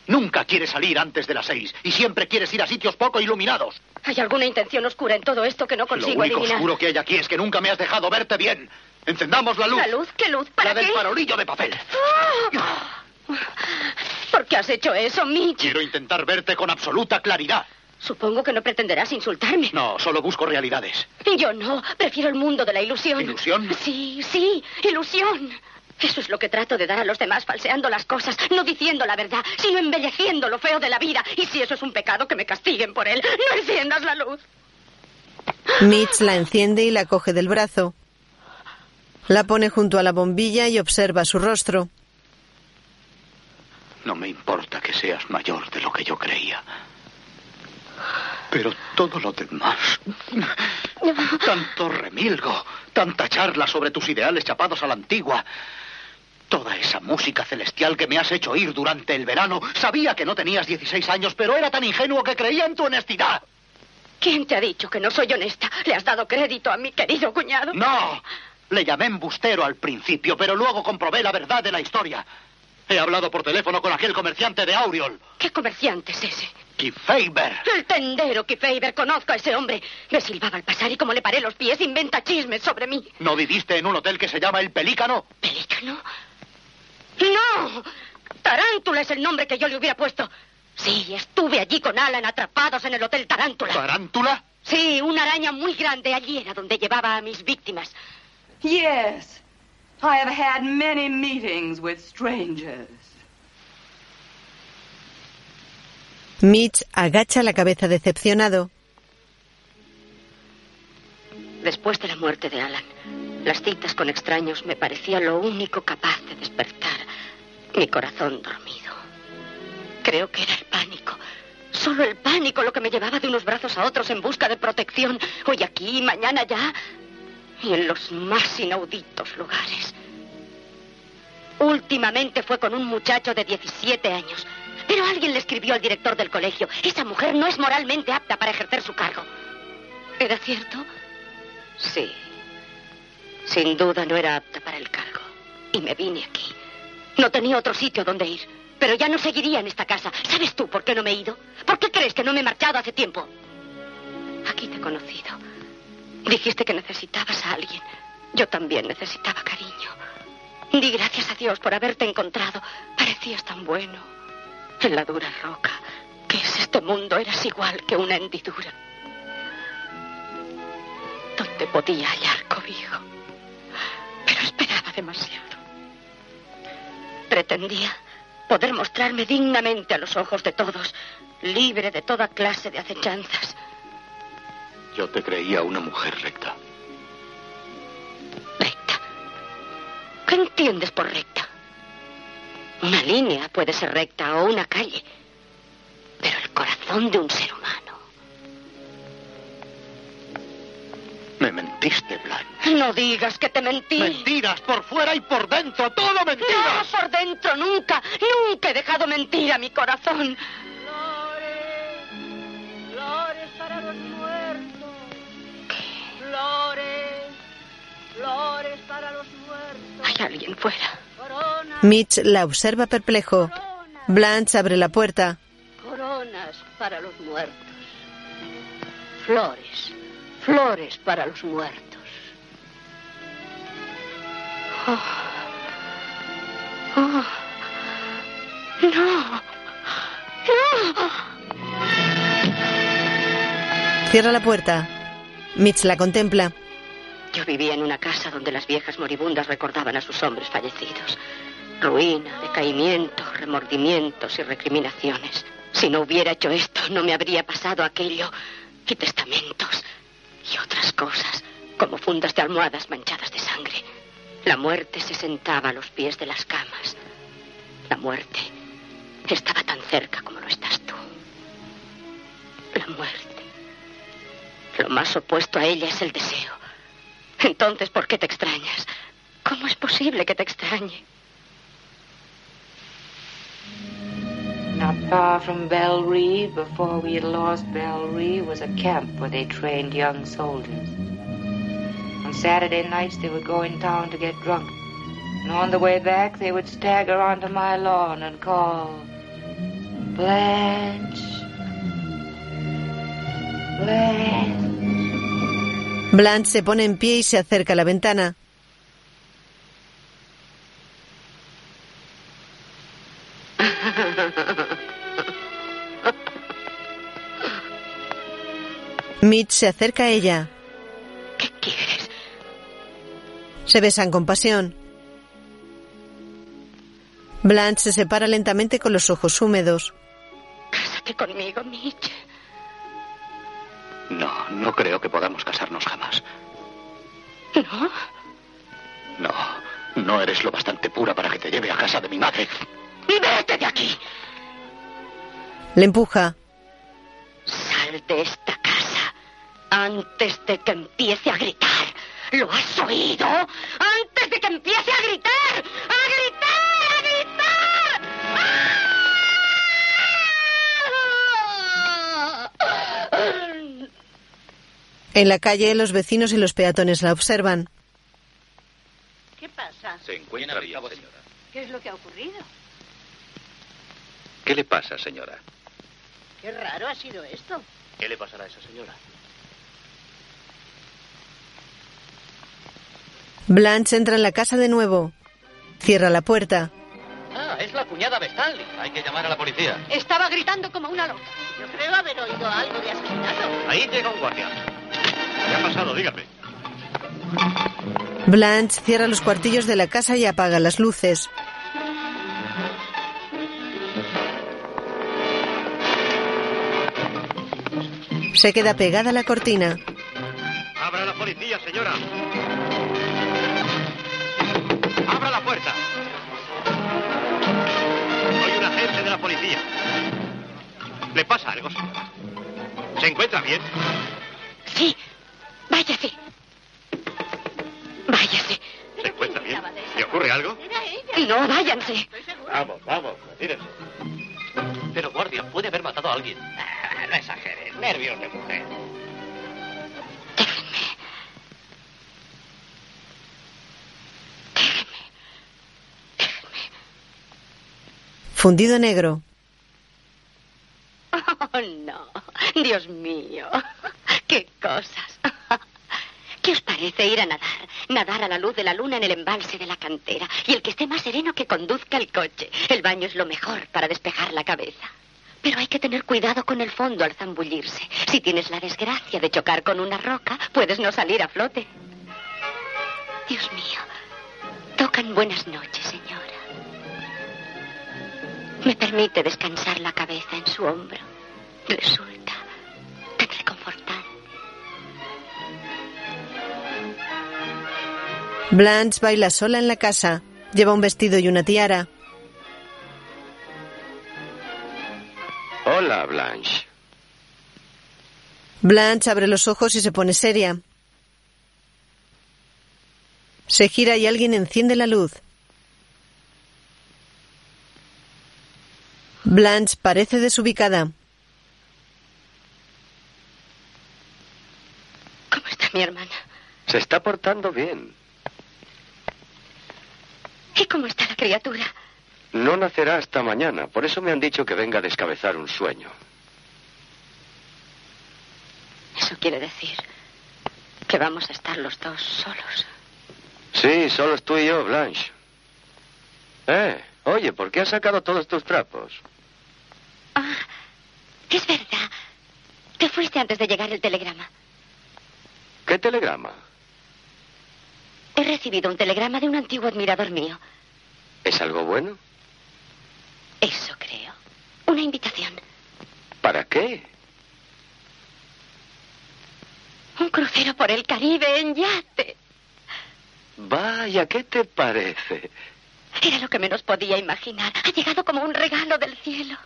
Speaker 23: Nunca quieres salir antes de las seis y siempre quieres ir a sitios poco iluminados.
Speaker 3: Hay alguna intención oscura en todo esto que no consigo
Speaker 23: Lo único
Speaker 3: adivinar.
Speaker 23: oscuro que hay aquí es que nunca me has dejado verte bien. Encendamos la luz.
Speaker 3: ¿La luz? ¿Qué luz? ¿Para
Speaker 23: la
Speaker 3: qué?
Speaker 23: del farolillo de papel.
Speaker 3: ¡Ah! ¿Por qué has hecho eso, Mitch?
Speaker 4: Quiero intentar verte con absoluta claridad.
Speaker 3: Supongo que no pretenderás insultarme.
Speaker 4: No, solo busco realidades.
Speaker 3: Yo no, prefiero el mundo de la ilusión.
Speaker 4: ¿Ilusión?
Speaker 3: Sí, sí, ilusión. Eso es lo que trato de dar a los demás, falseando las cosas, no diciendo la verdad, sino embelleciendo lo feo de la vida. Y si eso es un pecado, que me castiguen por él. No enciendas la luz.
Speaker 1: Mitch la enciende y la coge del brazo. La pone junto a la bombilla y observa su rostro.
Speaker 23: No me importa que seas mayor de lo que yo creía. Pero todo lo demás. Tanto remilgo, tanta charla sobre tus ideales chapados a la antigua. Toda esa música celestial que me has hecho oír durante el verano. Sabía que no tenías 16 años, pero era tan ingenuo que creía en tu honestidad.
Speaker 3: ¿Quién te ha dicho que no soy honesta? ¿Le has dado crédito a mi querido cuñado?
Speaker 4: No. Le llamé embustero al principio, pero luego comprobé la verdad de la historia. He hablado por teléfono con aquel comerciante de Aureol,
Speaker 3: ¿Qué comerciante es ese?
Speaker 4: Keith Faber.
Speaker 3: El tendero que Faber conozco a ese hombre. Me silbaba al pasar y como le paré los pies, inventa chismes sobre mí.
Speaker 4: ¿No viviste en un hotel que se llama El Pelícano?
Speaker 3: ¿Pelícano? ¡No! Tarántula es el nombre que yo le hubiera puesto. Sí, estuve allí con Alan atrapados en el Hotel Tarántula.
Speaker 4: ¿Tarántula?
Speaker 3: Sí, una araña muy grande. Allí era donde llevaba a mis víctimas.
Speaker 7: Yes. I have had many meetings with strangers.
Speaker 1: Mitch agacha la cabeza decepcionado.
Speaker 3: Después de la muerte de Alan, las citas con extraños me parecía lo único capaz de despertar mi corazón dormido. Creo que era el pánico. Solo el pánico lo que me llevaba de unos brazos a otros en busca de protección. Hoy aquí, mañana allá. Y en los más inauditos lugares. Últimamente fue con un muchacho de 17 años. Pero alguien le escribió al director del colegio. Esa mujer no es moralmente apta para ejercer su cargo. ¿Era cierto? Sí. Sin duda no era apta para el cargo. Y me vine aquí. No tenía otro sitio donde ir. Pero ya no seguiría en esta casa. ¿Sabes tú por qué no me he ido? ¿Por qué crees que no me he marchado hace tiempo? Aquí te he conocido. Dijiste que necesitabas a alguien. Yo también necesitaba cariño. Di gracias a Dios por haberte encontrado. Parecías tan bueno. En la dura roca. ¿Qué es este mundo? Eras igual que una hendidura. Donde podía hallar cobijo. Pero esperaba demasiado. Pretendía poder mostrarme dignamente a los ojos de todos, libre de toda clase de acechanzas.
Speaker 23: Yo te creía una mujer recta.
Speaker 3: ¿Qué entiendes por recta? Una línea puede ser recta o una calle, pero el corazón de un ser humano.
Speaker 23: Me mentiste, Blanche.
Speaker 3: No digas que te mentí.
Speaker 4: Mentiras por fuera y por dentro, todo mentiras.
Speaker 3: No, por dentro nunca, nunca he dejado mentir a mi corazón.
Speaker 7: Flores para los muertos. Flores. Flores para los muertos.
Speaker 3: Hay alguien fuera.
Speaker 1: Mitch la observa perplejo. Blanche abre la puerta.
Speaker 39: Coronas para los muertos. Flores. Flores para los muertos.
Speaker 3: Oh. No. No.
Speaker 1: Cierra la puerta. Mitch la contempla.
Speaker 3: Yo vivía en una casa donde las viejas moribundas recordaban a sus hombres fallecidos. Ruina, decaimiento, remordimientos y recriminaciones. Si no hubiera hecho esto, no me habría pasado aquello. Y testamentos. Y otras cosas, como fundas de almohadas manchadas de sangre. La muerte se sentaba a los pies de las camas. La muerte estaba tan cerca como lo estás tú. La muerte. Lo más opuesto a ella es el deseo. Entonces, ¿por qué te extrañas? ¿Cómo es posible que te extrañe?
Speaker 27: Not far from Belle Reve, before we had lost Belle Reve, was a camp where they trained young soldiers. On Saturday nights, they would go in town to get drunk. And on the way back, they would stagger onto my lawn and call, Blanche. Blanche.
Speaker 1: Blanche se pone en pie y se acerca a la ventana. Mitch se acerca a ella. ¿Qué quieres? Se besan con pasión. Blanche se separa lentamente con los ojos húmedos.
Speaker 3: Cásate conmigo, Mitch.
Speaker 40: No, no creo que podamos casarnos jamás.
Speaker 3: ¿No?
Speaker 40: No, no eres lo bastante pura para que te lleve a casa de mi madre.
Speaker 3: ¡Vete de aquí!
Speaker 1: Le empuja.
Speaker 3: Sal de esta casa antes de que empiece a gritar. ¿Lo has oído? Antes de que empiece a gritar. ¡A gritar! ¡A gritar! ¡Ah!
Speaker 1: En la calle, los vecinos y los peatones la observan.
Speaker 7: ¿Qué pasa?
Speaker 23: Se encuentra bien, señora.
Speaker 7: ¿Qué es lo que ha ocurrido?
Speaker 23: ¿Qué le pasa, señora?
Speaker 7: Qué raro ha sido esto.
Speaker 23: ¿Qué le pasará a esa señora?
Speaker 1: Blanche entra en la casa de nuevo. Cierra la puerta.
Speaker 23: Ah, es la cuñada de Stanley. Hay que llamar a la policía.
Speaker 7: Estaba gritando como una loca. Yo creo haber oído algo de asesinato.
Speaker 23: Ahí llega un guardia. ¿Qué ha pasado? Dígame.
Speaker 1: Blanche cierra los cuartillos de la casa y apaga las luces. Se queda pegada a la cortina.
Speaker 23: Abra la policía, señora. Abra la puerta. Soy un agente de la policía. ¿Le pasa algo, señora? ¿Se encuentra bien?
Speaker 3: Sí. Váyase. Váyase.
Speaker 23: ¿Se encuentra bien? ¿Le ocurre algo?
Speaker 3: No, váyanse.
Speaker 23: Vamos, vamos, retírense. Pero, guardia, puede haber matado a alguien. Ah, no exageres. Nervios de mujer.
Speaker 1: Fundido negro.
Speaker 3: Oh, no. Dios mío. Qué cosas. ¿Qué os parece ir a nadar? Nadar a la luz de la luna en el embalse de la cantera. Y el que esté más sereno que conduzca el coche. El baño es lo mejor para despejar la cabeza. Pero hay que tener cuidado con el fondo al zambullirse. Si tienes la desgracia de chocar con una roca, puedes no salir a flote. Dios mío. Tocan buenas noches, señora. Me permite descansar la cabeza en su hombro. Resulta tan reconfortante.
Speaker 1: Blanche baila sola en la casa. Lleva un vestido y una tiara.
Speaker 4: Hola, Blanche.
Speaker 1: Blanche abre los ojos y se pone seria. Se gira y alguien enciende la luz. Blanche parece desubicada.
Speaker 3: ¿Cómo está mi hermana?
Speaker 4: Se está portando bien.
Speaker 3: ¿Y cómo está la criatura?
Speaker 4: No nacerá hasta mañana. Por eso me han dicho que venga a descabezar un sueño.
Speaker 3: Eso quiere decir que vamos a estar los dos solos.
Speaker 4: Sí, solo es tú y yo, Blanche. Eh, oye, ¿por qué has sacado todos tus trapos?
Speaker 3: Ah, es verdad. Te fuiste antes de llegar el telegrama.
Speaker 4: ¿Qué telegrama?
Speaker 3: He recibido un telegrama de un antiguo admirador mío.
Speaker 4: ¿Es algo bueno?
Speaker 3: Eso creo. Una invitación.
Speaker 4: ¿Para qué?
Speaker 3: Un crucero por el Caribe en yate.
Speaker 4: Vaya, ¿qué te parece?
Speaker 3: Era lo que menos podía imaginar. Ha llegado como un regalo del cielo.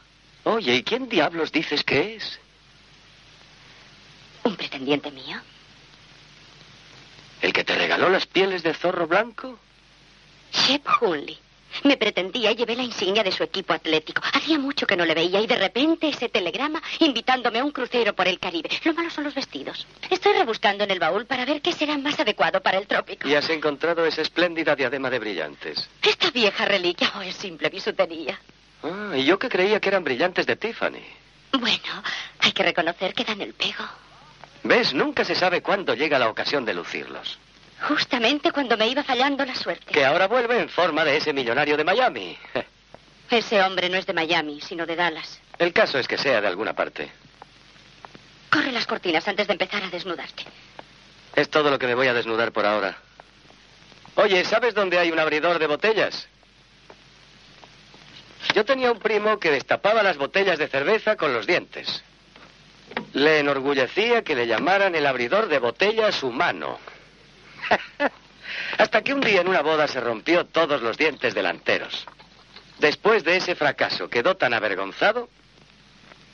Speaker 4: Oye, ¿y quién diablos dices que es?
Speaker 3: ¿Un pretendiente mío?
Speaker 4: ¿El que te regaló las pieles de zorro blanco?
Speaker 3: Shep Hunley. Me pretendía y llevé la insignia de su equipo atlético. Hacía mucho que no le veía y de repente ese telegrama invitándome a un crucero por el Caribe. Lo malo son los vestidos. Estoy rebuscando en el baúl para ver qué será más adecuado para el trópico.
Speaker 4: Y has encontrado esa espléndida diadema de brillantes.
Speaker 3: Esta vieja reliquia oh, es simple bisutería.
Speaker 4: Ah, y yo que creía que eran brillantes de Tiffany.
Speaker 3: Bueno, hay que reconocer que dan el pego.
Speaker 4: ¿Ves? Nunca se sabe cuándo llega la ocasión de lucirlos.
Speaker 3: Justamente cuando me iba fallando la suerte.
Speaker 4: Que ahora vuelve en forma de ese millonario de Miami.
Speaker 3: Ese hombre no es de Miami, sino de Dallas.
Speaker 4: El caso es que sea de alguna parte.
Speaker 3: Corre las cortinas antes de empezar a desnudarte.
Speaker 4: Es todo lo que me voy a desnudar por ahora. Oye, ¿sabes dónde hay un abridor de botellas? Yo tenía un primo que destapaba las botellas de cerveza con los dientes. Le enorgullecía que le llamaran el abridor de botellas humano. Hasta que un día en una boda se rompió todos los dientes delanteros. Después de ese fracaso quedó tan avergonzado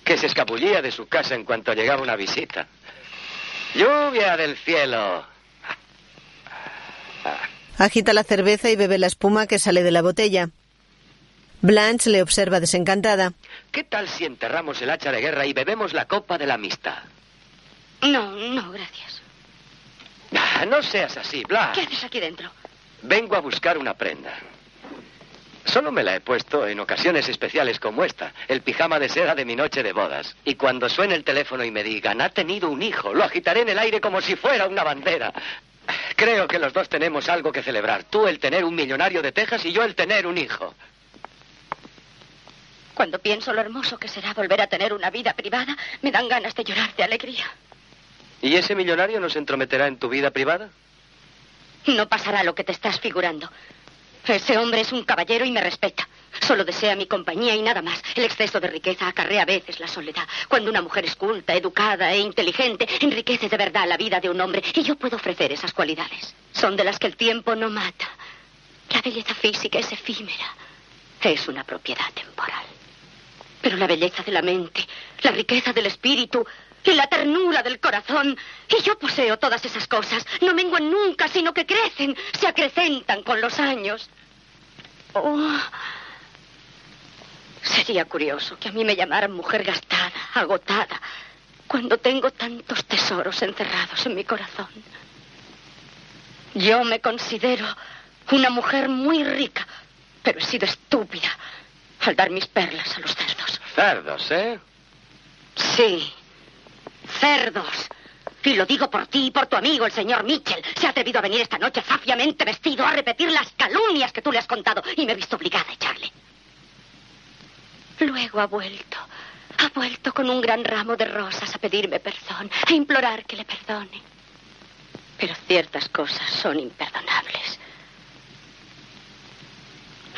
Speaker 4: que se escabullía de su casa en cuanto llegaba una visita. Lluvia del cielo.
Speaker 1: Agita la cerveza y bebe la espuma que sale de la botella. Blanche le observa desencantada.
Speaker 4: ¿Qué tal si enterramos el hacha de guerra y bebemos la copa de la amistad?
Speaker 3: No, no, gracias.
Speaker 4: Ah, No seas así, Blas.
Speaker 3: ¿Qué haces aquí dentro?
Speaker 4: Vengo a buscar una prenda. Solo me la he puesto en ocasiones especiales como esta, el pijama de seda de mi noche de bodas. Y cuando suene el teléfono y me digan, ha tenido un hijo, lo agitaré en el aire como si fuera una bandera. Creo que los dos tenemos algo que celebrar. Tú el tener un millonario de Texas y yo el tener un hijo.
Speaker 3: Cuando pienso lo hermoso que será volver a tener una vida privada, me dan ganas de llorar de alegría.
Speaker 4: ¿Y ese millonario nos entrometerá en tu vida privada?
Speaker 3: No pasará lo que te estás figurando. Ese hombre es un caballero y me respeta. Solo desea mi compañía y nada más. El exceso de riqueza acarrea a veces la soledad. Cuando una mujer es culta, educada e inteligente, enriquece de verdad la vida de un hombre. Y yo puedo ofrecer esas cualidades. Son de las que el tiempo no mata. La belleza física es efímera. Es una propiedad temporal. Pero la belleza de la mente, la riqueza del espíritu y la ternura del corazón. Y yo poseo todas esas cosas. No menguan nunca, sino que crecen, se acrecentan con los años. Oh. Sería curioso que a mí me llamaran mujer gastada, agotada, cuando tengo tantos tesoros encerrados en mi corazón. Yo me considero una mujer muy rica, pero he sido estúpida al dar mis perlas a los cerdos.
Speaker 4: Cerdos, ¿eh?
Speaker 3: Sí, cerdos. Y lo digo por ti y por tu amigo, el señor Mitchell. Se ha atrevido a venir esta noche zafiamente vestido a repetir las calumnias que tú le has contado y me he visto obligada a echarle. Luego ha vuelto. Ha vuelto con un gran ramo de rosas a pedirme perdón, a implorar que le perdone. Pero ciertas cosas son imperdonables.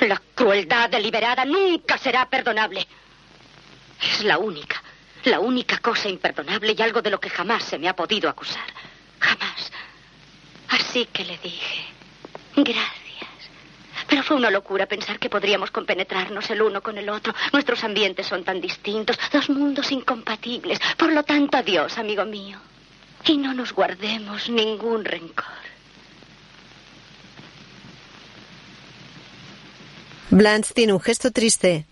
Speaker 3: La crueldad deliberada nunca será perdonable. Es la única, la única cosa imperdonable y algo de lo que jamás se me ha podido acusar. Jamás. Así que le dije, gracias. Pero fue una locura pensar que podríamos compenetrarnos el uno con el otro. Nuestros ambientes son tan distintos, dos mundos incompatibles. Por lo tanto, adiós, amigo mío. Y no nos guardemos ningún rencor.
Speaker 1: Blanche tiene un gesto triste.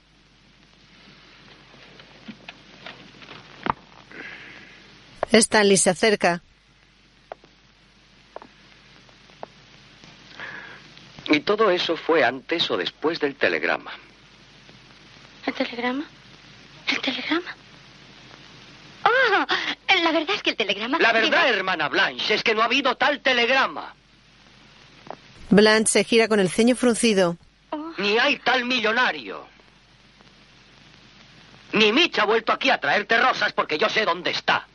Speaker 1: Stanley se acerca.
Speaker 4: Y todo eso fue antes o después del telegrama.
Speaker 3: ¿El telegrama? ¿El telegrama? ¡Oh! La verdad es que el telegrama...
Speaker 41: La verdad, hermana Blanche, es que no ha habido tal telegrama.
Speaker 1: Blanche se gira con el ceño fruncido.
Speaker 7: Oh.
Speaker 41: Ni hay tal millonario. Ni Mitch ha vuelto aquí a traerte rosas porque yo sé dónde está.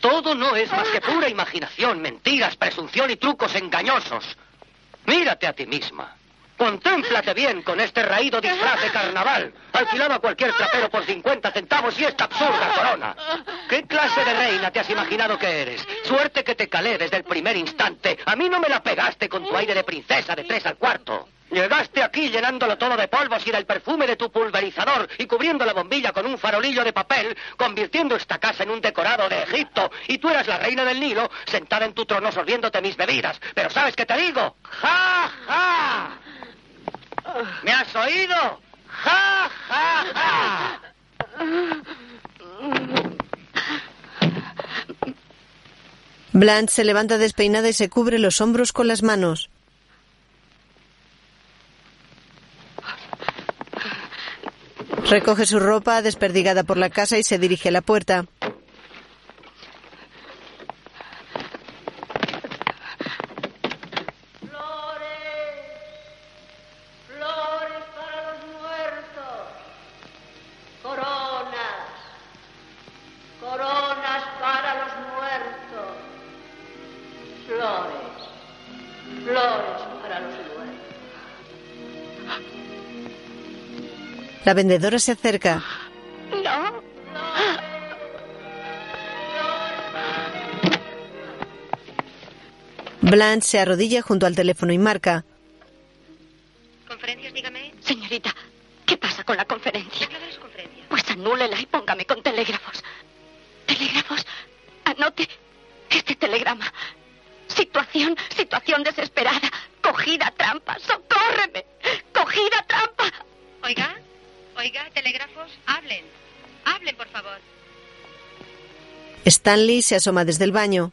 Speaker 41: Todo no es más que pura imaginación, mentiras, presunción y trucos engañosos. Mírate a ti misma. Contémplate bien con este raído disfraz de carnaval. Alquilaba cualquier trapero por 50 centavos y esta absurda corona. ¿Qué clase de reina te has imaginado que eres? Suerte que te calé desde el primer instante. A mí no me la pegaste con tu aire de princesa de tres al cuarto. Llegaste aquí llenándolo todo de polvos y del perfume de tu pulverizador y cubriendo la bombilla con un farolillo de papel, convirtiendo esta casa en un decorado de Egipto. Y tú eras la reina del Nilo, sentada en tu trono sorbiéndote mis bebidas. Pero ¿sabes qué te digo? ¡Ja, ja! ¿Me has oído? ¡Ja, ja, ja!
Speaker 1: Blanche se levanta despeinada y se cubre los hombros con las manos. Recoge su ropa desperdigada por la casa y se dirige a la puerta.
Speaker 7: Flores para los muertos. Coronas. Coronas
Speaker 42: Flores. Flores para los muertos.
Speaker 1: La vendedora se acerca.
Speaker 42: No.
Speaker 1: Blanche se arrodilla junto al teléfono y marca.
Speaker 3: Conferencias, dígame. Señorita, ¿qué pasa con la conferencia? Pues anúlela y póngame con telégrafos. Telégrafos, anote este telegrama. Situación, situación desesperada. Cogida trampa, socórreme. Cogida trampa.
Speaker 7: Oiga, oiga, telégrafos, hablen. Hablen, por favor.
Speaker 1: Stanley se asoma desde el baño.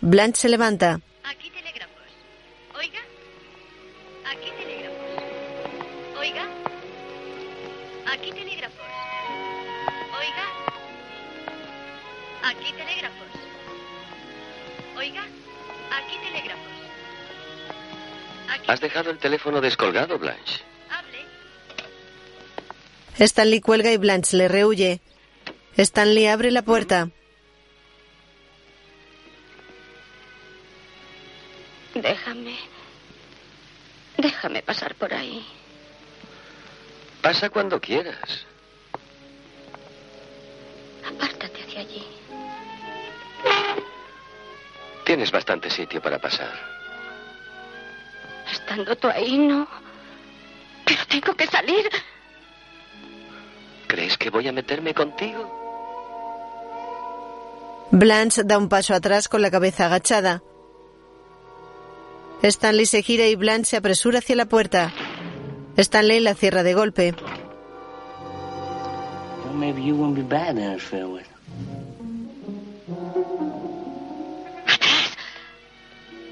Speaker 1: Blanche se levanta.
Speaker 7: Aquí telégrafos. Oiga. Aquí telégrafos. Oiga. Aquí telégrafos. Oiga. Aquí telégrafos. Oiga. Aquí telégrafos.
Speaker 23: ¿Has dejado el teléfono descolgado, Blanche?
Speaker 1: Stanley cuelga y Blanche le rehuye. Stanley abre la puerta.
Speaker 3: Déjame. Déjame pasar por ahí.
Speaker 23: Pasa cuando quieras.
Speaker 3: Apártate hacia allí.
Speaker 23: Tienes bastante sitio para pasar.
Speaker 3: Estando tú ahí, no. Pero tengo que salir.
Speaker 23: ¿Crees que voy a meterme contigo?
Speaker 1: Blanche da un paso atrás con la cabeza agachada. Stanley se gira y Blanche se apresura hacia la puerta. Stanley la cierra de golpe.
Speaker 13: Well, maybe you won't be bad in farewell.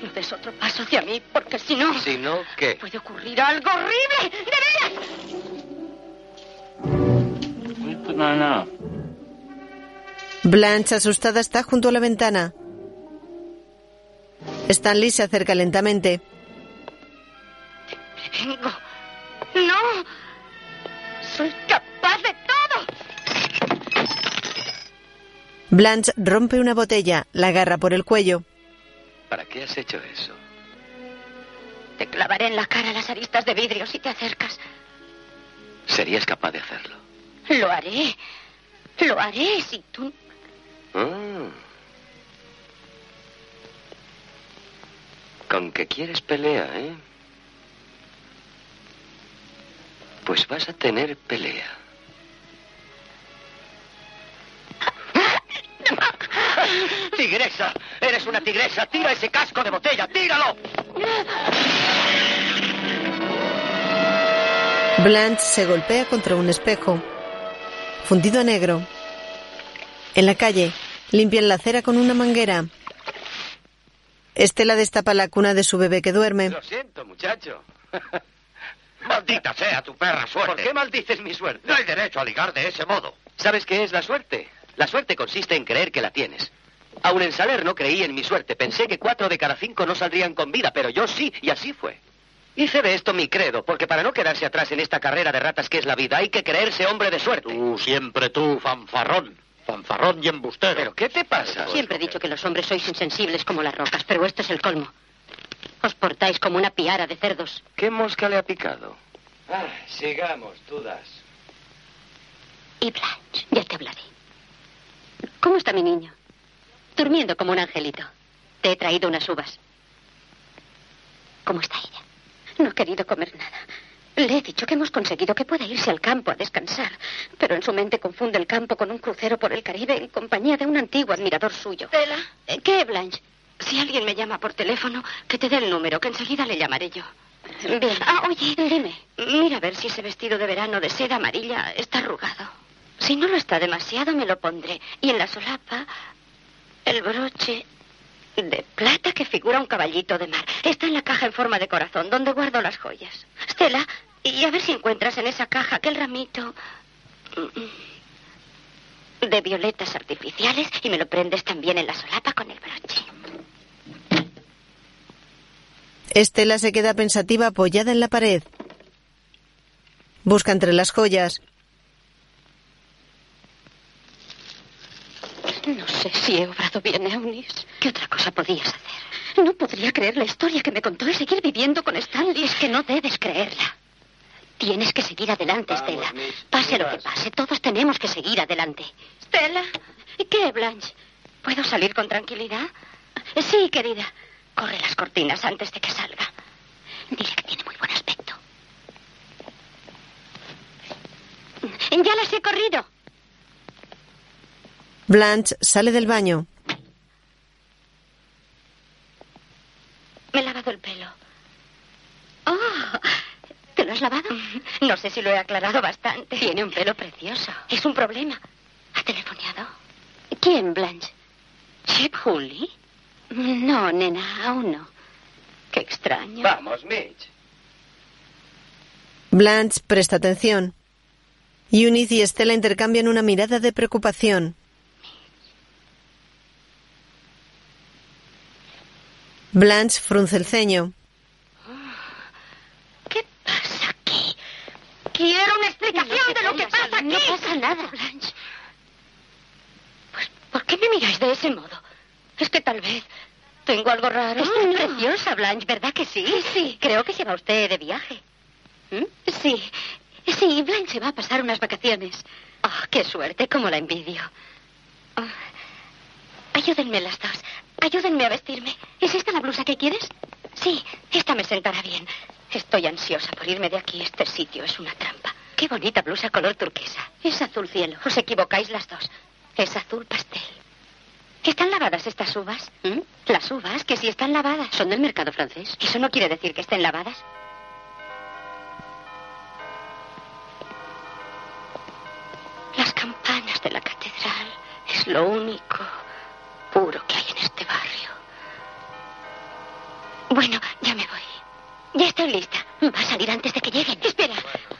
Speaker 3: No des otro paso hacia mí, porque si no...
Speaker 23: Si no, ¿qué?
Speaker 3: Puede ocurrir algo horrible. ¡De veras!
Speaker 13: No, no.
Speaker 1: Blanche, asustada, está junto a la ventana. Stanley se acerca lentamente.
Speaker 3: Vengo. No. Soy capaz de todo.
Speaker 1: Blanche rompe una botella, la agarra por el cuello.
Speaker 23: ¿Para qué has hecho eso?
Speaker 3: Te clavaré en la cara las aristas de vidrio si te acercas.
Speaker 23: ¿Serías capaz de hacerlo?
Speaker 3: Lo haré. Lo haré si tú...
Speaker 23: Mm. Con que quieres pelea, ¿eh? Pues vas a tener pelea.
Speaker 4: ¡Tigresa! ¡Eres una tigresa! ¡Tira ese casco de botella! ¡Tíralo!
Speaker 1: Blanche se golpea contra un espejo. Fundido a negro. En la calle, limpian la acera con una manguera. Estela destapa la cuna de su bebé que duerme.
Speaker 4: Lo siento, muchacho.
Speaker 43: Maldita sea tu perra suerte. ¿Por qué maldices mi suerte? No hay derecho a ligar de ese modo.
Speaker 4: ¿Sabes qué es la suerte? La suerte consiste en creer que la tienes. Aún en Saler no creí en mi suerte. Pensé que cuatro de cada cinco no saldrían con vida, pero yo sí, y así fue. Hice de esto mi credo, porque para no quedarse atrás en esta carrera de ratas que es la vida, hay que creerse hombre de suerte.
Speaker 44: Tú, siempre tú, fanfarrón. Fanfarrón y embustero. ¿Pero
Speaker 4: qué te pasa?
Speaker 3: Siempre he dicho que los hombres sois insensibles como las rocas, pero esto es el colmo. Os portáis como una piara de cerdos.
Speaker 23: ¿Qué mosca le ha picado?
Speaker 43: Ah, sigamos, dudas.
Speaker 3: Y Blanche, ya te hablaré. ¿Cómo está mi niño? Durmiendo como un angelito. Te he traído unas uvas. ¿Cómo está ella? No ha querido comer nada. Le he dicho que hemos conseguido que pueda irse al campo a descansar, pero en su mente confunde el campo con un crucero por el Caribe en compañía de un antiguo admirador suyo.
Speaker 45: Estela.
Speaker 3: Eh, ¿Qué, Blanche? Si alguien me llama por teléfono, que te dé el número, que enseguida le llamaré yo. Bien. Ah, oye, dime. Mira a ver si ese vestido de verano de seda amarilla está arrugado. Si no lo está demasiado, me lo pondré. Y en la solapa, el broche de plata que figura un caballito de mar. Está en la caja en forma de corazón, donde guardo las joyas. Stella, y a ver si encuentras en esa caja aquel ramito mm, de violetas artificiales y me lo prendes también en la solapa con el broche.
Speaker 1: Estela se queda pensativa apoyada en la pared. Busca entre las joyas.
Speaker 3: No sé. sé si he obrado bien, Eunice. ¿Qué otra cosa podías hacer? No podría creer la historia que me contó y seguir viviendo con Stanley. Es que no debes creerla. Tienes que seguir adelante, Stella. Pase lo que pase, todos tenemos que seguir adelante. Stella, ¿qué, Blanche? ¿Puedo salir con tranquilidad? Sí, querida. Corre las cortinas antes de que salga. Dile que tiene muy buen aspecto. Ya las he corrido.
Speaker 1: Blanche sale del baño.
Speaker 3: Me he lavado el pelo. Oh, ¿te lo has lavado? No sé si lo he aclarado bastante. Tiene un pelo precioso. Es un problema. ¿Ha telefoneado? ¿Quién, Blanche? ¿Chip Julie? No, nena, aún no. Qué extraño.
Speaker 46: Vamos, Mitch.
Speaker 1: Blanche presta atención. Eunice y Estela intercambian una mirada de preocupación. Blanche frunce el ceño.
Speaker 3: ¿Qué pasa aquí? Quiero una explicación de lo que pasa aquí. No pasa nada, Blanche. Pues, ¿por qué me miráis de ese modo? Es que tal vez tengo algo raro. Está preciosa, Blanche, ¿verdad que sí? Sí. Creo que se va usted de viaje. ¿Mm? Sí. Sí, Blanche se va a pasar unas vacaciones. Oh, qué suerte, cómo la envidio. Oh. Ayúdenme las dos. Ayúdenme a vestirme. ¿Es esta la blusa que quieres? Sí, esta me sentará bien. Estoy ansiosa por irme de aquí. Este sitio es una trampa. Qué bonita blusa color turquesa. Es azul cielo. Os equivocáis las dos. Es azul pastel. ¿Están lavadas estas uvas? ¿Mm? Las uvas, que si están lavadas. Son del mercado francés. Eso no quiere decir que estén lavadas. Las campanas de la catedral es lo único puro que hay en este barrio. Bueno, ya me voy. Ya estoy lista. Va a salir antes de que lleguen. Espera,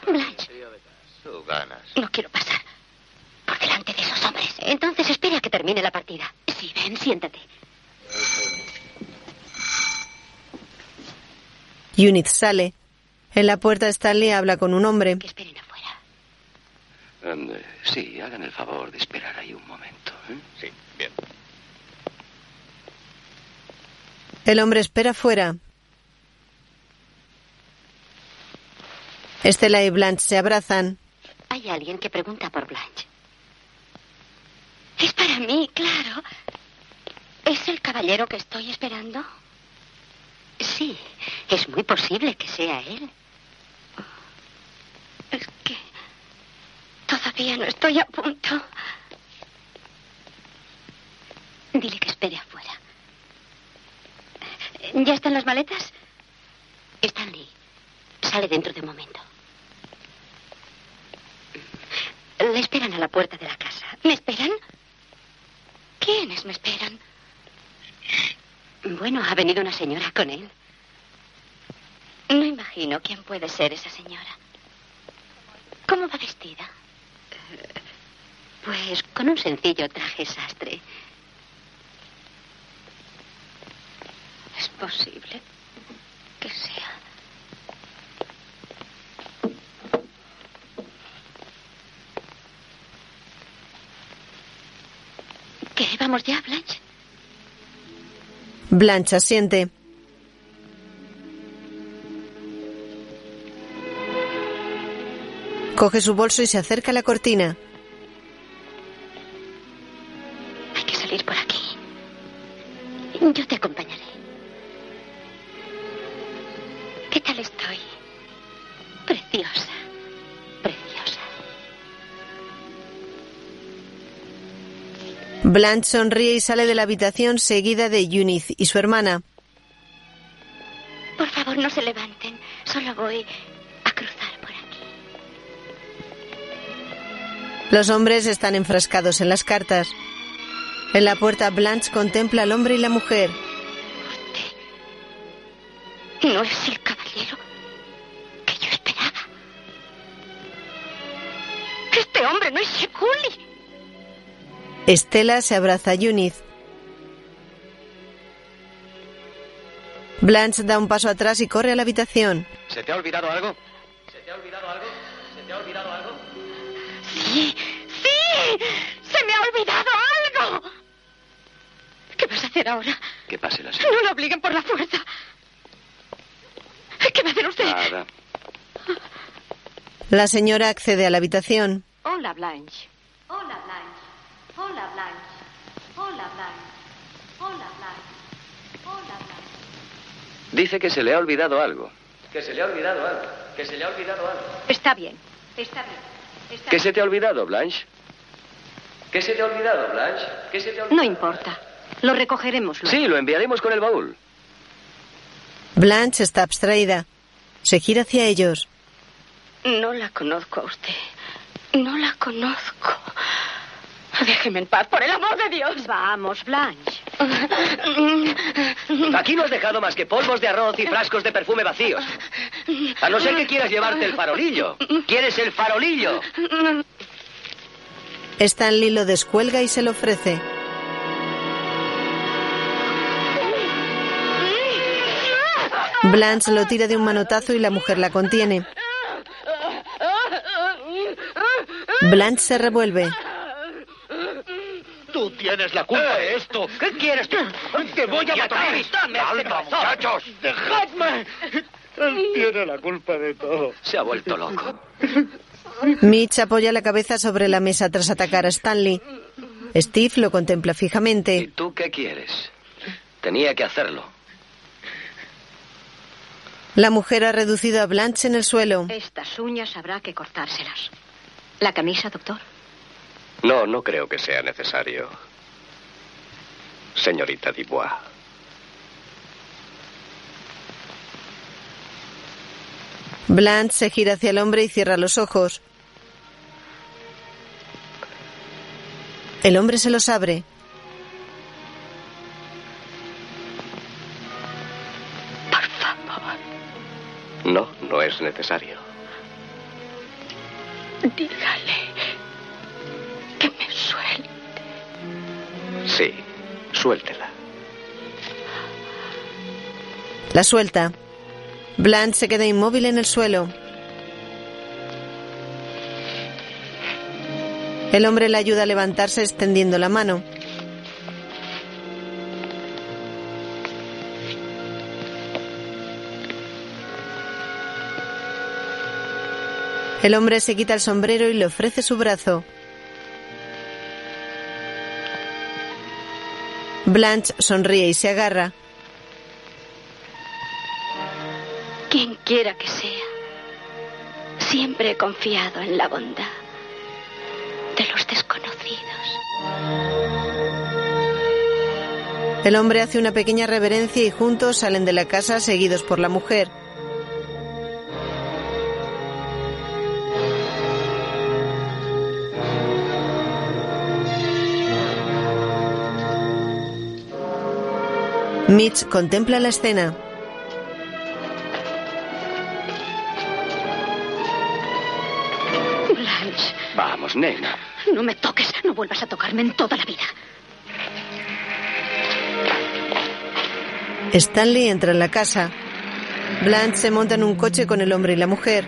Speaker 3: Blanche.
Speaker 47: Tú ganas.
Speaker 3: No quiero pasar por delante de esos hombres. Entonces espera a que termine la partida. Sí, ven, siéntate.
Speaker 1: Eunice sale. En la puerta Stanley habla con un hombre.
Speaker 4: Ande, Sí, hagan el favor de esperar ahí un momento. ¿eh? Sí, bien.
Speaker 1: El hombre espera fuera. Estela y Blanche se abrazan.
Speaker 3: Hay alguien que pregunta por Blanche. Es para mí, claro. ¿Es el caballero que estoy esperando? Sí, es muy posible que sea él. Es que todavía no estoy a punto. Dile que espere afuera. ¿Ya están las maletas? Stanley, sale dentro de un momento. Le esperan a la puerta de la casa. ¿Me esperan? ¿Quiénes me esperan? Bueno, ha venido una señora con él. No imagino quién puede ser esa señora. ¿Cómo va vestida? Pues con un sencillo traje sastre. Es posible que sea. ¿Qué? ¿Vamos ya, Blanche?
Speaker 1: Blanche asiente. Coge su bolso y se acerca a la cortina.
Speaker 3: Hay que salir por aquí. Yo te acompañaré. ¿Qué tal estoy? Preciosa. Preciosa.
Speaker 1: Blanche sonríe y sale de la habitación seguida de Eunice y su hermana.
Speaker 3: Por favor, no se levanten. Solo voy a cruzar por aquí.
Speaker 1: Los hombres están enfrascados en las cartas. En la puerta Blanche contempla al hombre y la mujer.
Speaker 3: No es el caballero que yo esperaba. Este hombre no es Shekuli.
Speaker 1: Estela se abraza a Eunice. Blanche da un paso atrás y corre a la habitación.
Speaker 4: ¿Se te ha olvidado algo?
Speaker 47: ¿Se te ha olvidado algo? ¿Se te ha olvidado algo?
Speaker 3: Sí, sí. Se me ha olvidado algo. hacer ahora?
Speaker 4: Que pase la
Speaker 3: No lo obliguen por la fuerza. ¿Qué va a hacer usted?
Speaker 4: Nada.
Speaker 1: La señora accede a la habitación.
Speaker 3: Hola, Blanche.
Speaker 7: Hola, Blanche. Hola, Blanche. Hola, Blanche. Hola, Blanche. Hola, Blanche.
Speaker 4: Dice que se le ha olvidado algo.
Speaker 48: Que se le ha olvidado algo. Que se le ha olvidado algo.
Speaker 3: Está bien.
Speaker 7: Está bien. Está
Speaker 4: ¿Qué se te ha olvidado, Blanche?
Speaker 48: ¿Qué se te ha olvidado, Blanche? ¿Qué se te ha olvidado?
Speaker 3: No importa. Lo recogeremos luego.
Speaker 4: Sí, lo enviaremos con el baúl.
Speaker 1: Blanche está abstraída. Se gira hacia ellos.
Speaker 3: No la conozco a usted. No la conozco. Déjeme en paz, por el amor de Dios. Vamos, Blanche.
Speaker 4: Aquí no has dejado más que polvos de arroz y frascos de perfume vacíos. A no ser que quieras llevarte el farolillo. ¿Quieres el farolillo?
Speaker 1: Stanley lo descuelga y se lo ofrece. Blanche lo tira de un manotazo y la mujer la contiene. Blanche se revuelve.
Speaker 49: Tú tienes la culpa
Speaker 4: Eh.
Speaker 49: de esto. ¿Qué quieres tú? Te voy a
Speaker 50: Ya
Speaker 49: matar.
Speaker 50: te avisame,
Speaker 49: Calma,
Speaker 50: este
Speaker 49: muchachos. Dejadme. Él tiene la culpa de todo.
Speaker 4: Se ha vuelto loco.
Speaker 1: Mitch apoya la cabeza sobre la mesa tras atacar a Stanley. Steve lo contempla fijamente.
Speaker 4: ¿Tú qué quieres? Tenía que hacerlo.
Speaker 1: La mujer ha reducido a Blanche en el suelo.
Speaker 3: Estas uñas habrá que cortárselas. ¿La camisa, doctor?
Speaker 23: No, no creo que sea necesario. Señorita Dubois.
Speaker 1: Blanche se gira hacia el hombre y cierra los ojos. El hombre se los abre.
Speaker 23: No, no es necesario.
Speaker 3: Dígale que me suelte.
Speaker 23: Sí, suéltela.
Speaker 1: La suelta. Blanche se queda inmóvil en el suelo. El hombre la ayuda a levantarse extendiendo la mano. El hombre se quita el sombrero y le ofrece su brazo. Blanche sonríe y se agarra.
Speaker 3: Quien quiera que sea, siempre he confiado en la bondad de los desconocidos.
Speaker 1: El hombre hace una pequeña reverencia y juntos salen de la casa seguidos por la mujer. Mitch contempla la escena.
Speaker 3: Blanche,
Speaker 4: Vamos, nena.
Speaker 3: no me toques, no vuelvas a tocarme en toda la vida.
Speaker 1: Stanley entra en la casa. Blanche se monta en un coche con el hombre y la mujer.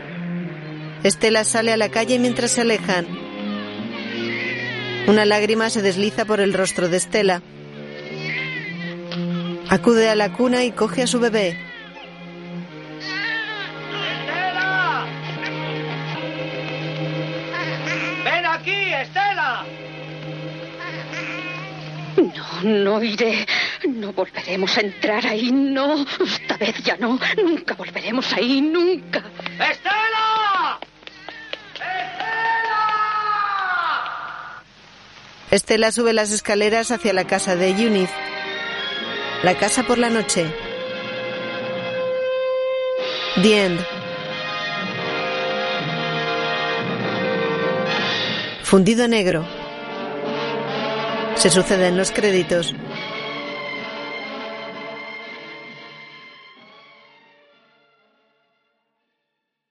Speaker 1: Estela sale a la calle mientras se alejan. Una lágrima se desliza por el rostro de Estela. Acude a la cuna y coge a su bebé.
Speaker 50: ¡Ven aquí, Estela!
Speaker 3: No, no iré. No volveremos a entrar ahí, no. Esta vez ya no. Nunca volveremos ahí, nunca.
Speaker 50: ¡Estela!
Speaker 1: Estela sube las escaleras hacia la casa de Yunif. La casa por la noche. The End. Fundido negro. Se suceden los créditos.